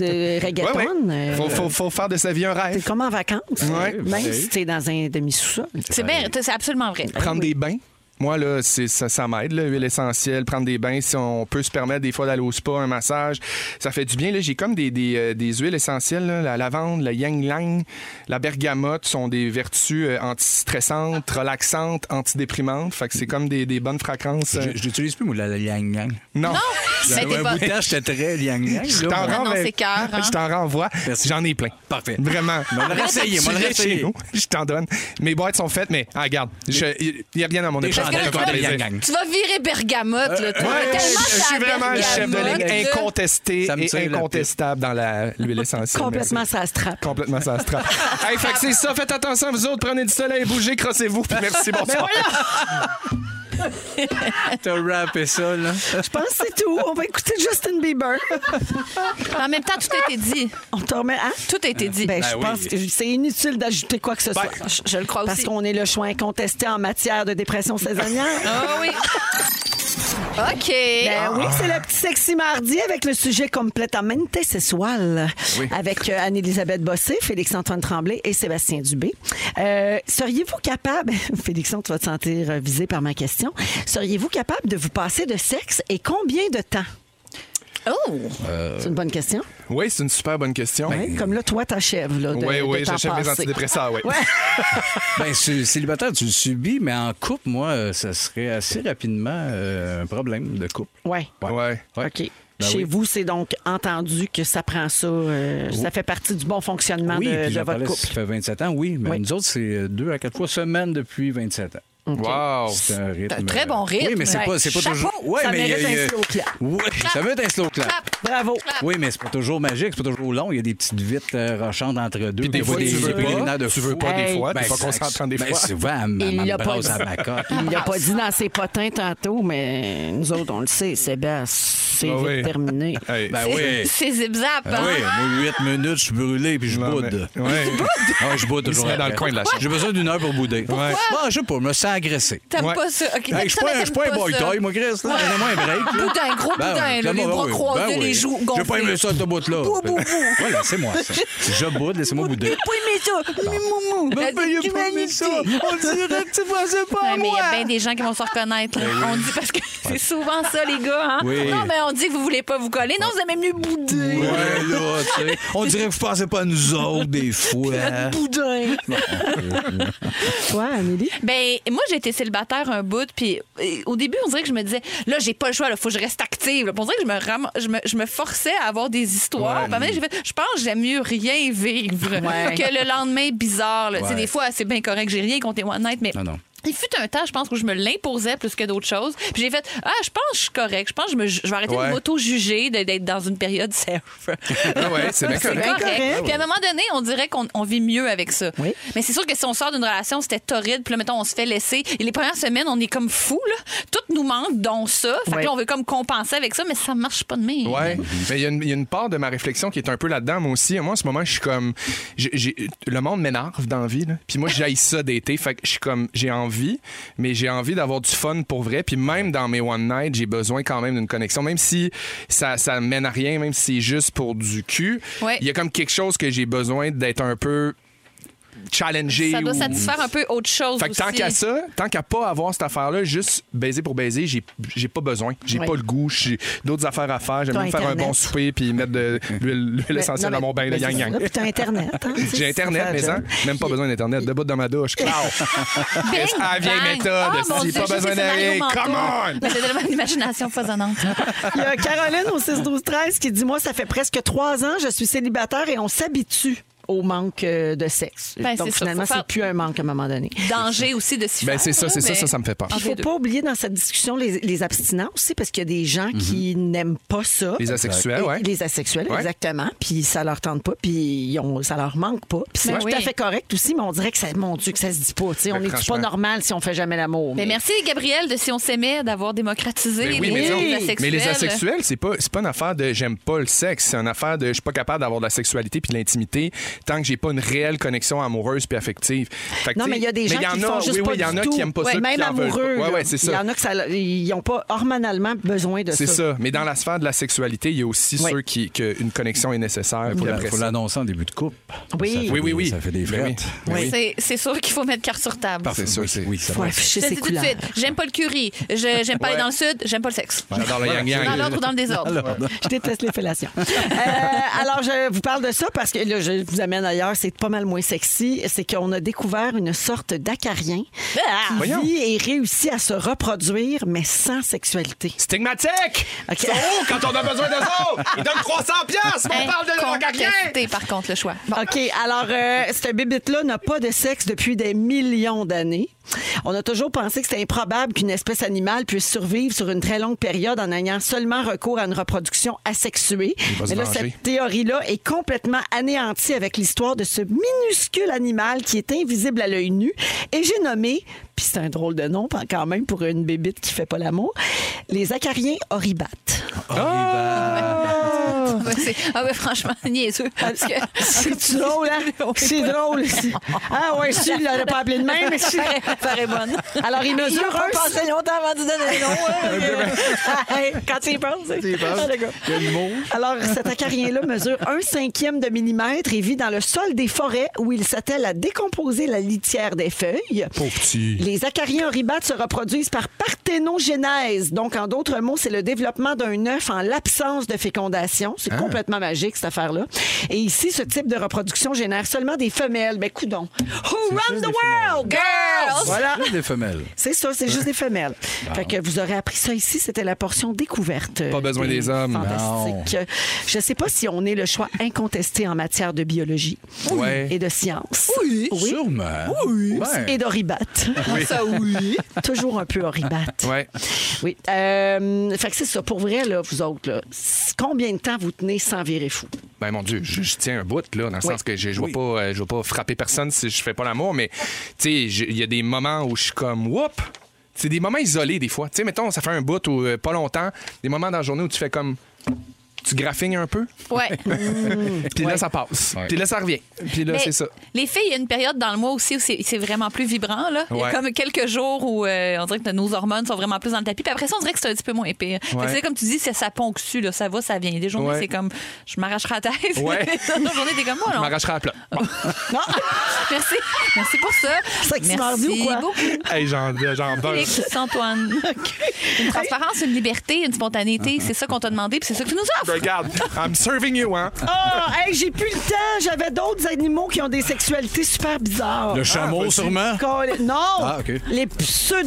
Speaker 1: de reggaeton,
Speaker 3: Faut,
Speaker 1: euh,
Speaker 3: faut, faut faire de sa vie un
Speaker 1: t'es
Speaker 3: rêve.
Speaker 1: comme en vacances,
Speaker 3: Ouais.
Speaker 1: même si t'es dans un demi-sous-sol.
Speaker 4: C'est bien, c'est absolument vrai.
Speaker 3: Prendre des bains. Moi, là, c'est, ça, ça m'aide, là, l'huile essentielle, prendre des bains. Si on peut se permettre des fois d'aller au spa, un massage, ça fait du bien. Là, j'ai comme des, des, euh, des huiles essentielles, là, la lavande, la yang lang, la bergamote sont des vertus euh, antistressantes, relaxantes, antidéprimantes. Fait que c'est comme des, des bonnes fragrances. euh,
Speaker 5: Je je l'utilise plus, moi, la la Yang Yang.
Speaker 3: Non.
Speaker 4: Mais t'es
Speaker 5: Un
Speaker 4: pas-
Speaker 5: bout de temps, j'étais très Yang Yang.
Speaker 3: Je
Speaker 5: là,
Speaker 3: t'en
Speaker 5: moi.
Speaker 4: Non, non,
Speaker 3: renvoie.
Speaker 4: c'est cœur, hein.
Speaker 3: Je t'en renvoie.
Speaker 5: Merci.
Speaker 3: J'en ai plein.
Speaker 5: Parfait.
Speaker 3: Vraiment.
Speaker 5: On l'a réessayé, on l'a
Speaker 3: Tu viens
Speaker 5: réessayé.
Speaker 3: chez nous, Je t'en donne. Mes boîtes sont faites, mais ah, regarde, il n'y a rien dans mon
Speaker 5: Des
Speaker 3: échange.
Speaker 5: chandelles,
Speaker 3: Je vais
Speaker 5: toi,
Speaker 3: te les
Speaker 5: Yang
Speaker 3: dire.
Speaker 5: Yang.
Speaker 4: Tu vas virer bergamote. Là. Tu vas
Speaker 3: Ouais,
Speaker 4: tellement
Speaker 3: Euh, je je suis
Speaker 4: faire
Speaker 3: vraiment le chef de
Speaker 4: bergamote,
Speaker 3: ligne
Speaker 4: là.
Speaker 3: incontesté
Speaker 5: Ça me tire
Speaker 3: et
Speaker 5: la
Speaker 3: incontestable dans la- l'huile essentielle.
Speaker 1: Complètement,
Speaker 3: Merci.
Speaker 1: ça se trappe.
Speaker 3: Complètement ça
Speaker 1: <laughs>
Speaker 3: se trappe. hey, fait que c'est ça. Faites attention, vous autres. Prenez du soleil, bougez, crossez-vous. Puis merci,
Speaker 1: <laughs> Ben
Speaker 3: bonsoir.
Speaker 5: T'as rappé ça, là.
Speaker 1: Je pense que c'est tout. On va écouter Justin Bieber.
Speaker 4: En même temps, tout a été dit.
Speaker 1: <laughs> On te remet, hein?
Speaker 4: Tout a été dit.
Speaker 1: Ben, je
Speaker 5: oui.
Speaker 1: pense que c'est inutile d'ajouter quoi que ce soit.
Speaker 4: Je, je le crois
Speaker 1: Parce
Speaker 4: aussi.
Speaker 1: qu'on est le choix incontesté en matière de dépression <laughs> saisonnière.
Speaker 4: Ah oui. OK.
Speaker 5: ah.
Speaker 1: Ben oui, c'est le petit sexy mardi avec le sujet complètement sexual. Avec euh, Anne-Élisabeth Bossé, Félix-Antoine Tremblay et Sébastien Dubé. Euh, seriez-vous capable, <laughs> Félixon, tu vas te sentir euh, visé par ma question, seriez-vous capable de vous passer de sexe et combien de temps?
Speaker 4: Oh!
Speaker 5: Euh,
Speaker 1: C'est une bonne question.
Speaker 3: Oui, c'est une super bonne question.
Speaker 5: ben,
Speaker 1: Hein? Comme là, toi, t'achèves. là, de-
Speaker 3: Oui,
Speaker 1: de
Speaker 3: oui,
Speaker 1: t'en
Speaker 3: j'achève mes
Speaker 1: passer.
Speaker 3: antidépresseurs, oui.
Speaker 5: <laughs> Ben, c- célibataire, tu le subis, mais en couple, moi, euh, ça serait assez rapidement euh, un problème de couple.
Speaker 1: Ouais.
Speaker 3: Ouais.
Speaker 1: OK.
Speaker 5: Ben
Speaker 1: Chez
Speaker 5: oui.
Speaker 1: vous, c'est donc entendu que ça prend ça, euh, ça fait partie du bon fonctionnement
Speaker 5: Oh. Oui,
Speaker 1: de-
Speaker 5: puis
Speaker 1: euh, de
Speaker 5: j'en
Speaker 1: votre
Speaker 5: parlais,
Speaker 1: couple.
Speaker 5: ça fait 27 ans, oui, mais
Speaker 1: Oui.
Speaker 5: nous autres, c'est deux à quatre fois semaine depuis 27 ans.
Speaker 3: Mm. Wow.
Speaker 5: C'est un rythme. euh,
Speaker 4: un très bon rythme.
Speaker 5: Oui, mais c'est
Speaker 4: Ouais.
Speaker 5: pas, c'est pas
Speaker 4: Chapeau.
Speaker 5: toujours. Ouais,
Speaker 1: Ça
Speaker 5: mais
Speaker 1: mérite
Speaker 5: il y a-
Speaker 1: un
Speaker 5: il y a-
Speaker 1: slow clap.
Speaker 5: Oui, ça veut être un slow clap.
Speaker 1: Bravo.
Speaker 5: Oui, mais c'est pas toujours magique, c'est pas toujours long. Il y a des petites vites euh, rochantes entre deux.
Speaker 3: des fois, tu veux pas,
Speaker 5: préliminaires de
Speaker 3: tu veux
Speaker 5: fou.
Speaker 3: pas des
Speaker 5: Hey,
Speaker 3: fois, des fois qu'on
Speaker 5: ça-
Speaker 3: s'entend des
Speaker 5: ben,
Speaker 3: fois.
Speaker 5: souvent, elle
Speaker 1: Il
Speaker 5: me
Speaker 1: l'a pas
Speaker 5: brasse
Speaker 1: dit.
Speaker 5: à ma cote.
Speaker 1: Il l'a pas dit dans ses potins tantôt, mais nous autres, on le sait, Sébastien, c'est
Speaker 3: Ah
Speaker 1: vite
Speaker 3: oui.
Speaker 1: terminé.
Speaker 3: <laughs> Hey.
Speaker 5: Ben oui.
Speaker 4: C'est zip-zap. hein.
Speaker 5: Ben oui, moi, 8 minutes, je suis brûlé puis je
Speaker 3: Non,
Speaker 5: boude.
Speaker 3: mais- Ouais.
Speaker 5: Ah, ouais, je boude
Speaker 3: Il se
Speaker 5: toujours.
Speaker 3: met
Speaker 5: après.
Speaker 3: dans le coin de la chambre.
Speaker 5: J'ai besoin d'une heure pour bouder.
Speaker 3: Pourquoi?
Speaker 5: Bon, je sais pas, je me sens agressé.
Speaker 4: T'aimes
Speaker 3: Ouais.
Speaker 4: pas ça? OK.
Speaker 5: Hey, je suis
Speaker 4: Ça,
Speaker 5: pas,
Speaker 4: mais
Speaker 5: un- je suis pas un
Speaker 4: t'aimes
Speaker 5: boy
Speaker 4: ça.
Speaker 5: toy, moi, Chris. là. Donnez-moi un break. là.
Speaker 4: Boudin, gros
Speaker 5: Ben,
Speaker 4: boudin, là, les
Speaker 5: clairement,
Speaker 4: bras
Speaker 5: ben oui.
Speaker 4: croisés,
Speaker 5: Ben
Speaker 4: les
Speaker 5: oui.
Speaker 4: joues
Speaker 5: J'ai pas
Speaker 4: gonflées.
Speaker 5: aimé ça, ce bout-là.
Speaker 4: Bou, bou, bou.
Speaker 5: Ouais, laissez-moi ça. Je boude, laissez-moi bouder.
Speaker 4: Mou, mou, mou.
Speaker 5: Ben, ben, il a pas aimé ça. On dirait que tu vois, c'est pas
Speaker 4: Ouais,
Speaker 5: à
Speaker 4: mais il y
Speaker 5: moi.
Speaker 4: a bien des gens qui vont se reconnaître. là. On dit parce que C'est souvent ça, les gars. Hein?
Speaker 5: Ben Oui.
Speaker 4: Non, mais on dit que vous voulez pas vous coller. Non, vous aimez mieux bouder.
Speaker 5: Ouais, là, tu sais. On dirait que vous pensez pas à nous autres, des fois.
Speaker 4: Boudin.
Speaker 1: Toi, Amélie?
Speaker 4: Ben, moi, j'ai été célibataire un bout, puis euh, au début, on dirait que je me disais, là, j'ai pas le choix, il faut que je reste active. là. Puis On dirait que je me, ram- je me, je me forçais à avoir des histoires. Puis à un moment donné, j'ai fait, je pense que j'aime mieux rien vivre que le lendemain bizarre. là. Tu sais,
Speaker 5: Ouais.
Speaker 4: des fois, c'est bien correct, j'ai rien contre les One Night, mais.
Speaker 5: Non, non.
Speaker 4: Il fut un temps, je pense, où je me l'imposais plus que d'autres choses. Puis j'ai fait Ah, je pense que je suis correct. Je pense que je, me ju- je vais arrêter
Speaker 3: Ouais.
Speaker 4: de m'auto-juger de- d'être dans une période self.
Speaker 5: <laughs>
Speaker 3: Ah ouais, c'est bien
Speaker 4: C'est
Speaker 3: correct. Ah
Speaker 4: correct. Puis à un moment donné, on dirait qu'on on vit mieux avec ça. Mais c'est sûr que si on sort d'une relation, c'était torride, puis là, mettons, on se fait laisser. Et les premières semaines, on est comme fou, là. Tout nous manque, dont ça.
Speaker 1: Ouais.
Speaker 4: Fait que là, on veut comme compenser avec ça, mais ça marche pas de même.
Speaker 3: Ouais, mais il y, a une- il y a une part de ma réflexion qui est un peu là-dedans, moi aussi. Moi, en ce moment, je suis comme. j'ai- j'ai- le monde m'énerve dans la vie, là. Puis moi, j'aille ça d'été. Fait que je suis comme. J'ai envie, mais j'ai envie d'avoir du fun pour vrai. Puis même dans mes One Night, j'ai besoin quand même d'une connexion. Même si ça, ça mène à rien, même si c'est juste pour du cul, il
Speaker 4: Ouais.
Speaker 3: y a comme quelque chose que j'ai besoin d'être un peu challengé.
Speaker 4: Ça doit
Speaker 3: ou-
Speaker 4: satisfaire un peu autre chose.
Speaker 3: fait que tant
Speaker 4: aussi.
Speaker 3: qu'à ça, tant qu'à pas avoir cette affaire-là, juste baiser pour baiser, j'ai j'ai pas besoin. J'ai
Speaker 1: Ouais.
Speaker 3: pas le goût. J'ai d'autres affaires à faire. J'aime
Speaker 1: T'as
Speaker 3: mieux faire un
Speaker 1: Internet.
Speaker 3: bon souper puis mettre de l'huile l'huile
Speaker 1: Mais-
Speaker 3: essentielle
Speaker 1: Ben, non,
Speaker 3: dans mon bain, le
Speaker 1: mais-
Speaker 3: yang
Speaker 1: mais c'est
Speaker 3: yang.
Speaker 1: ça. Puis t'as Internet. hein, c'est-
Speaker 3: <laughs> J'ai
Speaker 1: c'est
Speaker 3: Internet,
Speaker 1: ça,
Speaker 3: mais
Speaker 1: je-
Speaker 3: hein, même pas besoin d'Internet. Debout dans
Speaker 1: <laughs>
Speaker 3: ma douche. Claw!
Speaker 4: Bing,
Speaker 3: Ah, vieille
Speaker 4: bang.
Speaker 3: méthode,
Speaker 4: Ah,
Speaker 3: si,
Speaker 4: mon Dieu,
Speaker 3: pas
Speaker 4: j'ai
Speaker 3: besoin
Speaker 4: ces scénarios
Speaker 3: d'aller.
Speaker 4: mentaux.
Speaker 3: Come on!
Speaker 4: Mais j'ai tellement
Speaker 3: <laughs>
Speaker 4: d'imagination foisonnante.
Speaker 3: hein.
Speaker 1: Il y a Caroline au 6 12 13 qui dit moi ça fait presque trois ans je suis célibataire et on s'habitue au manque euh, de sexe.
Speaker 4: Ben,
Speaker 1: Donc
Speaker 4: c'est ça,
Speaker 1: finalement
Speaker 4: faut faire-
Speaker 1: c'est plus un manque à un moment donné.
Speaker 4: Danger aussi de s'y
Speaker 3: Ben,
Speaker 4: faire,
Speaker 3: c'est ça,
Speaker 4: là,
Speaker 3: c'est ça,
Speaker 4: mais-
Speaker 3: ça, ça me fait peur.
Speaker 1: Il faut pas oublier dans cette discussion les, les abstinences aussi parce qu'il y a des gens
Speaker 5: Mhm.
Speaker 1: qui n'aiment pas ça.
Speaker 3: Les asexuels,
Speaker 1: Et-
Speaker 3: ouais.
Speaker 1: Les asexuels,
Speaker 3: Ouais.
Speaker 1: exactement. Puis ça leur tente pas, puis ils ont- ça leur manque pas. Puis c'est
Speaker 4: Ben
Speaker 1: tout
Speaker 4: oui.
Speaker 1: à fait correct aussi, mais on dirait que ça, mon Dieu, que ça se dit pas. tu sais, on
Speaker 3: Ben,
Speaker 1: est pas
Speaker 3: franchement.
Speaker 1: normal si on fait jamais l'amour.
Speaker 4: Mais
Speaker 1: mais-
Speaker 4: Ben, merci, Gabriel, de si on s'aimait, d'avoir démocratisé
Speaker 3: Ben oui,
Speaker 4: les,
Speaker 3: mais, disons,
Speaker 4: les
Speaker 3: mais les asexuels, c'est pas, c'est pas une affaire de j'aime pas le sexe, c'est une affaire de je suis pas capable d'avoir de la sexualité puis de l'intimité tant que j'ai pas une réelle connexion amoureuse puis affective. Fait que,
Speaker 1: Non,
Speaker 3: tu sais,
Speaker 1: mais il y a des gens
Speaker 3: en
Speaker 1: qui
Speaker 3: a,
Speaker 1: font
Speaker 3: oui,
Speaker 1: juste
Speaker 3: oui,
Speaker 1: pas
Speaker 3: il y
Speaker 1: du
Speaker 3: en a
Speaker 1: tout.
Speaker 3: qui aiment pas
Speaker 1: Ouais,
Speaker 3: ça,
Speaker 1: même
Speaker 3: qui en veulent pas.
Speaker 1: amoureux.
Speaker 3: Ouais,
Speaker 1: là.
Speaker 3: ouais, c'est
Speaker 1: Il y
Speaker 3: ça.
Speaker 1: en a que ça, ils n'ont pas hormonalement besoin de ça.
Speaker 3: C'est ça. Mais dans la sphère de la sexualité, il y a aussi
Speaker 1: Oui.
Speaker 3: ceux qui que une connexion est nécessaire.
Speaker 5: Faut
Speaker 3: puis
Speaker 5: la-
Speaker 3: après
Speaker 5: faut
Speaker 3: ça-
Speaker 5: l'annoncer en début de coupe.
Speaker 1: Oui.
Speaker 3: Oui, oui, oui.
Speaker 5: Ça fait des
Speaker 3: Ben oui.
Speaker 5: frettes.
Speaker 1: Oui.
Speaker 4: C'est- C'est sûr qu'il faut mettre carte sur table.
Speaker 5: Parfait.
Speaker 3: C'est sûr,
Speaker 5: Oui,
Speaker 3: c'est-
Speaker 5: Oui, ça
Speaker 1: Faut
Speaker 5: va.
Speaker 1: afficher
Speaker 4: Je te
Speaker 1: ses
Speaker 4: dis tout de
Speaker 1: couleurs.
Speaker 4: suite, j'aime pas le curry, Je- j'aime pas aller
Speaker 3: Ouais.
Speaker 4: dans le sud, j'aime pas le sexe.
Speaker 3: J'adore le yang
Speaker 4: Dans l'ordre ou
Speaker 3: yang.
Speaker 4: dans le désordre.
Speaker 1: Je déteste les fellations. <laughs> Euh, alors, je vous parle de ça parce que là, je vous amène ailleurs, c'est pas mal moins sexy. C'est qu'on a découvert une sorte d'acarien
Speaker 4: Ah!
Speaker 1: qui
Speaker 3: Voyons.
Speaker 1: vit et réussit à se reproduire, mais sans sexualité.
Speaker 3: Stigmatique!
Speaker 1: OK.
Speaker 3: Ils sont où quand on a besoin d'eux autres?
Speaker 5: <laughs>
Speaker 3: Ils donnent 300 piastres, mais on parle de leur carrière!
Speaker 4: Contesté, par contre, le choix. Bon.
Speaker 1: OK, alors, euh, ce bébite-là n'a pas de sexe depuis des millions d'années. On a toujours pensé que c'était improbable qu'une espèce animale puisse survivre sur une très longue période en ayant seulement recours à une reproduction asexuée.
Speaker 3: va se
Speaker 1: Mais là,
Speaker 3: venger.
Speaker 1: cette théorie-là est complètement anéantie avec l'histoire de ce minuscule animal qui est invisible à l'œil nu. Et j'ai nommé, puis c'est un drôle de nom quand même pour une bébite qui fait pas l'amour, les acariens oribates.
Speaker 5: Ah, bah.
Speaker 1: bah.
Speaker 4: Ouais, c'est- Ah ouais, franchement, <laughs> niaiseux. Parce que...
Speaker 1: <laughs> Ah, C'est drôle, hein? C'est drôle. c'est- Ah ouais, si, il l'aurait pas appelé de même, mais si.
Speaker 4: bonne.
Speaker 1: Alors, il mesure un...
Speaker 4: longtemps avant de donner le
Speaker 1: hein. <laughs> Quand tu y penses.
Speaker 5: Tu y penses.
Speaker 1: Ah, d'accord.
Speaker 5: Quel mot?
Speaker 1: Alors, cet acarien-là mesure un cinquième de millimètre et vit dans le sol des forêts où il s'attelle à décomposer la litière des feuilles.
Speaker 3: Pauvre petit.
Speaker 1: Les acariens oribates se reproduisent par parthénogénèse. Donc, en d'autres mots, c'est le développement d'un œuf en l'absence de fécondation. C'est
Speaker 5: Ah.
Speaker 1: complètement magique, cette affaire-là. Et ici, ce type de reproduction génère seulement des femelles. Ben, coudon. Who run
Speaker 5: juste
Speaker 1: the
Speaker 5: des
Speaker 1: world, girls? Voilà.
Speaker 5: Des femelles.
Speaker 1: C'est ça, c'est juste des femelles. Fait que vous aurez appris ça ici, c'était la portion découverte.
Speaker 3: Pas besoin des hommes.
Speaker 1: Fantastique. Je sais pas si on est le choix incontesté en matière de biologie
Speaker 3: Ouais.
Speaker 1: et de sciences.
Speaker 5: Sûrement. Oui.
Speaker 1: Et d'oribate.
Speaker 4: Ça, oui.
Speaker 1: Toujours un peu oribate.
Speaker 3: Ouais.
Speaker 1: Oui. Euh, fait que c'est ça. Pour vrai, là, vous autres, là, c- combien de temps vous tenez sans virer fou?
Speaker 3: Ben mon Dieu, je, je tiens un bout, là, dans le
Speaker 1: Oui.
Speaker 3: sens que je ne vais
Speaker 5: Oui.
Speaker 3: pas, euh, je vais pas frapper personne si je fais pas l'amour, mais tu sais, je- il y a des moments où je suis comme whoop! C'est des moments isolés des fois. Tu sais, mettons, ça fait un bout ou euh, pas longtemps, des moments dans la journée où tu fais comme. Tu graffignes un peu,
Speaker 4: Ouais.
Speaker 3: puis là, ça passe.
Speaker 5: Ouais.
Speaker 3: Puis là, ça revient. Puis là,
Speaker 4: Mais
Speaker 3: c'est ça.
Speaker 4: Les filles, il y a une période dans le mois aussi où c'est c'est vraiment plus vibrant. Là. Il y a
Speaker 3: Ouais.
Speaker 4: comme quelques jours où euh, on dirait que nos hormones sont vraiment plus dans le tapis. Puis après ça, on dirait que c'est un petit peu moins pire. Fait que
Speaker 3: Ouais.
Speaker 4: C'est comme tu dis, c'est- ça ponctue, là, ça va, ça vient. Des journées,
Speaker 3: Ouais.
Speaker 4: c'est comme je m'arracherai la tête. <laughs>
Speaker 3: Ouais.
Speaker 4: D'autres journées, t'es comme moi.
Speaker 3: Je
Speaker 4: non.
Speaker 3: m'arracherai à plat. Bon.
Speaker 1: Non!
Speaker 4: <laughs> Merci. Merci pour ça.
Speaker 1: Sexy
Speaker 4: Merci
Speaker 1: mardi ou quoi?
Speaker 4: beaucoup.
Speaker 3: <laughs> Hey, j'en j'en
Speaker 4: <laughs>
Speaker 3: beurre.
Speaker 4: Félix Antoine. Une transparence, une liberté, une spontanéité, c'est ça qu'on t'a demandé, puis c'est ça que tu nous offres.
Speaker 3: Regarde, I'm serving you, hein?
Speaker 1: Ah, hey, j'ai plus le temps. J'avais d'autres animaux qui ont des sexualités super bizarres.
Speaker 5: Le chameau,
Speaker 1: vas-y.
Speaker 5: sûrement?
Speaker 1: Col- Non.
Speaker 5: Ah, OK.
Speaker 1: Les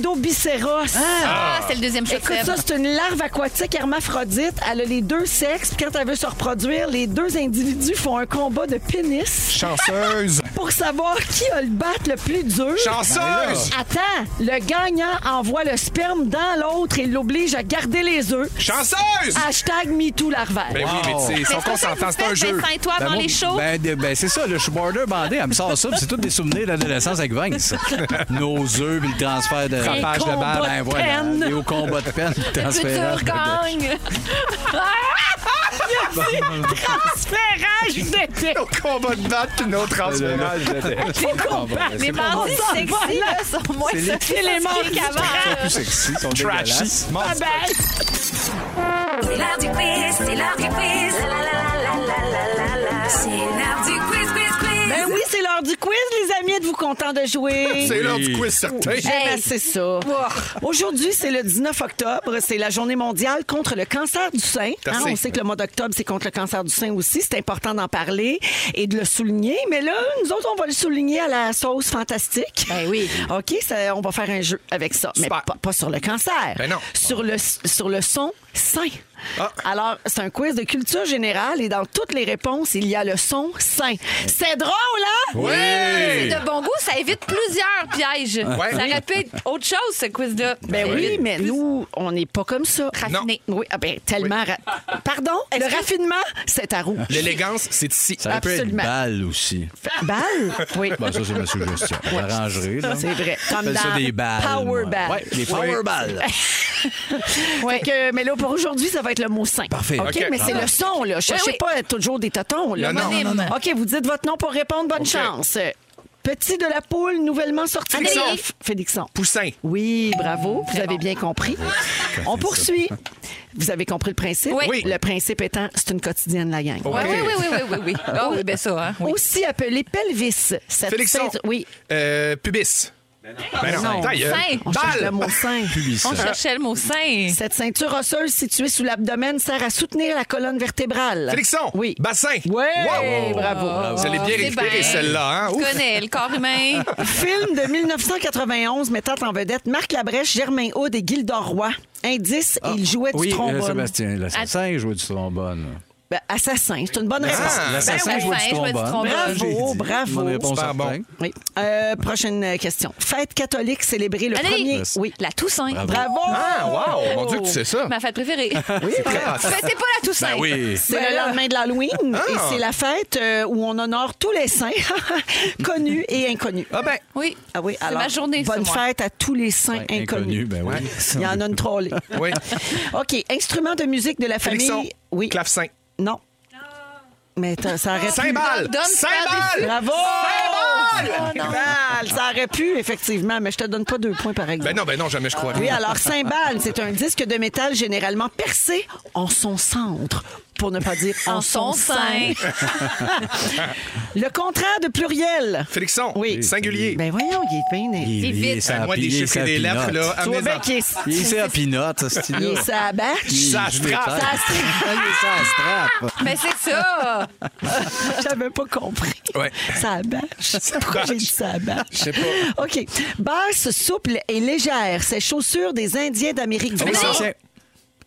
Speaker 1: pseudo-bicéros.
Speaker 4: Ah, c'est le deuxième chef.
Speaker 1: Écoute ça, c'est une larve aquatique hermaphrodite. Elle a les deux sexes. Puis Quand elle veut se reproduire, les deux individus font un combat de pénis
Speaker 3: Chanceuse!
Speaker 1: pour savoir qui a le battre le plus dur.
Speaker 3: <laughs> Chanceuse!
Speaker 1: Attends, le gagnant envoie le sperme dans l'autre et l'oblige à garder les œufs.
Speaker 3: Chanceuse!
Speaker 1: Hashtag MeToo larvaire.
Speaker 3: Ben oui, mais tu sais, ils sont consentants, c'est un jeu.
Speaker 4: Vincent et toi
Speaker 5: Ben,
Speaker 4: avant
Speaker 5: moi,
Speaker 4: les shows.
Speaker 5: ben, de- ben, c'est ça, le je suis border bandé, elle me sort ça, puis c'est tous des souvenirs d'adolescence avec Vince. Nos œufs, puis le transfert de
Speaker 3: Frappage de balle.
Speaker 1: combat
Speaker 5: Ben
Speaker 1: de
Speaker 5: voilà,
Speaker 1: peine.
Speaker 5: et au combat de peine, le
Speaker 4: Tu
Speaker 5: transfert de-
Speaker 4: te gagnes.
Speaker 1: Transférage d'été.
Speaker 3: <laughs> Au combat de battre, une autre transférage.
Speaker 4: Les mardis sexy, là, sont moins
Speaker 5: C'est les-
Speaker 4: sophistiqués qu'avant.
Speaker 5: plus sexy, ils sont dégueulasses.
Speaker 3: Trashy. Monstre.
Speaker 6: C'est l'heure du quiz, c'est l'heure du quiz. La, la, la, la, la, la, la. C'est l'heure du quiz, quiz, quiz.
Speaker 1: Ben oui, c'est l'heure du quiz, les amis. Êtes-vous contents de jouer?
Speaker 3: C'est l'heure du quiz certain.
Speaker 1: J'aime assez ça. Aujourd'hui, c'est le 19 octobre. C'est la journée mondiale contre le cancer du sein. Hein,
Speaker 3: assez.
Speaker 1: on sait que le mois d'octobre, c'est contre le cancer du sein aussi. C'est important d'en parler et de le souligner. Mais là, nous autres, on va le souligner à la sauce fantastique.
Speaker 4: Ben oui.
Speaker 1: OK, ça- on va faire un jeu avec ça. Mais
Speaker 3: Super.
Speaker 1: pas, pas sur le cancer.
Speaker 3: Ben non. Ah.
Speaker 1: Sur le, sur le son sain. Alors, c'est un quiz de culture générale et dans toutes les réponses, il y a le son sain. C'est drôle, hein?
Speaker 4: C'est de bon goût, ça évite plusieurs pièges.
Speaker 3: Ouais.
Speaker 4: Ça aurait pu être autre chose, ce quiz-là.
Speaker 1: Ben
Speaker 4: Ça
Speaker 1: oui,
Speaker 4: évite
Speaker 1: mais nous, on n'est pas comme ça.
Speaker 4: Raffiné.
Speaker 1: Oui, ah ben, tellement. ra- Pardon? Le raffinement, c'est à rouge.
Speaker 3: L'élégance, c'est ici.
Speaker 5: Ça peut être
Speaker 1: Absolument.
Speaker 5: balle aussi.
Speaker 1: Balle? Oui. <laughs>
Speaker 5: Ben, ça, c'est ma suggestion. On va arranger, là.
Speaker 1: C'est vrai. Comme
Speaker 5: Appelle ça
Speaker 1: dans
Speaker 5: des balles.
Speaker 1: Power
Speaker 5: moi.
Speaker 1: balles.
Speaker 5: Ouais, les
Speaker 1: <laughs>
Speaker 5: power balles.
Speaker 1: Fait que, mais là, pour aujourd'hui, ça va être le mot sain.
Speaker 5: Parfait.
Speaker 1: OK,
Speaker 3: OK.
Speaker 1: mais c'est le son, là. Cherchez
Speaker 4: Oui, oui.
Speaker 1: pas euh, toujours des totons, là.
Speaker 3: Non, non,
Speaker 4: non, non, non.
Speaker 1: OK, vous dites votre nom pour répondre. Bonne chance. Petit de la poule, nouvellement sorti de
Speaker 3: Félixon.
Speaker 1: l'œuf. Félixon.
Speaker 3: Poussin.
Speaker 1: Oui, bravo. Vous avez bien compris. On poursuit. Vous avez compris le principe?
Speaker 4: Oui.
Speaker 3: Oui.
Speaker 1: Le principe étant, c'est une quotidienne, la gang.
Speaker 4: Ouais,
Speaker 3: OK.
Speaker 4: Oui, oui, oui, oui, oui, oui. Ah oui, ben ça, hein. Oui.
Speaker 1: Aussi appelé pelvis. Cette
Speaker 3: Félixon.
Speaker 1: ceinture- Oui.
Speaker 3: Euh, pubis. Ben non.
Speaker 1: Non.
Speaker 3: Ta gueule.
Speaker 4: Sein.
Speaker 1: On cherche le
Speaker 3: Balle.
Speaker 1: mot sein.
Speaker 4: On cherchait le mot sain.
Speaker 1: Cette ceinture osseuse située sous l'abdomen sert à soutenir la colonne vertébrale.
Speaker 3: Félixon.
Speaker 1: Oui.
Speaker 3: Bassin.
Speaker 1: Oui,
Speaker 3: Wow.
Speaker 1: Eh, bravo. Ah,
Speaker 3: Vous allez bien
Speaker 4: C'est
Speaker 3: récupérer
Speaker 4: bien.
Speaker 3: celle-là, hein?
Speaker 4: Tu
Speaker 3: Ouf.
Speaker 4: connais le corps humain.
Speaker 1: Film de 1991 mettant en vedette Marc Labrèche, Germain Aude et Gildor Roy. Indice,
Speaker 3: Ah.
Speaker 1: il jouait du
Speaker 5: oui, euh,
Speaker 1: trombone.
Speaker 5: Sébastien, l'assassin jouait du trombone.
Speaker 1: Ben, assassin, c'est une
Speaker 3: Ah,
Speaker 1: bonne réponse.
Speaker 5: L'assassin
Speaker 4: Ben oui.
Speaker 5: jouait du
Speaker 4: L'assassin jouait du
Speaker 5: trombone.
Speaker 4: trombone.
Speaker 5: J'ai dit.
Speaker 1: Bravo, bravo.
Speaker 5: Bonne réponse
Speaker 3: Super bon. Ben
Speaker 5: certaine.
Speaker 1: Oui. Euh, prochaine question. Fête catholique célébrée le
Speaker 4: Anneli.
Speaker 1: premier. Oui.
Speaker 4: La Toussaint.
Speaker 1: Bravo!
Speaker 3: Ah, wow. Mon
Speaker 1: Oh.
Speaker 3: Dieu, que tu sais ça.
Speaker 4: Ma fête préférée.
Speaker 1: Ah,
Speaker 3: Oui. C'est très
Speaker 4: Mais c'est pas la Toussaint.
Speaker 5: Ben oui.
Speaker 1: C'est le lendemain de l'Halloween
Speaker 3: Ah.
Speaker 1: et c'est la fête euh, où on honore tous les saints, <laughs> connus et inconnus.
Speaker 3: Ah ben,
Speaker 4: Oui.
Speaker 1: Ah oui, alors,
Speaker 4: ma journée,
Speaker 1: bonne
Speaker 4: ça, moi.
Speaker 1: fête à tous les saints
Speaker 5: Inconnu,
Speaker 1: inconnus.
Speaker 5: ben oui.
Speaker 1: Il y en a une trollée.
Speaker 3: <laughs> oui.
Speaker 1: OK, instrument de musique de la famille.
Speaker 3: Félixon.
Speaker 1: Oui.
Speaker 3: Clavecin.
Speaker 1: Non. Mais t'as- ça aurait pu.
Speaker 3: Cymbale.
Speaker 4: Dom,
Speaker 3: Cymbale.
Speaker 1: Bravo! Cymbale! Ça aurait pu, effectivement, mais je te donne pas deux points par exemple.
Speaker 3: Ben non, ben non, jamais je crois.
Speaker 1: Oui, alors cymbale, c'est un disque de métal généralement percé en son centre, pour ne pas dire en,
Speaker 4: En son sein.
Speaker 1: Le contraire de pluriel.
Speaker 3: Félixon.
Speaker 1: Oui.
Speaker 3: Singulier.
Speaker 1: Ben voyons, il est bien né.
Speaker 5: Il est
Speaker 4: vite.
Speaker 5: lié, ça a
Speaker 3: Ben, Moi, des
Speaker 5: plié,
Speaker 3: chiffres
Speaker 5: ça
Speaker 3: et
Speaker 5: a
Speaker 3: des
Speaker 5: pinote.
Speaker 3: lettres, là,
Speaker 1: Tu vois bien
Speaker 3: amenez-en.
Speaker 1: qu'il est...
Speaker 5: Il est Ah, ça à pinote, ce style
Speaker 1: Il est sa bâche.
Speaker 3: Ça
Speaker 5: joue
Speaker 3: se
Speaker 5: les
Speaker 3: frappe.
Speaker 5: terres.
Speaker 1: Ça
Speaker 5: Il est ça se frappe.
Speaker 4: Mais Ben, c'est ça.
Speaker 1: J'avais pas compris.
Speaker 3: Ouais.
Speaker 1: Ça bâche. Pourquoi j'ai dit ça bâche? Je sais
Speaker 3: pas.
Speaker 1: OK. Basse, souple et légère. Ces chaussures des Indiens d'Amérique du
Speaker 3: Oui.
Speaker 1: Nord.
Speaker 3: Félixon.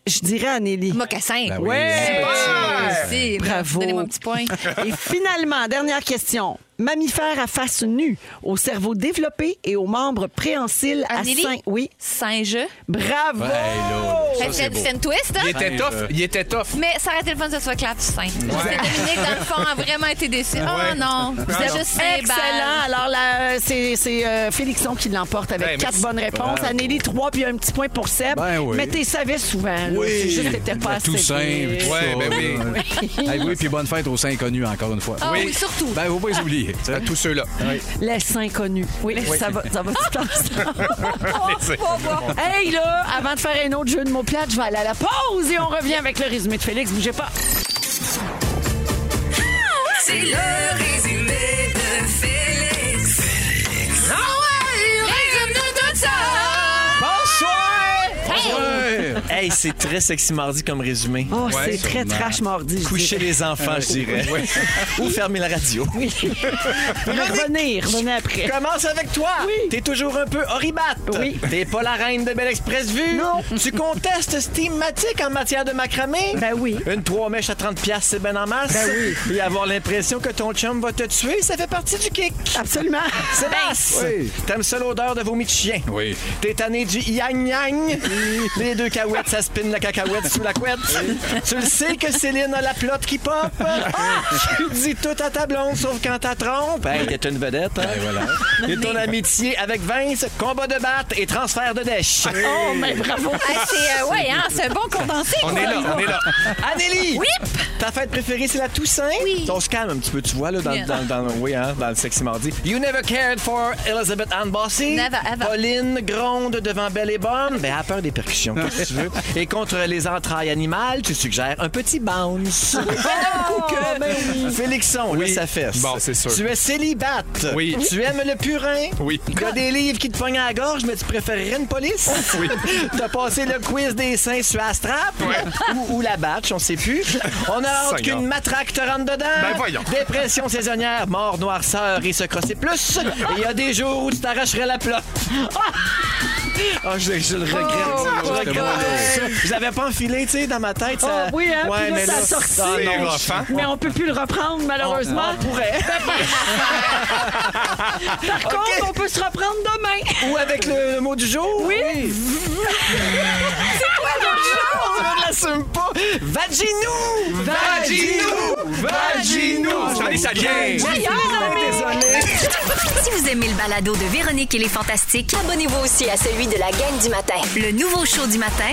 Speaker 1: Je dirais à Nelly.
Speaker 4: Mocassin.
Speaker 5: Ben oui.
Speaker 4: Merci.
Speaker 1: Bravo.
Speaker 4: Donnez-moi un petit point.
Speaker 1: Et finalement, dernière question. Mammifère à face nue, au cerveau développé et aux membres préhensiles à
Speaker 4: Anneli?
Speaker 1: cinq. Oui.
Speaker 4: Singe.
Speaker 1: Bravo!
Speaker 5: Ouais, là, ça,
Speaker 4: Fait
Speaker 5: c'est
Speaker 4: que
Speaker 5: beau.
Speaker 4: C'est une twist,
Speaker 3: Il
Speaker 4: hein?
Speaker 3: était
Speaker 13: euh,
Speaker 3: tough. Il était tough.
Speaker 4: Mais ça aurait été le fun que ce soit clair, Toussaint. C'est Dominique, dans le fond, a vraiment été déçu. Oh
Speaker 3: Ouais.
Speaker 4: non,
Speaker 3: Non,
Speaker 4: c'était
Speaker 3: non.
Speaker 4: juste ses
Speaker 1: Excellent.
Speaker 4: balles.
Speaker 1: Alors, là, c'est c'est, euh, Félixon qui l'emporte avec
Speaker 3: Ben,
Speaker 1: quatre
Speaker 3: merci.
Speaker 1: bonnes réponses. Anneli, trois, puis un petit point pour Seb.
Speaker 5: Ben oui.
Speaker 1: Mais tu savais souvent. là. C'est juste que t'étais pas assez
Speaker 5: tout simple.
Speaker 1: vite.
Speaker 5: tout
Speaker 3: Ouais,
Speaker 5: ça,
Speaker 3: ben oui.
Speaker 5: là. Hey, <laughs> oui, puis bonne fête aux saints inconnus, encore une fois.
Speaker 4: Ah oui, surtout.
Speaker 5: Ben, faut pas les oublier.
Speaker 3: À tous ceux-là.
Speaker 1: Laisse inconnu. Oui, ça va, ça va tout
Speaker 5: <laughs>
Speaker 1: ensemble.
Speaker 3: Laissez.
Speaker 1: hey, là, avant de faire un autre jeu de mots plates, je vais aller à la pause et on revient avec le résumé de Félix. Bougez pas.
Speaker 6: C'est le résumé de Félix.
Speaker 4: Ah
Speaker 13: Hey, c'est très sexy mardi comme résumé.
Speaker 1: Oh, c'est très trash mardi. je
Speaker 13: Coucher
Speaker 1: dirais.
Speaker 13: les enfants, je dirais.
Speaker 1: Oui.
Speaker 13: Ou fermer la radio.
Speaker 1: Oui. Revenez, revenez après.
Speaker 13: Commence avec toi. T'es toujours un peu horribat.
Speaker 1: Oui.
Speaker 13: T'es pas la reine de Belle Express Vue. Non. Tu contestes cette thématique en matière de macramé.
Speaker 1: Ben oui.
Speaker 13: Une trois mèches à 30 pièces, c'est ben en masse.
Speaker 1: Ben oui.
Speaker 13: Et avoir l'impression que ton chum va te tuer, ça fait partie du kick.
Speaker 1: Absolument.
Speaker 13: C'est basse. T'aimes ça l'odeur de vomi de chien.
Speaker 3: Oui.
Speaker 13: T'es tanné du yang yang. Les deux cahuètes, ça spinne la cacahuète sous la couette. Tu le sais que Céline a la plotte qui pop. Ah! Tu dis tout à ta blonde, sauf quand t'as trompe. Hey, t'es une vedette. hein? Et ton amitié avec Vince, combat de batte et transfert de dèche.
Speaker 1: Oh, mais bravo.
Speaker 4: Ah, c'est, euh, ouais, hein, c'est un bon condensé.
Speaker 3: On
Speaker 4: quoi.
Speaker 3: est là, on est là.
Speaker 13: Anélie! Ta fête préférée, c'est la Toussaint?
Speaker 4: Oui.
Speaker 13: On se calme un petit peu, tu vois, là, dans, dans, dans- oui, hein, dans le sexy mardi. You never cared for Elizabeth Ann Bossy.
Speaker 4: Never, ever.
Speaker 13: Pauline gronde devant Belle et Bonne. Ben, elle a peur des percussions, qu'est-ce
Speaker 4: <laughs>
Speaker 13: que tu veux. Et contre les entrailles animales, tu suggères un petit bounce. Oh,
Speaker 4: ben
Speaker 13: Félixon, là, ça fesse.
Speaker 3: Bon, c'est sûr.
Speaker 13: Tu es célibate.
Speaker 3: Oui.
Speaker 13: Tu aimes le purin.
Speaker 3: Oui.
Speaker 13: Tu as des livres qui te pognent à la gorge, mais tu préférerais une police? Oh, Oui. <laughs> T'as passé le quiz des seins sur la strap? Ou, ou la batch, on sait plus. On a hâte
Speaker 3: Seigneur.
Speaker 13: qu'une matraque te rentre dedans.
Speaker 3: Ben voyons.
Speaker 13: Dépression saisonnière, mort, noirceur et se crosser plus. Et il y a des jours où tu t'arracherais la plotte. Ah, je, je le regrette. je le regrette. Oh, Je l'avais pas enfilé, tu sais, dans ma tête. Ça...
Speaker 1: Ah oui, hein, puis là, ça a sorti.
Speaker 13: Ah,
Speaker 3: C'est
Speaker 13: non, Ah,
Speaker 3: rough, hein?
Speaker 1: Mais on peut plus le reprendre, malheureusement.
Speaker 13: on pourrait.
Speaker 1: Par contre, on peut se reprendre demain.
Speaker 13: Ou avec le, le mot du jour. Oui. <laughs> C'est quoi le mot du jour? On ne l'assume pas. Vaginou!
Speaker 3: Vaginou! Vaginou! J'en ai, ça vient!
Speaker 13: Désolé.
Speaker 6: Si vous aimez le balado de Véronique et les Fantastiques, abonnez-vous aussi à celui de la gang du matin. Le nouveau show du matin